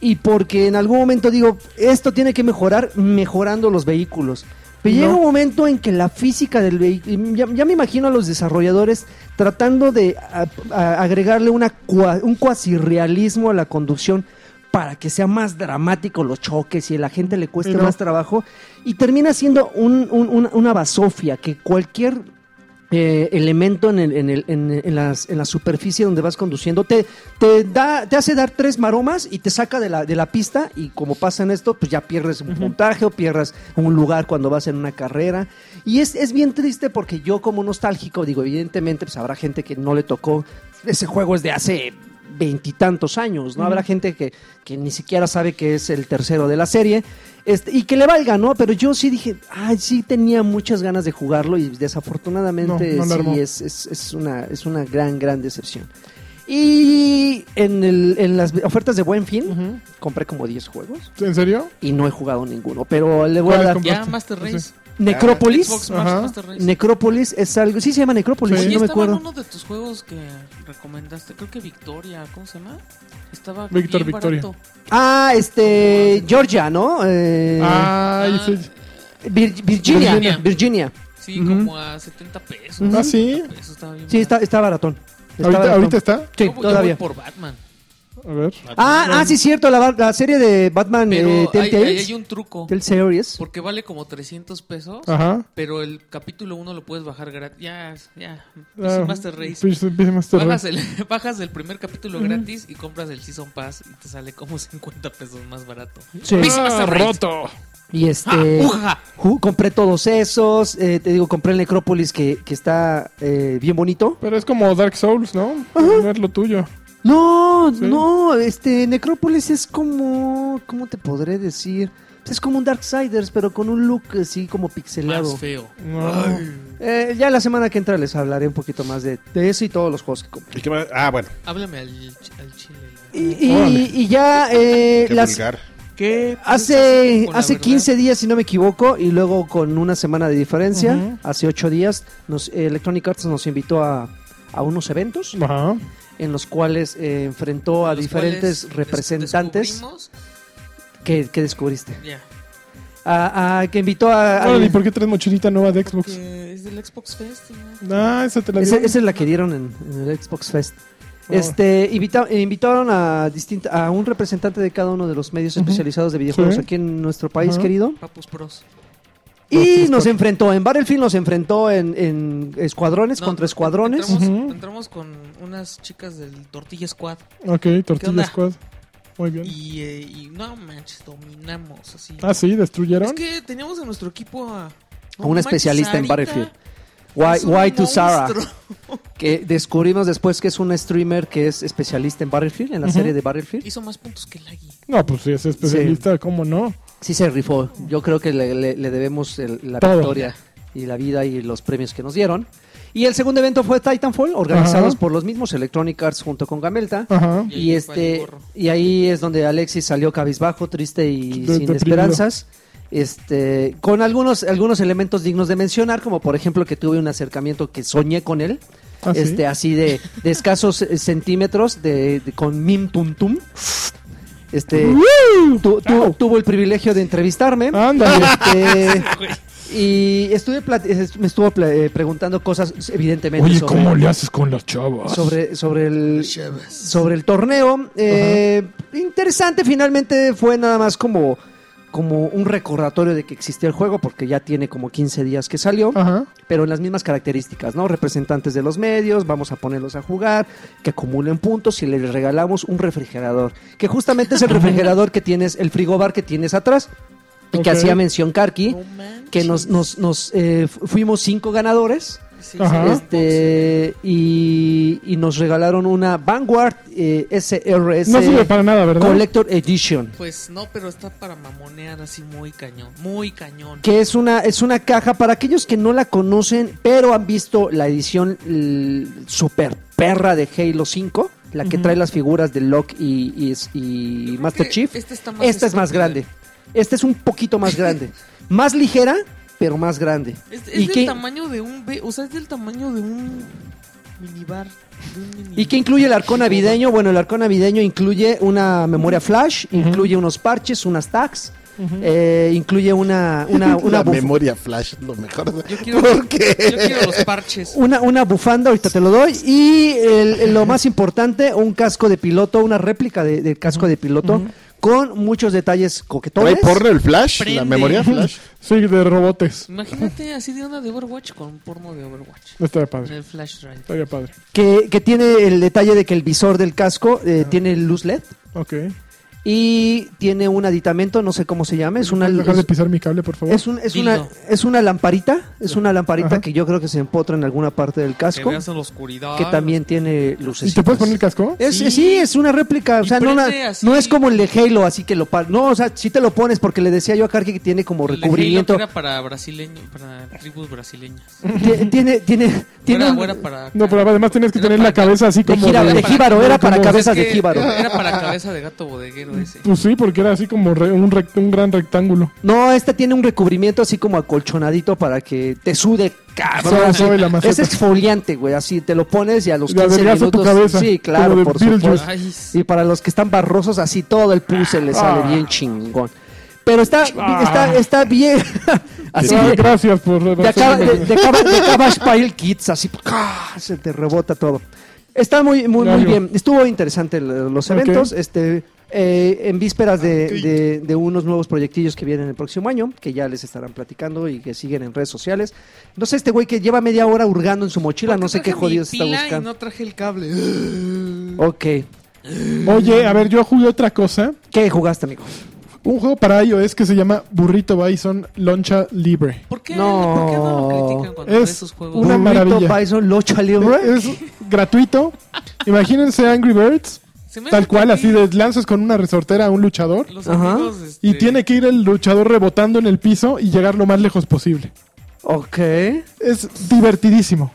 B: Y porque en algún momento digo, esto tiene que mejorar mejorando los vehículos. Pero llega un momento en que la física del vehículo, ya, ya me imagino a los desarrolladores tratando de a- a- agregarle una cua- un cuasi realismo a la conducción para que sea más dramático los choques y a la gente le cueste
C: Pero-
B: más trabajo. Y termina siendo un- un- un- una basofia que cualquier eh, elemento en, el- en el- en- en las- en la superficie donde vas conduciendo te, te, da, te hace dar tres maromas y te saca de la, de la pista y como pasa en esto, pues ya pierdes un puntaje o pierdas un lugar cuando vas en una carrera. Y es, es bien triste porque yo como nostálgico, digo, evidentemente pues habrá gente que no le tocó, ese juego es de hace veintitantos años, ¿no? Habrá gente que, que ni siquiera sabe que es el tercero de la serie este, y que le valga, ¿no? Pero yo sí dije, ay, sí tenía muchas ganas de jugarlo y desafortunadamente
C: No, no la armó.
B: sí es, es- es una, es una gran, gran decepción. Y en, el- en las ofertas de Buen Fin compré como 10 juegos
C: ¿En serio?
B: y no he jugado ninguno, pero le voy a
C: ¿Cuáles
B: dar...
C: compraste?
D: Ya, Master Race.
C: Sí.
D: Xbox
B: Necrópolis.
C: Ajá.
D: Master Race.
B: Necrópolis es algo... Sí, se llama Necrópolis,
C: Ah, Sí.
D: Oye,
B: no me
D: estaba en
B: acuerdo.
D: uno de tus juegos que recomendaste, creo que Victoria, ¿cómo se llama? Estaba
C: Víctor,
D: bien
C: Victoria.
D: barato.
B: Ah, este... Georgia, ¿no? Eh,
C: Ay,
D: Ah,
C: sí.
B: Vir- Virginia,
D: Virginia.
B: Virginia.
D: Sí,
C: Ujú.
D: como a 70 pesos.
C: Ah, sí.
D: 70 pesos, estaba bien
B: Sí, está,
D: barato.
B: está baratón. Está
C: ¿Ahorita,
B: baratón.
C: ahorita está.
B: Sí,
D: Yo voy- yo
B: todavía. Eh,
D: voy por Batman.
C: A ver.
B: Ah, ah, sí, cierto, la, la serie de Batman
D: Pero
B: eh,
D: hay,
B: Telltales.
D: hay- hay un truco.
B: Tell Series.
D: Porque vale como 300 pesos.
C: Ajá.
D: Pero el capítulo 1 lo puedes bajar gratis. Ya, ya.
C: Ah,
D: PC Master
B: Pues
D: Race.
C: Pis- Pis- Master
D: Bajas
C: Race.
D: el, bajas el primer capítulo gratis y compras el Season Pass y te sale como 50 pesos más barato. Pis-
C: Ah,
D: Master Race.
C: roto.
B: Y este.
D: Ah, ujaja.
B: ju- compré todos esos. eh, te digo, compré el Necrópolis que, que está eh, bien bonito.
C: Pero es como Dark Souls, ¿no? No es lo tuyo.
B: No,
C: Sí.
B: no, este Necrópolis es como. ¿Cómo te podré decir? Pues Es como un Darksiders, pero con un look así como pixelado.
D: Más feo.
C: No.
B: Eh, ya la semana que entra les hablaré un poquito más de, de eso y todos los juegos que compré. Eh,
A: ¿Y qué más? Ah, bueno.
D: Háblame al, ch- al chile.
B: Y, y-
C: Órale.
B: y ya eh,
A: Qué
B: las,
A: vulgar.
D: ¿Qué?
B: Eh, Hace,
D: con Eh, la
B: hace
D: verdad?
B: 15 días, si no me equivoco, y luego con una semana de diferencia,
C: Ujú.
B: hace 8 días, nos, eh, Electronic Arts nos invitó a, a unos eventos
C: Ajá.
B: en los cuales eh, enfrentó a
D: Los
B: diferentes
D: cuales
B: representantes
D: descubrimos-
B: que, que descubriste.
D: Ya.
B: A, a- que invitó a... a-
C: Órale, ¿y por qué traes mochilita nueva de
D: Porque
C: Xbox?
D: es del Xbox Fest. ¿no?
C: Ah, esa te la
B: esa,
C: dieron.
B: esa es la que dieron en, en el Xbox Fest.
C: Ah.
B: Este, invita- eh, invitaron a, distinta- a un representante de cada uno de los medios especializados de videojuegos
C: Sí.
B: aquí en nuestro país,
C: Ajá.
B: querido.
D: Papus Pros.
B: Y nos enfrentó, en Battlefield nos enfrentó en, en escuadrones
D: No,
B: contra escuadrones.
D: Entramos,
C: Ujú.
D: entramos con unas chicas del Tortilla Squad.
C: Ok,
D: ¿Qué onda?
C: Tortilla Squad. Muy bien.
D: Y, eh, y no manches, dominamos así.
C: Ah, sí, destruyeron.
D: es que teníamos en nuestro equipo a.
B: A una especialista en Battlefield. Why,
D: Why
B: why to Sarah, que descubrimos después que es un streamer que es especialista en Battlefield, en la serie de Battlefield.
D: Hizo más puntos que Laggy.
C: No, pues si es especialista, ¿cómo no?
B: Sí se rifó. Yo creo que le, le- le debemos el- la
C: Todo.
B: victoria y la vida y los premios que nos dieron. Y el segundo evento fue Titanfall, organizados
C: Ajá. Ah.
B: por los mismos Electronic Arts junto con Gamelta.
C: Ajá.
D: Y
B: Y
D: ahí valió
B: este
D: gorro.
B: y ahí es donde Alexis salió cabizbajo, triste y
C: De-
B: sin
C: deprimido.
B: esperanzas. Este, con algunos algunos elementos dignos de mencionar, como por ejemplo que tuve un acercamiento que soñé con él,
C: ¿Ah, sí?
B: este así de, de escasos eh, centímetros de, de- con mim tum tum. Este tu- tu- tuvo el privilegio de entrevistarme.
C: Ándale.
B: Este,
D: Güey,
B: y estuve plat- eh, me estuvo pla- eh, preguntando cosas evidentemente
C: Oye,
B: sobre-
C: ¿cómo le haces con las chavas?
B: sobre, sobre, el,
D: Chavas.
B: sobre el torneo. Eh, Interesante, finalmente fue nada más como, como un recordatorio de que existía el juego, porque ya tiene como 15 días que salió,
C: Ajá.
B: pero en las mismas características, ¿no? Representantes de los medios, vamos a ponerlos a jugar, que acumulen puntos y les regalamos un refrigerador, que justamente es el refrigerador que tienes, el frigobar que tienes atrás, y que
C: Ok.
B: hacía mención Karki.
D: no manches.
B: Que nos, nos, nos eh, fu- fuimos cinco ganadores.
D: Sí,
C: Ajá.
D: sí,
B: Este
C: pues
B: y, y nos regalaron una Vanguard eh, SRS
C: No sirve para nada, ¿verdad?
B: Collector Edition,
D: Pues no, pero está para mamonear así muy cañón. Muy cañón.
B: que es una es una caja para aquellos que no la conocen, pero han visto la edición l- super perra de Halo 5, la que trae las figuras de Locke y, y- y
D: Yo creo
B: Master
D: que
B: Chief.
D: Esta, está más
B: Esta es más
D: estúpida.
B: grande. Esta es un poquito más grande. más ligera, pero más grande.
D: Es, es
B: ¿Y,
D: del
B: qué,
D: tamaño de un B, o sea, es del tamaño de un minibar. de un mini-
B: ¿Y qué incluye el arco navideño? Bueno, el arco navideño incluye una memoria flash, incluye unos parches, unas tags, eh, incluye una,
A: Ah,
B: una, una,
E: la
B: buf-
E: memoria flash, lo mejor.
D: Yo quiero,
E: ¿Por qué?
D: yo quiero los parches.
B: una, una bufanda, ahorita te lo doy, y el- el- lo más importante, un casco de piloto, una réplica de- del casco de piloto, con muchos detalles
E: ¿Trae
B: coquetones.
E: porno el flash?
D: Prende.
E: ¿La memoria flash?
C: Sí, de robotes.
D: Imagínate así de una de Overwatch con porno de Overwatch.
C: Estaría
D: En
C: padre.
D: el flash drive.
C: Estaría padre.
B: Que, que tiene el detalle de que el visor del casco eh,
C: Ah.
B: tiene luz LED
C: Ok.
B: y tiene un aditamento, no sé cómo se llama, es una,
C: ¿Puedes dejar de
B: es,
C: pisar mi cable, por favor?
B: es un- es una,
D: Dildo.
B: es una lamparita, es una lamparita
C: Ajá.
B: que yo creo que se empotra en alguna parte del casco,
D: Que veas en la oscuridad.
B: que también tiene
C: ¿Y
B: luces.
C: te puedes poner el casco?
B: Es,
D: Sí.
B: sí, es una réplica. O
D: Y
B: sea, no,
D: prende
B: una-
D: así.
B: no es como el de Halo, así que lo. pa- No, o sea, sí te lo pones porque le decía yo a Karki que tiene como
D: El de Halo
B: recubrimiento.
D: Era para brasileño, para tribus brasileñas.
B: Tie- Tiene. tiene, tiene
D: Era,
B: un-
D: era para.
C: No, pero además tenías que
D: Era
C: tener la
D: para-
C: cabeza así
B: de,
C: como...
B: jíbaro-
D: era
B: de
D: para-
B: jíbaro, era para
C: como-
B: cabezas
D: Es
B: de
D: que
B: jíbaro.
D: Era para cabeza de gato bodeguero ese.
C: Pues sí, porque era así como re- un, rec- un gran rectángulo.
B: No, esta tiene un recubrimiento así como acolchonadito para que te sude, cabrón.
C: Suave, suave la maceta.
B: es exfoliante, güey. Así te lo pones y a los
C: Le
B: 15
C: adelgaza tu
B: minutos.
C: cabeza,
B: sí,
C: como
B: claro,
C: de
B: por
C: Beetlejuice.
B: supuesto.
D: Ay,
B: pues, Y para los que están barrosos, así todo el pus se les sale
C: Ah.
B: bien chingón. Pero está,
C: Ah.
B: está, está bien. así
C: Ah,
B: de-
C: gracias por...
B: de, acá, de, de acá- de acá vas para el Kids, así ¡ca! se te rebota todo. Está muy, muy, muy
C: Claro.
B: bien. Estuvo interesante el- los
C: Ok.
B: eventos. Este, eh, en vísperas de, de- de unos nuevos proyectillos que vienen el próximo año, que ya les estarán platicando y que siguen en redes sociales. No sé, este güey que lleva media hora hurgando en su mochila, no sé qué jodidos está
D: Y
B: buscando.
D: no traje el cable.
B: Ok.
C: Oye, a ver, yo jugué otra cosa.
B: ¿Qué jugaste, amigo?
C: Un juego para iOS que se llama Burrito Bison Loncha Libre.
D: ¿Por qué
B: No.
D: no, ¿por qué no lo critican cuando
C: Es
D: ve esos juegos?
C: una- maravilla.
B: Bison, Locha Libre.
C: Es gratuito. Imagínense Angry Birds,
D: Se me hace
C: tal cual,
D: que
C: así de lanzas con una resortera a un luchador.
D: Los
B: Ajá.
D: amigos, este,
C: Y tiene que ir el luchador rebotando en el piso y llegar lo más lejos posible.
B: Ok.
C: Es divertidísimo.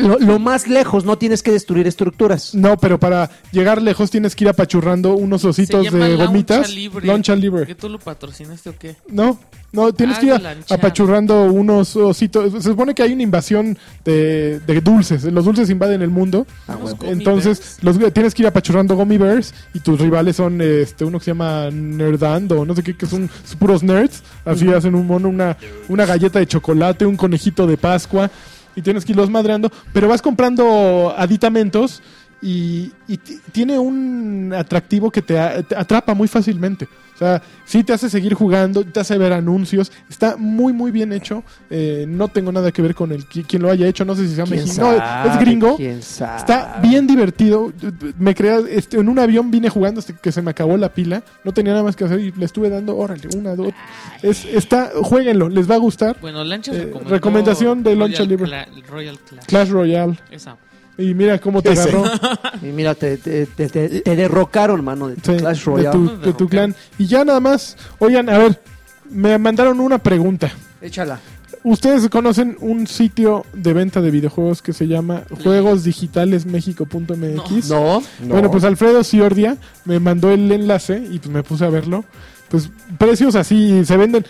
B: Lo, lo más lejos, no tienes que destruir estructuras.
C: No, pero para llegar lejos tienes que ir apachurrando unos ositos
D: llama
C: de
D: Launcha
C: gomitas.
D: Libre.
C: Loncha libre.
D: ¿Que tú lo patrocinaste o qué?
C: No, no, tienes
D: Ah,
C: que ir
D: de
C: a-
D: lanchar.
C: apachurrando unos ositos. Se supone que hay una invasión de, de dulces. Los dulces invaden el mundo.
A: Ah,
D: Unos gummy
C: Entonces,
D: bears.
C: los, tienes que ir apachurrando gummy bears y tus rivales son este uno que se llama Nerdando, no sé qué, que son puros nerds. Así hacen un mono, una, una galleta de chocolate, un conejito de Pascua y tienes que irlos madreando. Pero vas comprando aditamentos y, y ti- tiene un atractivo que te, a- te atrapa muy fácilmente. O sea, sí te hace seguir jugando, te hace ver anuncios. Está muy, muy bien hecho. Eh, no tengo nada que ver con el qui- quien lo haya hecho. No sé si sea
B: ¿Quién
C: mexicano. No, es
B: sabe?
C: gringo.
B: ¿Quién sabe?
C: Está bien divertido. Me crea, este, en un avión vine jugando hasta que se me acabó la pila. No tenía nada más que hacer y le estuve dando, órale, una, dos. Es, está, jueguenlo, les va a gustar.
D: Bueno, Lancha
C: Eh,
D: recomendó
C: recomendación de Lancha
D: Royal
C: Libre.
D: Cla- Royal Clash.
C: Clash Royale.
D: Esa.
C: Y mira cómo te
E: Ese.
C: agarró
B: Y mira, te, te, te- te- te derrocaron, mano, de tu
C: sí,
B: Clash
C: de
B: Royale.
C: tu, de tu clan. Y ya nada más, oigan, a ver, me mandaron una pregunta.
B: Échala.
C: Ustedes conocen un sitio de venta de videojuegos que se llama juegosdigitalesmexico.mx.
B: No.
C: Bueno, pues Alfredo Ciordia me mandó el enlace y pues me puse a verlo. Pues precios así se venden.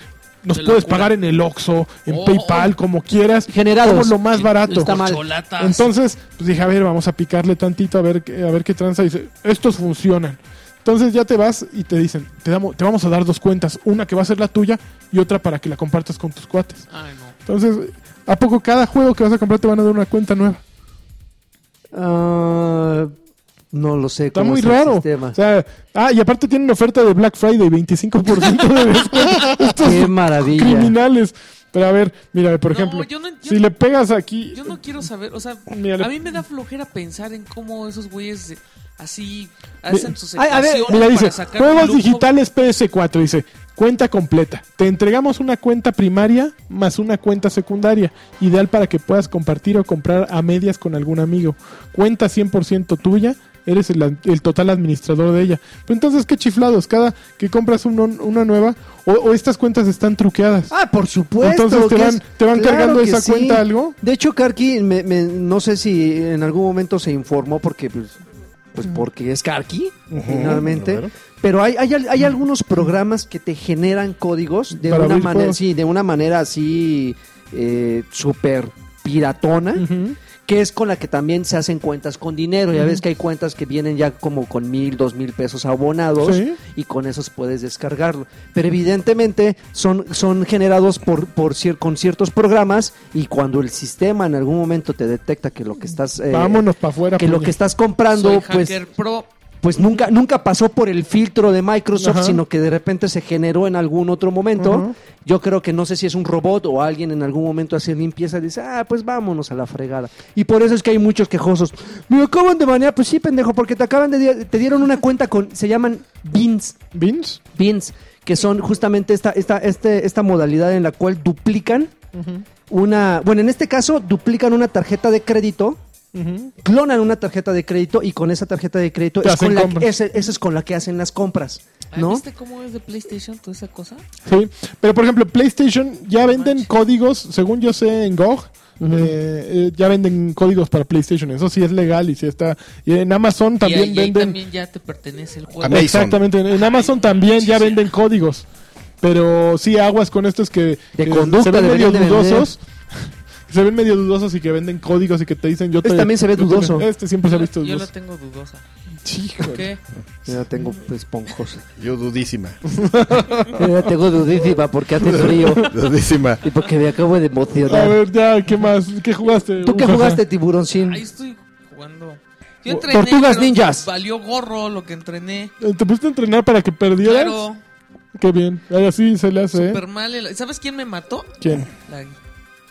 C: Nos
D: De
C: puedes
D: locura.
C: pagar en el Oxxo, en
D: Oh.
C: PayPal, como quieras.
B: Generados.
C: Como lo más barato.
B: Está mal.
D: Cholatas.
C: Entonces, pues dije, a ver, vamos a picarle tantito, a ver, qué- a ver qué tranza. Dice, estos funcionan. Entonces ya te vas y te dicen, te, damos, te vamos a dar dos cuentas. Una que va a ser la tuya y otra para que la compartas con tus cuates.
D: Ay, no.
C: Entonces, ¿a poco cada juego que vas a comprar te van a dar una cuenta nueva?
B: Ah, no lo sé.
C: Está
B: cómo
C: muy
B: el
C: raro.
B: sistema.
C: O sea, ah, y aparte tienen oferta de Black Friday, 25% de descuento. Estos
B: Qué maravilla.
C: criminales. Pero a ver, mira, por
D: No,
C: ejemplo,
D: yo no- yo
C: si
D: no-
C: le pegas aquí,
D: Yo no quiero saber, o sea,
C: Mira, le-
D: a mí me da flojera pensar en cómo esos güeyes eh, así hacen sus
B: Ay, a ver,
D: ecuaciones
C: mira, dice,
D: para sacar
C: juegos
D: lucro.
C: digitales PS4, dice, cuenta completa. Te entregamos una cuenta primaria más una cuenta secundaria, ideal para que puedas compartir o comprar a medias con algún amigo. Cuenta 100% tuya. Eres el, ad- el total administrador de ella. Pero entonces, qué chiflados. Cada que compras uno- una nueva, o, o estas cuentas están truqueadas.
B: Ah, por supuesto.
C: Entonces te
B: que
C: van- te van cargando
B: que
C: esa cuenta algo.
B: De hecho, Karki, me- me- no sé si en algún momento se informó porque pues, pues porque es Karki, finalmente.
E: claro.
B: Pero hay, hay, al- hay algunos programas que te generan códigos de
C: Para
B: una
C: abrir
B: manera,
C: juegos.
B: sí, de una manera así eh, súper piratona.
C: Ujú.
B: Que es con la que también se hacen cuentas con dinero. Ya ves que hay cuentas que vienen ya como con mil, dos mil pesos abonados
C: Sí.
B: y con esos puedes descargarlo. Pero evidentemente son, son generados por, por cier- con ciertos programas y cuando el sistema en algún momento te detecta que lo que estás eh,
C: Vámonos para afuera.
B: que lo
C: puñe.
B: que estás comprando
D: Soy
B: pues
D: hacker pro.
B: pues nunca nunca pasó por el filtro de Microsoft,
C: Ajá.
B: sino que de repente se generó en algún otro momento.
C: Ujú.
B: Yo creo que no sé si es un robot o alguien en algún momento hace limpieza y dice, "Ah, pues vámonos a la fregada." Y por eso es que hay muchos quejosos. Me acaban de banear, pues sí, pendejo, porque te acaban de di- te dieron una cuenta con se llaman beans
C: ¿Beans?
B: bins, que son justamente esta, esta, este, esta modalidad en la cual duplican una. Bueno, en este caso, duplican una tarjeta de crédito, clonan una tarjeta de crédito y con esa tarjeta de crédito
C: Te
B: es
C: hacen
B: con la,
C: compras.
B: ese- esa es con la que hacen las compras,
D: Ah,
B: ¿no?
D: ¿Viste cómo es de PlayStation toda esa cosa?
C: Sí. Pero por ejemplo, PlayStation ya venden
D: manches.
C: códigos, según yo sé, en GOG.
B: Ujú.
C: eh, eh, ya venden códigos para PlayStation, eso sí es legal y sí está. Y en Amazon
D: y ahí,
C: también
D: y ahí
C: venden.
D: también ya te pertenece el juego.
A: A Amazon.
C: Exactamente, en Amazon también ya venden códigos. Pero sí, aguas con estos que,
B: De
C: que
B: conducta
C: se ven medio
B: deberían de
C: dudosos. Se ven medio dudosos y que venden códigos y que te dicen yo
B: Este
C: te-
B: también se ve
C: yo te-
B: dudoso.
C: Este siempre se ha visto
D: Yo la
C: dudoso.
D: tengo dudosa.
C: Híjole.
D: ¿Qué?
B: Ya tengo esponjosa.
A: Yo dudísima.
B: Ya Eh, tengo dudísima porque hace frío
E: Dudísima.
B: y porque me acabo de
C: A
B: emocionar.
C: ver, ya, ¿qué más? ¿Qué jugaste?
B: ¿Tú qué
C: Ujaja.
B: jugaste, tiburoncín?
D: Ahí estoy jugando. Yo
C: O-
D: entrené,
B: Tortugas
D: pero
B: ninjas.
D: Valió gorro lo que entrené.
C: ¿Te pusiste a entrenar para que perdieras?
D: Claro,
C: Qué bien. Ay, Así se le hace, ¿eh?
D: super mal. el- ¿Sabes quién me mató?
C: ¿Quién?
D: La-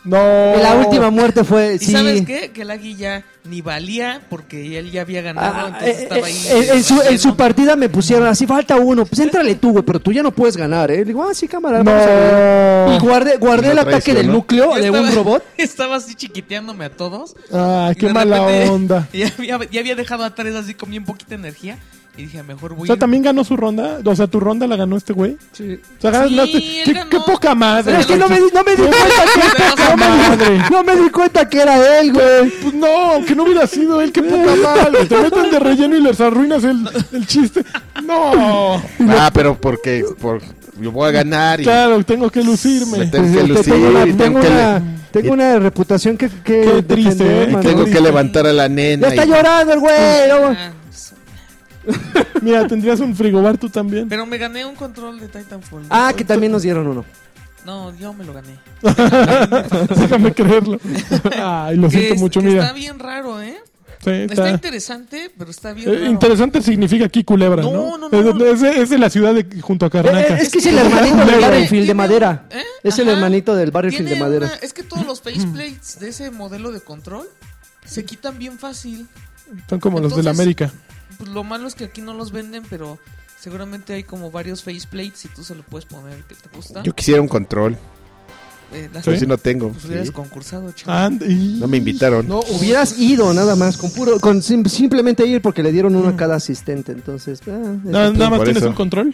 C: No.
B: Eh, La última muerte fue.
D: ¿Y
B: sí.
D: sabes qué? Que el Agui ya ni valía porque él ya había ganado,
B: Ah,
D: entonces
B: eh,
D: estaba ahí.
B: eh, eh, en, su, en
D: relleno.
B: su partida me pusieron así, falta uno. Pues éntrale tú, güey, pero tú ya no puedes ganar, ¿eh? Le digo, ah, sí, cámara. vamos a ver".
C: No.
B: Y guardé, guardé
A: Y
B: el
A: lo
B: ataque
A: traicionó.
B: del núcleo
D: Yo
B: de un
D: estaba-
B: robot.
D: Estaba así chiquiteándome a todos.
C: Ah,
D: y
C: qué
D: de
C: mala
D: repente
C: onda.
D: Ya había, ya había dejado a tres así con bien poquita energía. Y dije, mejor voy.
C: O sea,
D: a-
C: también ganó su ronda. O sea, tu ronda la ganó este güey.
B: Sí.
C: O sea, ganaste.
D: él
C: ¿Qué,
D: ganó.
C: qué poca madre.
B: Pero es que no me, di- no me di cuenta que no me, di- no me di cuenta que era él, güey.
C: Pues no, que no hubiera sido él, qué puta madre. Te meten de relleno y les arruinas el, el chiste. No.
A: Ah, pero porque por, yo voy a ganar y
C: Claro, tengo que
A: me
C: lucirme.
A: Pues, tengo que
B: Este,
A: lucir
B: tengo una,
A: y
B: tengo
A: tengo que, le-
B: una- tengo una reputación que, que
C: Qué triste, Mm.
B: defender,
C: ¿eh?
A: y
B: mano.
A: tengo que
C: Ay,
A: levantar a la nena.
B: Ya está
A: y-
B: llorando el güey. no.
D: Ah,
C: Mira, tendrías un frigobar tú también.
D: pero me gané un control de Titanfall.
B: Ah, que también nos dieron uno.
D: No, yo me lo gané.
C: Déjame creerlo. Ay, lo siento
D: Que es-
C: mucho,
D: Este, que
C: mira.
D: Está bien raro, ¿eh?
C: Sí,
D: Está
C: está.
D: interesante, pero está bien
C: Eh,
D: raro.
C: interesante significa aquí culebra, ¿no?
D: No, no, no,
C: Es,
D: no.
C: es de- es de la ciudad de, junto a
B: Eh,
C: Carnaca.
B: eh, es que es el hermanito
C: Tiene-
B: del Battlefield de
D: tiene-
B: madera.
D: ¿Eh?
B: Es el
D: Ajá.
B: hermanito del Battlefield de
D: Tiene
B: madera.
D: una- es que todos los faceplates de ese modelo de control se quitan bien fácil.
C: Son como los de la
D: Entonces-
C: América.
D: Pues lo malo es que aquí no los venden, pero seguramente hay como varios faceplates y tú se lo puedes poner el que te gusta.
A: Yo quisiera un control,
D: Eh, las-
A: pero si no tengo.
D: Pues hubieras
A: sí.
D: concursado, chico.
B: Ah,
C: And- Ah, y-
A: No me invitaron.
B: No, hubieras ido nada más, con puro, con sim- simplemente ir porque le dieron uno
C: Mm.
B: a cada asistente, entonces. ah,
C: Na-
B: eso.
C: nada más
A: por
C: tienes
A: eso.
C: un control.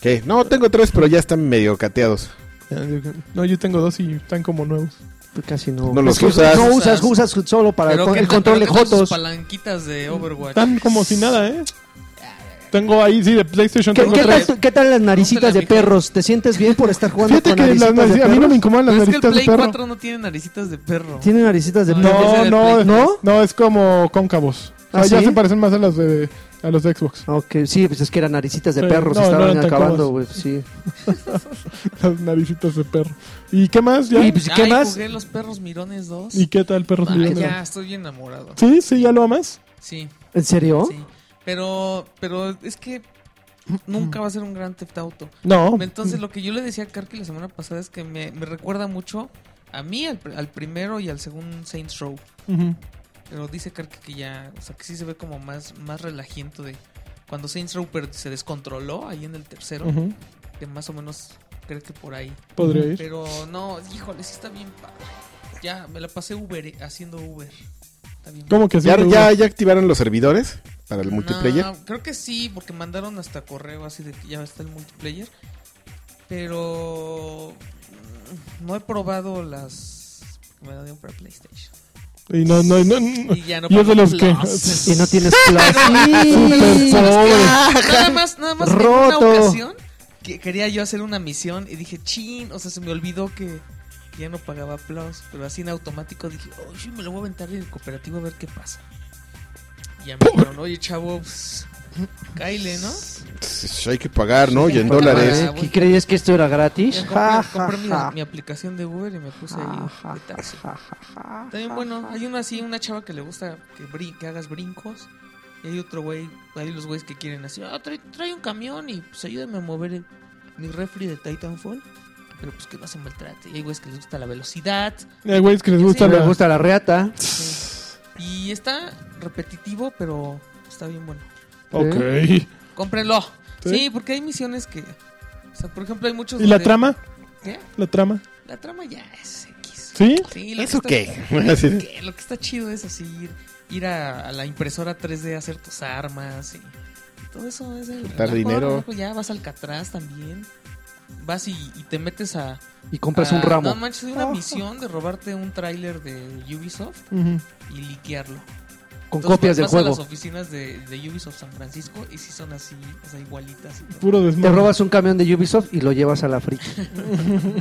A: ¿Qué? No, tengo tres, pero ya están medio cateados.
C: No, yo tengo dos y están como nuevos.
B: Tú casi no.
A: No los
B: Es que
A: usas.
B: No usas, usas solo para el,
D: Pero
B: con-
D: que
B: el
D: te-
B: control de
D: pero que todas sus
B: Jotos.
D: palanquitas de Overwatch.
C: Están como si nada, ¿eh? Tengo ahí, sí, de PlayStation.
B: ¿Qué,
C: tengo
B: qué
C: tres.
B: tal, qué tal las naricitas de
D: Póntela, mijo.
B: perros? ¿Te sientes bien por estar jugando
C: Fíjate
B: con
C: que las
B: naricitas de
C: nariz- a mí no
B: perros?
C: me incomodan las
D: Pero es que el
C: naricitas de
D: Play
C: perro.
D: 4 no tiene naricitas de perro.
B: ¿Tienen naricitas de
D: No,
B: perro?
D: es
C: No,
D: de
C: no,
D: Play.
C: no, no, es como cóncavos. O sea,
B: ¿Ah,
C: ya
B: sí?
C: se parecen más a los de, a los de Xbox.
B: Ok, sí, pues es que eran naricitas de
C: Sí,
B: perros,
C: no, no
B: estaban
C: eran tan
B: acabando,
C: cómodas.
B: güey, sí.
C: Las naricitas de perro. ¿Y qué más? Ya?
B: Y
C: ¿Y,
B: pues, ¿qué
D: Ay,
B: más?
D: jugué los perros mirones 2.
C: qué tal, perros
D: Ah,
C: milenios?
D: ya, estoy bien enamorado.
C: Sí, sí, ya lo amas.
D: Sí,
B: ¿En serio?
D: sí. Pero, pero es que nunca va a ser un gran Theft Auto.
C: No.
D: Entonces, lo que yo le decía a Karki la semana pasada es que me, me recuerda mucho a mí, al, pr- al primero y al segundo Saints Row.
C: Ujú.
D: Pero dice Karki que ya, o sea, que sí se ve como más, más relajiento de cuando Saints Row per- se descontroló ahí en el tercero,
C: Ujú.
D: que más o menos creo que por ahí.
C: Podría ir.
D: Pero no, híjole, sí está bien padre. Ya, me la pasé Uber, eh, haciendo Uber. Está bien
C: ¿Cómo que sí?
A: ¿Ya,
C: Te-
A: ya, ya activaron los servidores para el
D: No,
A: multiplayer?
D: creo que sí, porque mandaron hasta correo así de que ya está el multiplayer. Pero mm, no he probado las que me dan para PlayStation.
C: Y no, no, no, no.
D: Y ya no
C: Y es de los que.
D: Plus.
B: Si no tienes plástico.
C: Súper pobre.
D: Nada más, nada más en una
B: Roto.
D: ocasión que quería yo hacer una misión y dije, chin, o sea, se me olvidó que que ya no pagaba plus, pero así en automático dije, oye, me lo voy a aventar en el cooperativo a ver qué pasa. Y ya me dijeron, oye, chavo, pues, cáele, ¿no?
E: Hay que pagar, ¿no? Y en
D: Hay que
E: dólares.
D: pagar.
B: ¿Qué creías que esto era gratis? Ja,
D: Ya compré,
B: ja,
D: compré mi,
B: ja.
D: mi aplicación de Uber y me puse
B: Ja,
D: ahí
B: ja,
D: de taxi.
B: ja, ja, ja,
D: También,
B: ja,
D: bueno,
B: ja.
D: hay una así, una chava que le gusta que, brin- que hagas brincos. Y hay otro güey, hay los güeyes que quieren así, ah, trae, trae un camión y pues ayúdame a mover el- mi refri de Titanfall. Pero pues que no se maltrate. Y hay güeyes que les gusta la velocidad.
C: Hay güeyes Eh, que les gusta
D: Sí,
B: Me
C: la.
B: gusta la reata. ¿eh?
D: Y está repetitivo, pero está bien bueno.
C: Ok.
D: Cómprenlo.
C: Sí.
D: Sí, porque hay misiones que... O sea, por ejemplo, hay muchos...
C: ¿Y la
D: donde-
C: trama?
D: ¿Qué?
C: La trama.
D: La trama ya es X.
C: ¿Sí?
D: Sí, lo que
E: ¿Eso
D: está-
E: qué?
D: que lo que está chido es así ir, ir a, a la impresora 3D a hacer tus armas y todo eso es el
E: Juntar
D: relajo,
E: dinero.
D: relajo, ya vas al Alcatraz también. Vas y, y te metes a.
B: Y compras un
D: a-
B: ramo.
D: Ah, No manches, hay una misión de robarte un tráiler de Ubisoft
C: Ujú.
D: y liquearlo.
B: Con
D: Entonces,
B: copias del
D: vas a las
B: juego.
D: oficinas de, de Ubisoft San Francisco y sí son así, o sea, igualitas. y todo.
C: Puro
B: Te
C: desmadre.
B: robas un camión de Ubisoft y lo llevas a la friki.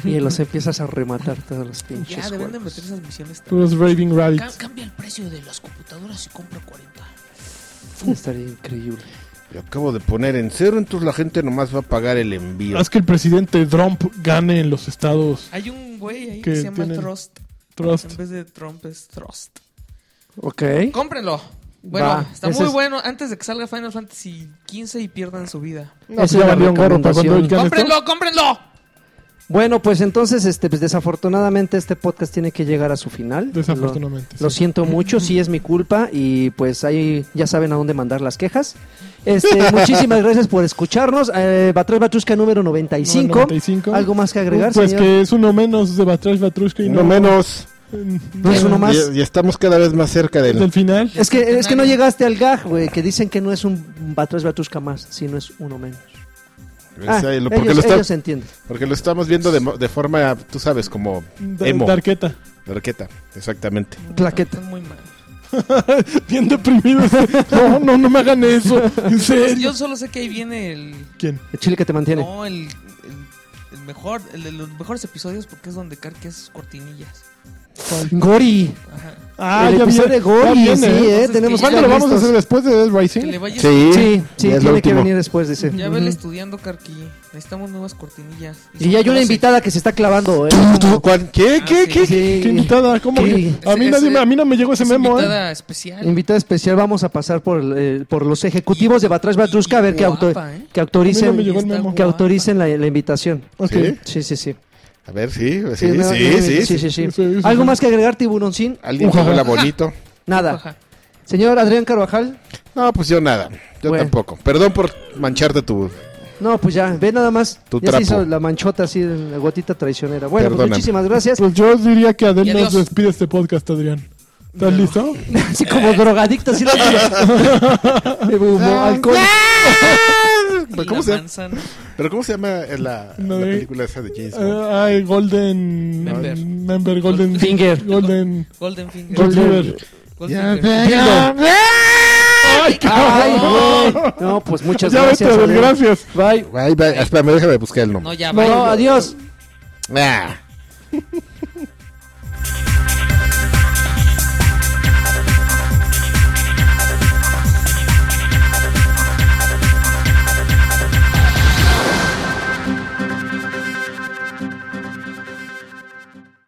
B: y los empiezas a rematar todos los pinches.
D: Ya deben de
B: juegos.
D: meter esas misiones también.
C: Puros Raving
D: Ca-
C: Rabbits.
D: Cambia el precio de las computadoras y compra 40.
B: Estaría increíble.
E: Lo acabo de poner en cero, entonces la gente nomás va a pagar el envío.
C: Haz que el presidente Trump gane en los estados.
D: Hay un güey ahí
C: Que
D: que se llama
C: tienen-
D: Trust.
C: Trust.
D: En vez de Trump es Trust.
B: Ok.
D: Cómprenlo. Bueno,
B: Va,
D: está
B: ese
D: muy
B: es-
D: bueno antes de que salga Final Fantasy XV y pierdan su vida.
C: No,
B: Esa
C: Pues ya
B: es la
C: valió un gorro para cuando
B: recomendación.
C: gane esto.
D: ¡Cómprenlo, cómprenlo!
B: Bueno, pues entonces, este, pues desafortunadamente este podcast tiene que llegar a su final.
C: Desafortunadamente.
B: Lo, lo
C: sí.
B: siento mucho, sí es mi culpa y pues ahí ya saben a dónde mandar las quejas. Este, muchísimas gracias por escucharnos. Eh, Batrás Batrusca número 95.
C: 95.
B: ¿Algo más que agregar,
C: Pues
B: señor?
C: que es uno menos de Batrash Batrushka y
E: No menos.
B: No es uno más.
E: Y, y estamos cada vez más cerca del.
C: Del final.
B: Es que, es que no llegaste al gag, güey, que dicen que no es un Batrás Batrusca más, sino es uno menos. Ah,
E: Ese- Pues lo-
B: ellos,
E: porque, lo está-
B: ellos entienden.
E: porque lo estamos viendo de, mo- de forma, tú sabes, como
C: Da-
E: emo.
C: Tarqueta.
E: de arqueta, exactamente.
B: Claqueta.
D: Están muy mal.
C: Bien deprimido. No, no, no me hagan eso. En serio.
D: Yo solo sé que ahí viene el.
C: ¿Quién?
B: El chile que te mantiene.
D: No, el. el- el mejor, el de los mejores episodios porque es donde Karki hace sus cortinillas.
B: Gori.
D: Ajá.
C: Ah,
B: el
C: ya
B: episodio
C: viene,
B: de Gori,
C: ya
B: sí,
C: viene, ¿eh?
B: eh,
D: Entonces,
B: tenemos
D: ¿cuándo
C: ¿Cuándo lo
B: que estar
C: vamos a hacer
B: listos.
C: después de Dead
D: Que le
C: Rising?
D: vaya.
B: Sí, sí,
E: ya es lo
B: tiene que
E: último.
B: venir después, dice.
D: Ya vele
B: Ujú.
D: estudiando, Karki. Necesitamos nuevas cortinillas.
B: Y ya hay una
D: No sé.
B: invitada que se está clavando, ¿eh?
E: ¿Tú, cuál? ¿Qué?
D: Ah,
E: ¿Qué?
D: sí.
E: ¿Qué?
B: Sí.
C: ¿Qué invitada? ¿Cómo?
B: Sí.
C: que- A mí,
D: Ese-
C: nadie,
D: ese-
C: me- a mí no me llegó ese
D: Es
C: memo, ¿eh?
D: invitada especial.
B: Invitada especial, vamos a pasar por, el, eh, por los ejecutivos de Batrash Batrushka a ver que, auto-
D: Guapa, ¿eh?
B: que
C: A mí no me
B: autoricen,
C: llegó el memo.
B: que autoricen la, la invitación.
C: Ok.
E: ¿Sí?
B: Sí, sí, sí.
E: A ver, sí, sí,
B: Sí,
E: sí,
B: no, no,
E: sí.
B: no,
E: sí,
B: sí, sí, sí.
C: Sí, sí, sí.
B: ¿Algo más que agregar, Tiburoncín?
D: Ah,
E: Alguien que
C: Ujaja.
E: huela bonito.
B: Nada.
D: Ajá.
B: Señor Adrián Carvajal.
E: No, pues yo nada. Yo
B: Bueno.
E: tampoco. Perdón por mancharte tu.
B: No, pues ya, ve nada más.
E: Tu
B: ya se
E: trapo.
B: hizo la manchota así, la gotita traicionera. Bueno, pues
E: Perdóname.
B: muchísimas gracias.
C: Pues yo diría que Adel
D: Y
C: nos
D: adiós.
C: despide este podcast, Adrián. ¿Estás listo?
B: Así como drogadicto, así lo Eh, humo, alcohol.
D: Y
E: ¿Cómo
D: la
E: se llama?
D: manzana.
E: ¿Pero cómo se llama eh, la,
C: No,
E: la
C: eh.
E: película esa de James Bond?
C: Ah, ay, Golden.
D: Member.
C: Member, Golden.
B: Finger.
C: Golden.
D: Golden Finger.
C: Golden.
B: Golden.
C: River.
D: Golden Finger.
C: ¡Ay,
B: Ay,
C: cabrón!
B: güey. no, pues muchas
C: Ya vete,
B: gracias.
C: Adel,
B: Adrián.
C: gracias.
B: Bye.
E: Ay, va, espérame, déjame buscar el
D: No,
E: nombre.
D: ya,
B: No,
D: bye.
B: adiós.
E: Ah.